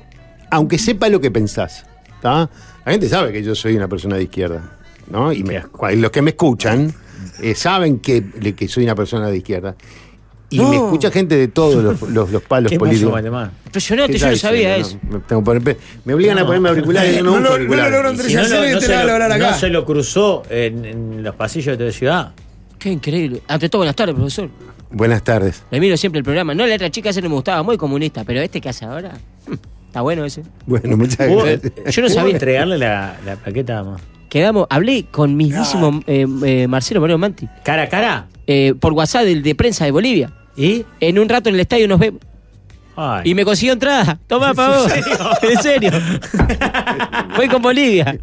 S11: aunque sepa lo que pensás. ¿tá? La gente sabe que yo soy una persona de izquierda, ¿no? Y, me- y los que me escuchan eh, saben que, le- que soy una persona de izquierda. Y me
S12: No.
S11: escucha gente de todos los, los- los palos
S12: Qué mozo,
S11: políticos.
S12: Alemán. Impresionante,
S11: ¿Qué
S12: yo no
S11: está
S12: sabía
S11: diciendo? No, me, tengo que poner- me obligan a
S4: No.
S11: ponerme auriculares. yo no,
S4: No
S11: uso
S4: lo- no
S11: auriculares.
S4: lo logró Si no, lo- no se lo- no se lo cruzó en, en los pasillos *laughs* de tu ciudad.
S12: Qué increíble. Ah, Ante todo, buenas tardes, profesor.
S11: Buenas tardes.
S12: Me miro siempre el programa. No, la otra chica ese no me gustaba, muy comunista, pero este que hace ahora, hmm, está bueno ese.
S4: *laughs*
S11: Bueno, muchas
S4: ¿Puedo-
S11: gracias.
S12: Yo no
S4: ¿puedo
S12: sabía.
S4: entregarle la, la plaqueta a mamá?
S12: Quedamos, hablé con mismísimo eh, eh, Marcelo Moreno Manti. Eh,
S4: ¿Cara a cara?
S12: por WhatsApp del de prensa de Bolivia.
S4: ¿Y?
S12: En un rato en el estadio nos vemos.
S4: Ay.
S12: Y me consiguió entrada.
S4: *laughs*
S12: Tomá, pa' vos. *laughs* En serio. Fue con Bolivia.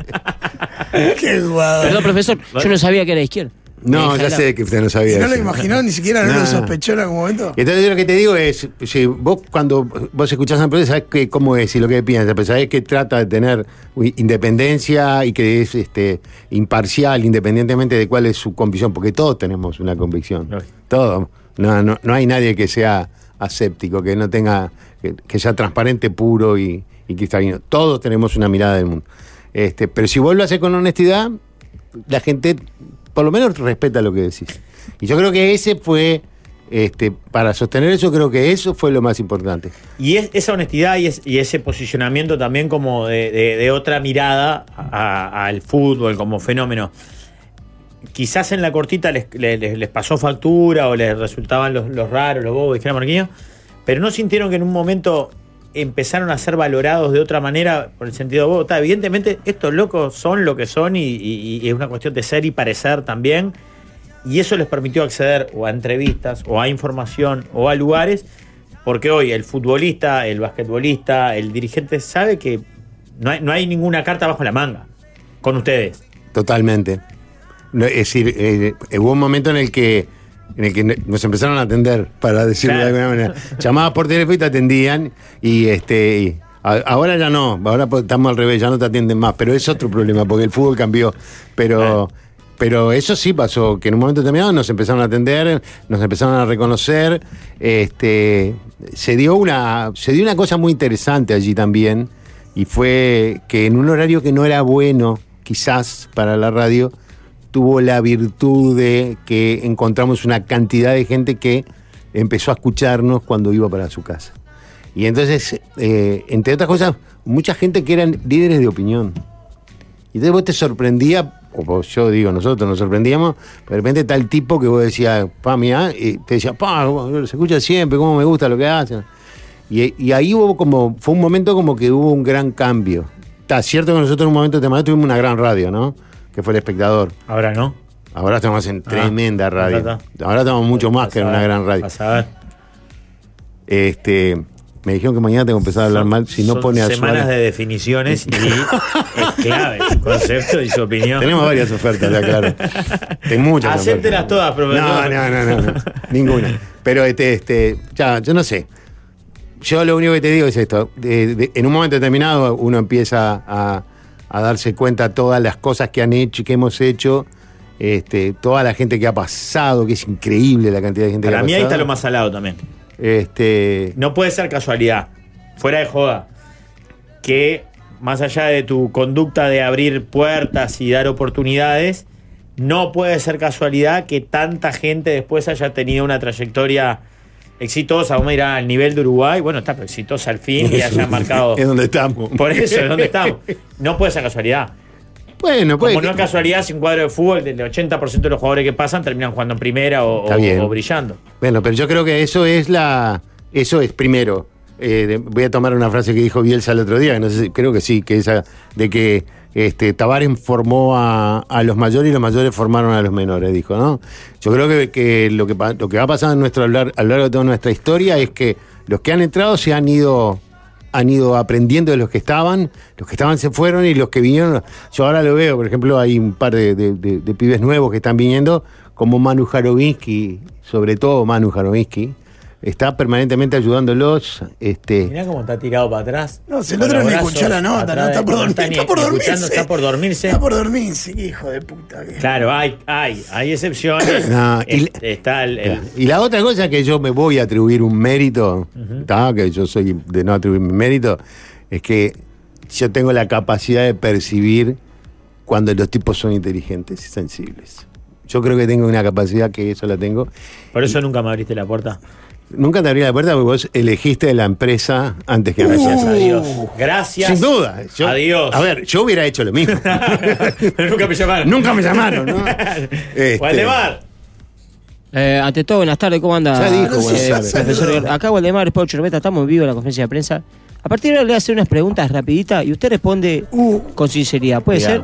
S3: Qué guado.
S12: Perdón, profesor. Yo no sabía que era izquierda.
S11: No,
S12: Eh,
S11: ya
S12: jalá.
S11: sé que usted no sabía.
S12: ¿Y no lo
S11: eso.
S12: imaginó?
S3: Ni siquiera no
S11: Nah.
S3: lo sospechó en algún momento.
S11: Entonces yo lo que te digo es, si vos cuando vos escuchás a una persona, sabés que, cómo es y lo que piensa, pero sabés que trata de tener uy, independencia y que es este imparcial, independientemente de cuál es su convicción, porque todos tenemos una convicción. Todos. No, no, no hay nadie que sea aséptico, que no tenga, que, que sea transparente, puro y, y cristalino. Todos tenemos una mirada del mundo. Este, pero si vos lo haces con honestidad, la gente por lo menos respeta lo que decís. Y yo creo que ese fue, este, para sostener eso, creo que eso fue lo más importante.
S4: Y es- esa honestidad y, es- y ese posicionamiento también como de, de- de otra mirada a- al fútbol como fenómeno. Quizás en la cortita les, le- les- les pasó factura o les resultaban los, los raros, los bobos, dijera Marquinhos, pero no sintieron que en un momento empezaron a ser valorados de otra manera por el sentido de "Vos, tá, Evidentemente, estos locos son lo que son y, y- y es una cuestión de ser y parecer también. Y eso les permitió acceder o a entrevistas, o a información, o a lugares porque hoy el futbolista, el basquetbolista, el dirigente sabe que no hay, no hay ninguna carta bajo la manga con ustedes.
S11: Totalmente. No, es decir, eh, hubo un momento en el que en el que nos empezaron a atender, para decirlo de alguna manera. Llamabas por teléfono y te atendían y este y a- ahora ya no, ahora po- estamos al revés, ya no te atienden más, pero es otro problema porque el fútbol cambió, pero pero eso sí pasó, que en un momento determinado nos empezaron a atender, nos empezaron a reconocer, este se dio una se dio una cosa muy interesante allí también y fue que en un horario que no era bueno, quizás para la radio, tuvo la virtud de que encontramos una cantidad de gente que empezó a escucharnos cuando iba para su casa. Y entonces, eh, entre otras cosas, mucha gente que eran líderes de opinión. Y entonces vos te sorprendía, o vos- yo digo, nosotros nos sorprendíamos, de repente tal tipo que vos decías, pa, mira, te decía, pa, vos, los escucha siempre, cómo me gusta lo que hacen. Y, y ahí hubo como, fue un momento como que hubo un gran cambio. Está cierto que nosotros en un momento determinado tuvimos una gran radio, ¿no? Que fue el espectador.
S4: Ahora no. Ah.
S11: Ahora estamos en tremenda radio.
S4: ta,
S11: Ahora estamos mucho más que en una gran radio. Este, me dijeron que mañana tengo que empezar a hablar mal si no
S4: Son
S11: pone a
S4: semanas
S11: Suárez.
S4: de definiciones y es clave su concepto y su opinión.
S11: Tenemos varias ofertas, ya
S4: *laughs*
S11: claro. Tengo muchas. ofertas.
S4: Acéptelas todas,
S11: No,
S4: profesor.
S11: no, no, no, no.
S4: *laughs*
S11: ninguna. Pero este, este, ya, yo no sé. Yo lo único que te digo es esto. de- de- en un momento determinado uno empieza a, a darse cuenta todas las cosas que han hecho y que hemos hecho. Este, toda la gente que ha pasado, que es increíble la cantidad de gente
S4: Para
S11: que
S4: mí
S11: ha
S4: ahí
S11: pasado.
S4: está lo más salado también.
S11: Este,
S4: No puede ser casualidad, fuera de joda, que más allá de tu conducta de abrir puertas y dar oportunidades, no puede ser casualidad que tanta gente después haya tenido una trayectoria exitosa. Vamos a ir al nivel de Uruguay, bueno, está, pero exitosa al fin
S11: *laughs*
S4: y haya marcado.
S11: Es donde estamos.
S4: Por eso, ¿dónde estamos? No puede ser casualidad.
S11: Bueno, puede
S4: Como no
S11: que-
S4: es casualidad, si un cuadro de fútbol del 80% de los jugadores que pasan terminan jugando en primera o,
S11: Está
S4: o-
S11: bien.
S4: o brillando.
S11: Bueno, pero yo creo que eso es la. Eso es primero. eh, de- voy a tomar una frase que dijo Bielsa el otro día, que no sé si- creo que sí, que esa de que este, Tabárez formó a, a los mayores y los mayores formaron a los menores, dijo, ¿no? Yo creo que, que lo que pa- lo que va a pasar en nuestro hablar, a lo largo de toda nuestra historia es que los que han entrado se han ido han ido aprendiendo de los que estaban, los que estaban se fueron y los que vinieron, yo ahora lo veo, por ejemplo, hay un par de, de- de- de pibes nuevos que están viniendo, como Manu Jarovinsky, sobre todo Manu Jarovinsky, está permanentemente ayudándolos, este,
S4: Mirá cómo está tirado para atrás.
S3: No, si el
S4: Con
S3: otro
S4: los
S3: ni
S4: brazos
S3: escuchó la nota,
S4: atrás
S3: no,
S4: de-
S3: está por dormir,
S4: ni
S3: está por
S4: escuchando,
S3: dormirse.
S4: Está por dormirse.
S3: Está por dormirse, qué hijo de puta. que-
S4: Claro, hay, hay,
S3: *coughs*
S4: hay excepciones.
S11: No, y
S4: Es- está el, el-
S11: Y la otra cosa que yo me voy a atribuir un mérito, ¿tá? que yo soy de no atribuirme mérito, es que yo tengo la capacidad de percibir cuando los tipos son inteligentes y sensibles. Yo creo que tengo una capacidad que eso la tengo.
S4: Por eso nunca me abriste la puerta.
S11: Nunca te abrí la puerta porque vos elegiste la empresa antes que
S4: Gracias
S11: nosotros.
S4: a Dios. Gracias.
S11: Sin duda. Yo-
S4: Adiós.
S11: A ver, yo hubiera hecho lo mismo.
S4: *laughs* Pero nunca me llamaron.
S11: Nunca me llamaron,
S4: *laughs*
S11: ¿no? Este,
S4: Waldemar.
S9: Eh, ante todo, buenas tardes, ¿cómo anda?
S11: Ya dijo,
S9: eh,
S11: buenas tardes.
S9: profesor? Acá Waldemar, Sport Chorbeta, estamos en vivo en la conferencia de prensa. A partir de ahora le voy a hacer unas preguntas rapiditas y usted responde
S11: Uh.
S9: con sinceridad, ¿puede
S11: Mirá.
S9: ser?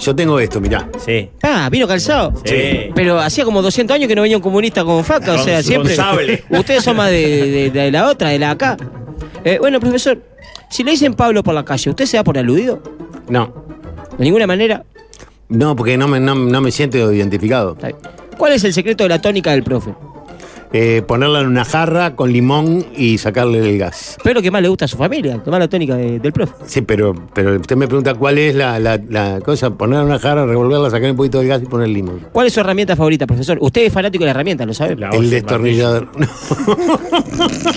S11: Yo tengo esto, mirá.
S4: Sí.
S9: Ah, vino calzado.
S11: Sí.
S9: Pero hacía como 200 años que no venía un comunista con faca, o
S11: Con-
S9: sea,
S11: con
S9: siempre.
S11: sable.
S9: *laughs* Ustedes son más de, de- de la otra, de la acá. Eh, bueno, profesor, si le dicen Pablo por la calle, ¿usted se da por aludido?
S11: No.
S9: De ninguna manera.
S11: No, porque no me, no, no me siento identificado.
S9: ¿Cuál es el secreto de la tónica del profe?
S11: Eh, ponerla en una jarra con limón y sacarle el gas.
S9: Pero lo que más le gusta a su familia, que más la tónica de- del profe.
S11: Sí, pero, pero usted me pregunta cuál es la, la- la cosa. Ponerla en una jarra, revolverla, sacar un poquito del gas y poner limón.
S9: ¿Cuál es su herramienta favorita, profesor? Usted es fanático de la herramienta, ¿lo sabe?
S11: el destornillador.
S9: *laughs*
S11: *laughs*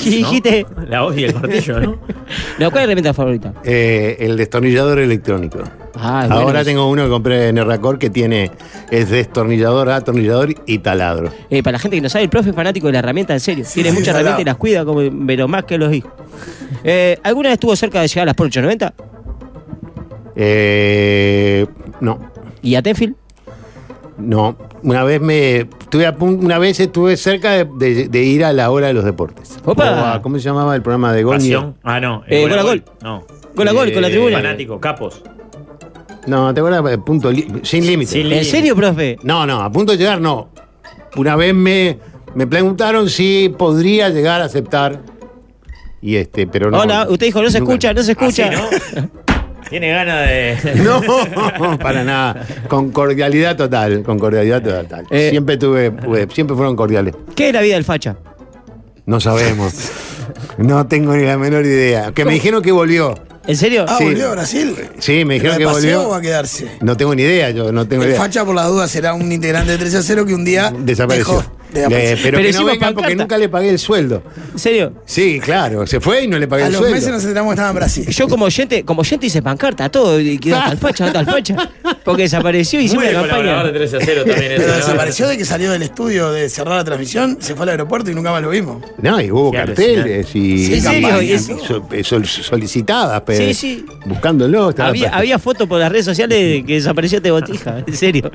S9: ¿Qué dijiste?
S4: La voz y el martillo, ¿no?
S9: No, ¿Cuál es la herramienta favorita?
S11: *laughs* Eh, el destornillador electrónico.
S9: Ah, es
S11: Ahora
S9: bueno.
S11: tengo uno que compré en Erracor que tiene es destornillador, atornillador y taladro.
S9: Eh, para la gente que no sabe, el profe es fanático de la herramienta, en serio. Tiene
S11: sí,
S9: muchas
S11: ojalá.
S9: herramientas y las cuida, como, pero más que los hijos. Eh, ¿Alguna vez estuvo cerca de llegar a las por 890?
S11: Eh, no.
S9: ¿Y a Tenfield?
S11: No. Una vez me estuve a pun- una vez estuve cerca de, de- de ir a la hora de los deportes.
S4: Opa.
S11: O a- ¿Cómo se llamaba el programa de Goñi?
S4: Pasión. Ah, no.
S11: Eh, gol a
S4: gol. No. Eh,
S11: Gol a gol, con la tribuna. *laughs*
S4: Fanático, capos.
S11: No, te acuerdas, Eh, punto li- sin límite.
S4: Sin ¿En límite. serio,
S9: profe?
S11: No, no, a punto de llegar no. Una vez me, me preguntaron si podría llegar a aceptar. Y este, pero no.
S9: Hola, usted dijo, no se
S11: Nunca.
S9: escucha, no se escucha.
S3: Ah,
S4: Tiene ganas de.
S11: *laughs* No, para nada. Con cordialidad total, con cordialidad total.
S3: Eh.
S11: siempre tuve, tuve- siempre fueron cordiales.
S9: ¿Qué es la vida del facha?
S11: No sabemos. No tengo ni la menor idea. Que me dijeron que volvió.
S9: ¿En serio?
S3: Ah,
S11: Sí.
S3: volvió a Brasil.
S11: Sí, me
S3: ¿Pero
S11: dijeron
S3: de
S11: que
S3: paseo o va
S11: volvió.
S3: a quedarse?
S11: No tengo ni idea, yo no tengo
S3: El
S11: idea.
S3: facha por las dudas será un integrante de 3 a 0 que un día
S11: Desapareció.
S3: dejó de aparecer.
S11: Eh, pero, que no venga porque nunca le pagué el sueldo.
S9: ¿En serio?
S11: Sí, claro. Se fue y no le pagué
S3: A
S11: el
S3: los
S11: sueldo.
S3: meses nos enteramos que estaba en Brasil.
S9: Yo como oyente, como oyente hice pancarta, todo, y quedó tal facha, tal facha. Porque desapareció y hicimos
S4: Muy de
S9: la
S4: colaborador de
S9: campaña.
S4: 3 a 0
S3: *laughs*
S4: también.
S3: Pero
S4: eso, ¿no?
S3: desapareció de que salió del estudio de cerrar la transmisión, se fue al aeropuerto y nunca más lo vimos.
S11: No, y hubo
S3: Qué
S11: carteles
S3: Sí,
S11: y
S3: en serio,
S11: campañas
S3: y es-
S11: so- eh, sol- solicitadas, pero
S9: Sí, sí.
S11: buscándolo. estaba-
S9: Había, había fotos por las redes sociales de que desapareció este botija, en serio.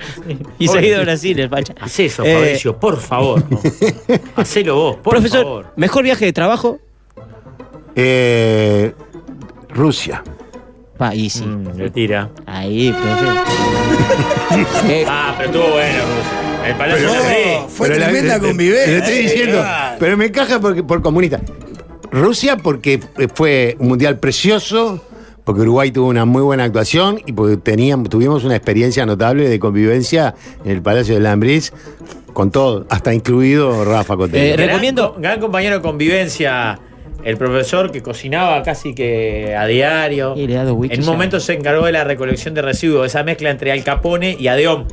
S9: Y se ha ido a Brasil el facha.
S4: Haz eso,
S9: Eh,
S4: Fabricio, por
S3: *laughs*
S4: favor. ¿no? Hacelo vos, por
S9: Profesor,
S4: favor.
S9: ¿mejor viaje de trabajo?
S11: Eh, Rusia.
S9: Pa, y sí.
S4: Mm, Le tira.
S9: Ahí,
S11: *laughs*
S9: Eh, profe.
S4: Ah, pero estuvo bueno. Rusia. El Palacio
S11: Pero-
S4: de la
S11: Pero la- le- Le estoy diciendo, pero me encaja porque, por comunista. Rusia porque fue un mundial precioso, porque Uruguay tuvo una muy buena actuación y porque teníamos, tuvimos una experiencia notable de convivencia en el Palacio de Lambris con todo, hasta incluido Rafa
S9: Eh,
S11: Cotello.
S4: Gran co- Gran compañero de convivencia. El profesor que cocinaba casi que a diario. en un
S9: ya.
S4: momento se encargó de la recolección de residuos, esa mezcla entre Al Capone y
S9: *laughs*
S4: Adeón.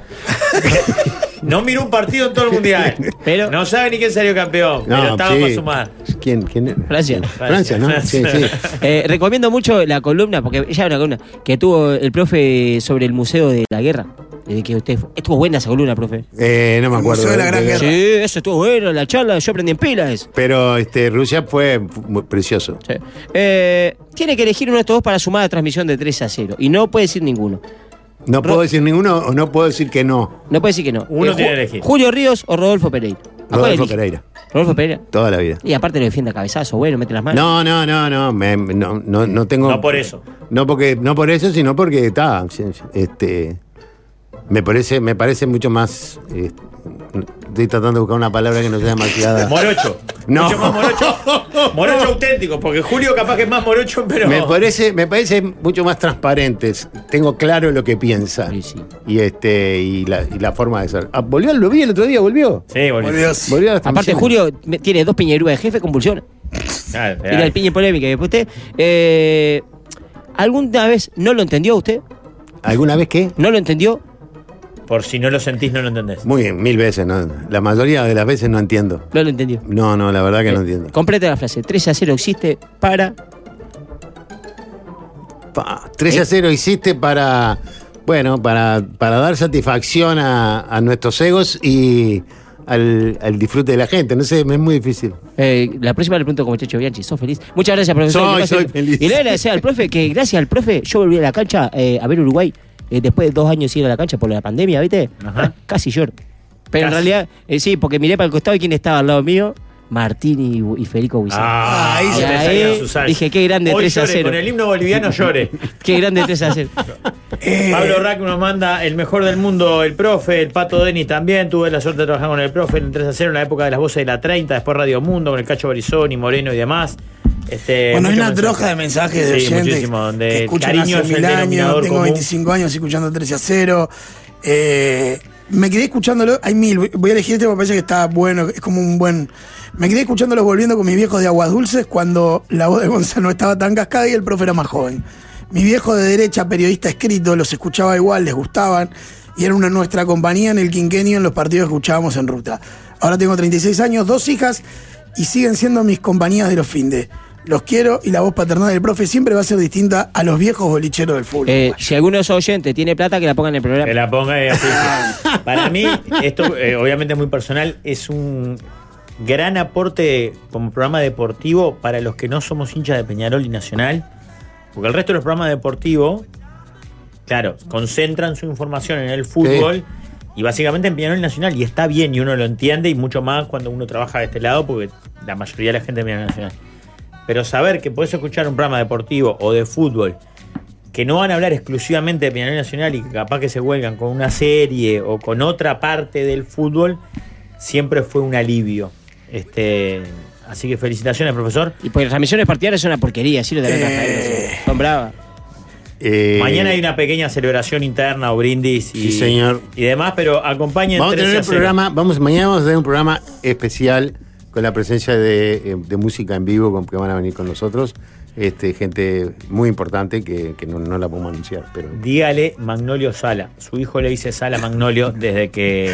S4: no miró un partido en todo el mundial. Pero, no sabe ni quién salió campeón,
S11: No,
S4: pero estaba
S11: sí.
S4: para sumar.
S11: ¿Quién? ¿Quién era?
S9: Francia.
S11: Francia, ¿no? Sí, sí.
S9: *laughs* Eh, recomiendo mucho la columna, porque ya era una columna, que tuvo el profe sobre el Museo de la Guerra. Desde que usted fue. Estuvo buena esa columna, profe.
S11: Eh, no me acuerdo. de-
S9: Sí, eso estuvo bueno, la charla, yo aprendí en pilas
S11: Pero este, Rusia fue muy precioso.
S9: Eh, tiene que elegir uno de estos dos para sumar la transmisión de 3 a 0. Y no puede decir ninguno.
S11: No puedo decir ninguno o no puedo decir que no.
S9: No puede decir que no.
S11: Uno tiene
S9: Ju-
S11: que elegir.
S9: Julio Ríos o Rodolfo Pereira.
S11: Rodolfo
S13: elige?
S11: Pereira.
S13: Rodolfo Pereira.
S11: Toda la vida.
S13: Y aparte lo defiende a cabezazo, bueno, mete
S4: Ah,
S13: las manos.
S11: No, no, no, no, me- no, no, no tengo.
S13: No por eso.
S11: No porque, no por eso, sino porque está. Este, me parece, me parece mucho más. eh, estoy tratando de buscar una palabra que no sea demasiada.
S4: Morocho.
S11: No.
S4: Mucho más morocho. Morocho auténtico, porque Julio capaz que es más morocho, pero. Ah,
S11: Me parece, me parece mucho más transparentes. Tengo claro lo que piensa. Y este, y la, y la forma de ser. Ah, volvió, lo vi el otro día, volvió.
S4: Sí,
S11: volvió. Volvió a las
S13: Aparte,
S11: transmisiones.
S13: Julio me- tiene dos piñerugas de jefe, convulsiona.
S4: Ah,
S13: Y la del piñe polémica. Y después usted. eh, ¿Alguna vez no lo entendió usted?
S11: ¿Alguna vez qué?
S13: ¿No lo entendió?
S4: Por si no lo sentís, no lo entendés.
S11: Muy bien, mil veces, ¿no? La mayoría de las veces no entiendo.
S13: No lo entendió.
S11: No, no, la verdad que no entiendo.
S13: Completa la frase. 13 a 0 existe para.
S11: Pa, 3
S13: Eh.
S11: a 0 hiciste para, bueno, para, para dar satisfacción a, a nuestros egos y al, al disfrute de la gente. No sé, es muy difícil.
S13: Eh, la próxima le pregunto como Checho Bianchi. ¿Sos feliz? Muchas gracias, profesor.
S11: Soy,
S13: Que pase-
S11: soy feliz.
S13: Y le agradecer al profe que, gracias al profe, yo volví a la cancha eh, a ver Uruguay eh, después de dos años sin ir a la cancha por la pandemia, ¿viste? Casi lloro. Pero
S12: Casi.
S13: en realidad, eh, sí, porque miré para el costado y quién estaba al lado mío. Martín y, y Federico Huizar.
S4: Ah, ahí
S13: Y
S4: se te salieron sus alas.
S13: Dije, qué grande
S4: Hoy
S13: 3 a
S4: llore,
S13: 0.
S4: con el himno boliviano llore.
S13: *laughs* qué grande 3 a 0.
S4: Pablo Rack nos manda el mejor del mundo, el profe, el pato Denis también. Tuve la suerte de trabajar con el profe en el 3 a 0 en la época de las voces de la 30, después Radio Mundo, con el Cacho Barizoni, Moreno y demás. Este,
S3: Bueno, hay
S4: muchos
S3: una troja de mensajes de
S4: sí,
S3: oyentes
S4: muchísimo, donde
S3: que
S4: el
S3: escuchan
S4: cariño es
S3: hace
S4: el
S3: mil años,
S4: denominador
S3: tengo
S4: común.
S3: 25 años escuchando 13 a 0. Eh, me quedé escuchándolo, hay mil, voy- voy a elegir este porque parece que está bueno, es como un buen... Me quedé escuchándolos volviendo con mis viejos de Aguas Dulces cuando la voz de Gonzalo *laughs* estaba tan cascada y el profe era más joven. Mi viejo de derecha, periodista escrito, los escuchaba igual, les gustaban y era una nuestra compañía en el quinquenio en los partidos que escuchábamos en ruta. Ahora tengo 36 años, dos hijas y siguen siendo mis compañías de los findes. Los quiero y la voz paternal del profe siempre va a ser distinta a los viejos bolicheros del fútbol.
S13: Eh, si alguno de esos oyentes tiene plata, que la ponga en el programa.
S4: Que la ponga y
S13: *laughs*
S4: aplique. Para mí, esto eh, obviamente es muy personal, es un gran aporte como programa deportivo para los que no somos hinchas de Peñarol y Nacional, porque el resto de los programas deportivos, claro, concentran su información en el fútbol. Y básicamente en Peñarol y Nacional, y está bien, y uno lo entiende, y mucho más cuando uno trabaja de este lado, porque la mayoría de la gente es Peñarol y Nacional. Pero saber que podés escuchar un programa deportivo o de fútbol que no van a hablar exclusivamente de Peñarol Nacional y que capaz que se huelgan con una serie o con otra parte del fútbol, siempre fue un alivio. Este, así que felicitaciones, profesor.
S13: Y pues las misiones partidarias son una porquería, así lo de la Son bravas.
S4: Mañana hay una pequeña celebración interna o brindis y,
S11: Sí, señor.
S4: y demás, pero acompañen
S11: Vamos a tener
S4: 13
S11: un
S4: cero.
S11: programa, vamos, mañana vamos a tener un programa especial con la presencia de, eh, de música en vivo con, que van a venir con nosotros. Este, gente muy importante que, que no, no la podemos anunciar, pero
S4: Dígale Magnolio Sala. Su hijo le dice Sala Magnolio desde que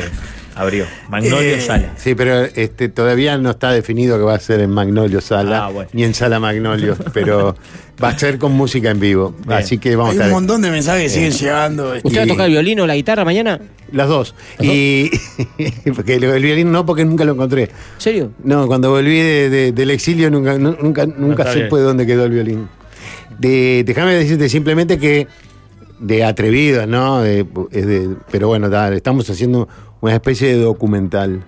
S4: abrió. Magnolio
S11: Eh,
S4: Sala.
S11: Sí, pero este, todavía no está definido que va a ser en Magnolio Sala, ni en Sala Magnolio, pero va a ser con música en vivo. Así que vamos
S3: Hay
S11: a
S3: un
S11: estar-
S3: montón de mensajes que
S13: eh,
S11: Bien.
S3: siguen llegando.
S11: ¿Usted va a tocar el
S13: violín o la guitarra mañana?
S11: Las dos. Y *laughs* porque el, el violín no, porque nunca lo encontré. ¿En
S13: serio?
S11: No, cuando volví de- de- del exilio nunca, nu- nunca, nunca
S2: está
S11: supe
S2: bien.
S11: dónde quedó el violín. De- Déjame decirte simplemente que de atrevido, ¿no? De- es de- pero bueno, tal, estamos haciendo una especie de documental.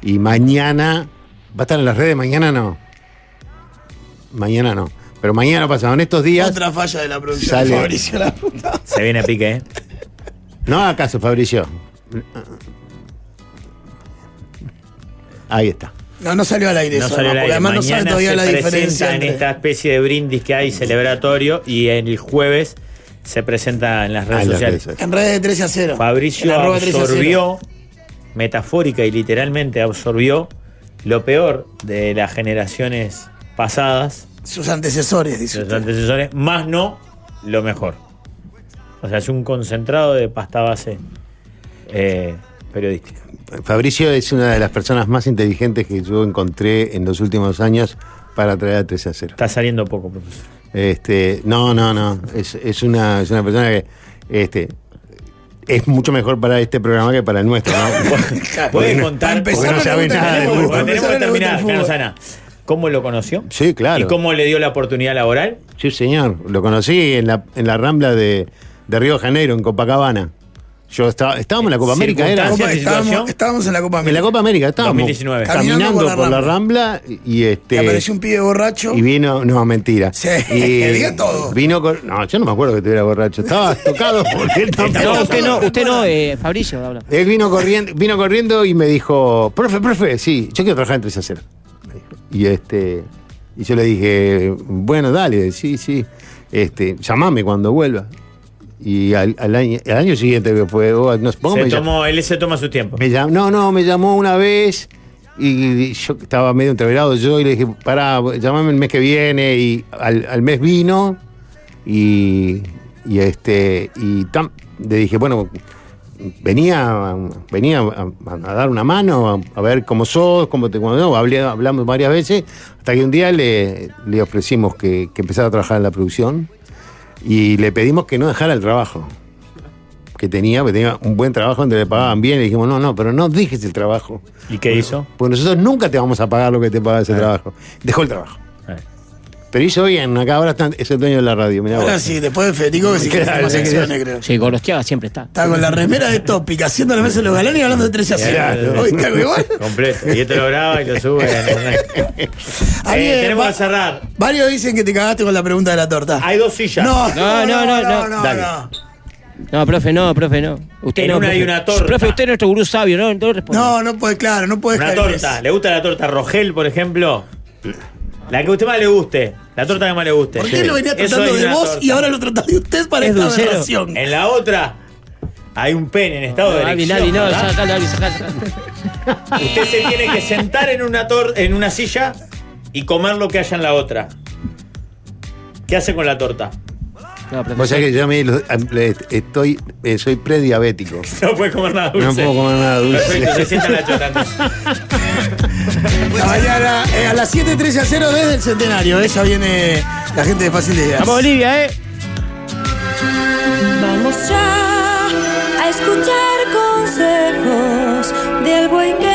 S11: Y mañana, ¿va a estar en las redes? Mañana no. Mañana no. Pero mañana pasado, en estos días...
S3: Otra falla de la producción.
S11: Sale.
S3: Fabricio, la puta.
S4: Se viene a pique, ¿eh?
S11: No haga caso, Fabricio. Ahí está.
S3: No, no salió al *laughs* aire
S4: No
S3: eso.
S4: salió
S3: además, porque
S4: al aire.
S3: además no
S4: Mañana
S3: sabe todavía
S4: se
S3: la
S4: presenta
S3: diferencia.
S4: en este
S3: entre-
S4: esta especie de brindis que hay celebratorio y en el jueves se presenta en las redes
S3: en las
S4: sociales.
S3: En redes de 13 a 0.
S4: Fabricio
S3: En arroba 13 a 0.
S4: absorbió, metafórica y literalmente absorbió lo peor de las generaciones pasadas.
S3: Sus antecesores, dice.
S4: Sus antecesores, más no lo mejor. O sea, es un concentrado de pasta base eh, periodística.
S11: Fabricio es una de las personas más inteligentes que yo encontré en los últimos años para traer a 13 a 0.
S4: Está saliendo poco, profesor.
S11: Este, no, no, no. Es, es una, es una persona que este, es mucho mejor para este programa que para el nuestro.
S4: *laughs*
S11: ¿no?
S4: ¿Puede
S11: Porque no-
S4: contar?
S11: porque no sabe nada del
S4: Tenemos-
S11: fútbol.
S4: tenemos que terminar, claro, Sana. ¿Cómo lo conoció?
S11: Sí, claro.
S4: ¿Y cómo le dio la oportunidad laboral?
S11: Sí, señor. Lo conocí en la, en la rambla de, de Río de Janeiro, en Copacabana. Yo estaba, estábamos en la Copa América, era.
S3: Copa- Estábamos, estábamos en la Copa América.
S11: En la Copa América estábamos
S3: 2019.
S11: caminando por la, Rambla y este.
S3: Y apareció un pibe borracho.
S11: Y vino, no, mentira.
S3: Sí, *laughs*
S11: y,
S3: diga todo.
S11: Vino con. No, yo no me acuerdo que estuviera borracho. Estaba tocado
S3: *laughs*
S11: porque él tampoco.
S13: No, usted no, usted no, eh, Fabricio habla.
S11: Él vino corriendo, vino corriendo y me dijo, profe, profe, sí, yo quiero trabajar en 3 a 0. Me dijo. Y este. Y yo le dije, bueno, dale, sí, sí. Este, llamame cuando vuelva. Y al, al año, al año siguiente que fue, oh, no, supongo
S4: Se
S11: me llam-
S4: tomó, él se toma su
S11: *laughs*
S4: tiempo.
S11: me llam- no, no, me llamó una vez y yo estaba medio entreverado yo y le dije, pará, llamame el mes que viene y al, al mes vino y, y este y tam- le dije, bueno, venía, a- venía a, a dar una mano, a, a ver cómo sos, cómo te cómo no, hablé- hablamos varias veces, hasta que un día le, le ofrecimos que, que empezara a trabajar en la producción y le pedimos que no dejara el trabajo que tenía, porque tenía un buen trabajo donde le pagaban bien, y dijimos, no, no, pero no dejes el trabajo.
S4: ¿Y qué hizo?
S11: Pues nosotros nunca te vamos a pagar lo que te paga ese trabajo. Dejó el trabajo.
S4: Ah.
S11: Pero hizo bien, acá ahora está- es el dueño de la radio, mirá
S3: Ahora
S11: vos.
S3: sí, después de Federico, que si
S11: Claro,
S3: querés tenemos
S11: sí,
S3: secciones, creo.
S13: Sí, Gorostiaga siempre está.
S3: Está con la remera de Topic, haciendo la mesa de los galanes y hablando de 13 a 0. Hoy está igual.
S4: Completo. Y esto lo graba y lo sube. en
S11: *laughs*
S4: internet.
S3: A mí,
S4: Eh, tenemos
S3: va-
S4: que cerrar.
S3: Varios dicen que te cagaste con la pregunta de la torta. Hay
S4: dos sillas.
S3: No,
S13: No, no, no, Oh, no.
S3: no,
S13: No, profe, no, profe, no. Usted
S4: En
S13: no,
S4: una hay
S13: profe.
S4: una torta.
S13: Profe, usted es nuestro gurú sabio, ¿no? Entonces responde.
S3: No, no puede, claro, no puede
S4: Una torta. ¿Le gusta la torta Rogel, por ejemplo? La que a usted más le guste. La torta que más le guste.
S3: ¿Por qué
S4: Sí.
S3: lo venía
S4: Eso
S3: tratando
S4: hay
S3: de
S4: una
S3: vos
S4: torta.
S3: y ahora lo tratás de usted para esta aberración?
S4: En la otra hay un pene en estado
S13: No,
S4: de
S13: Abby,
S4: erección.
S13: Abby, no,
S4: ¿verdad?
S13: sacalo, Abby, sacalo, sacalo.
S4: Usted se tiene que sentar en una, tor- en una silla y comer lo que haya en la otra. ¿Qué hace con la torta? *laughs*
S11: Vos sabés que yo me, lo- le- estoy, eh, soy
S3: *laughs*
S11: prediabético.
S4: No puede comer nada dulce.
S11: No puedo comer nada dulce.
S4: Perfecto, se sienta en la chota. entonces.
S3: La mañana eh, a las 7, 13 a 0 desde el centenario. Ella viene la gente de Fácil de Ideas.
S13: Vamos, Bolivia, ¿eh?
S14: Vamos ya a escuchar consejos del buen que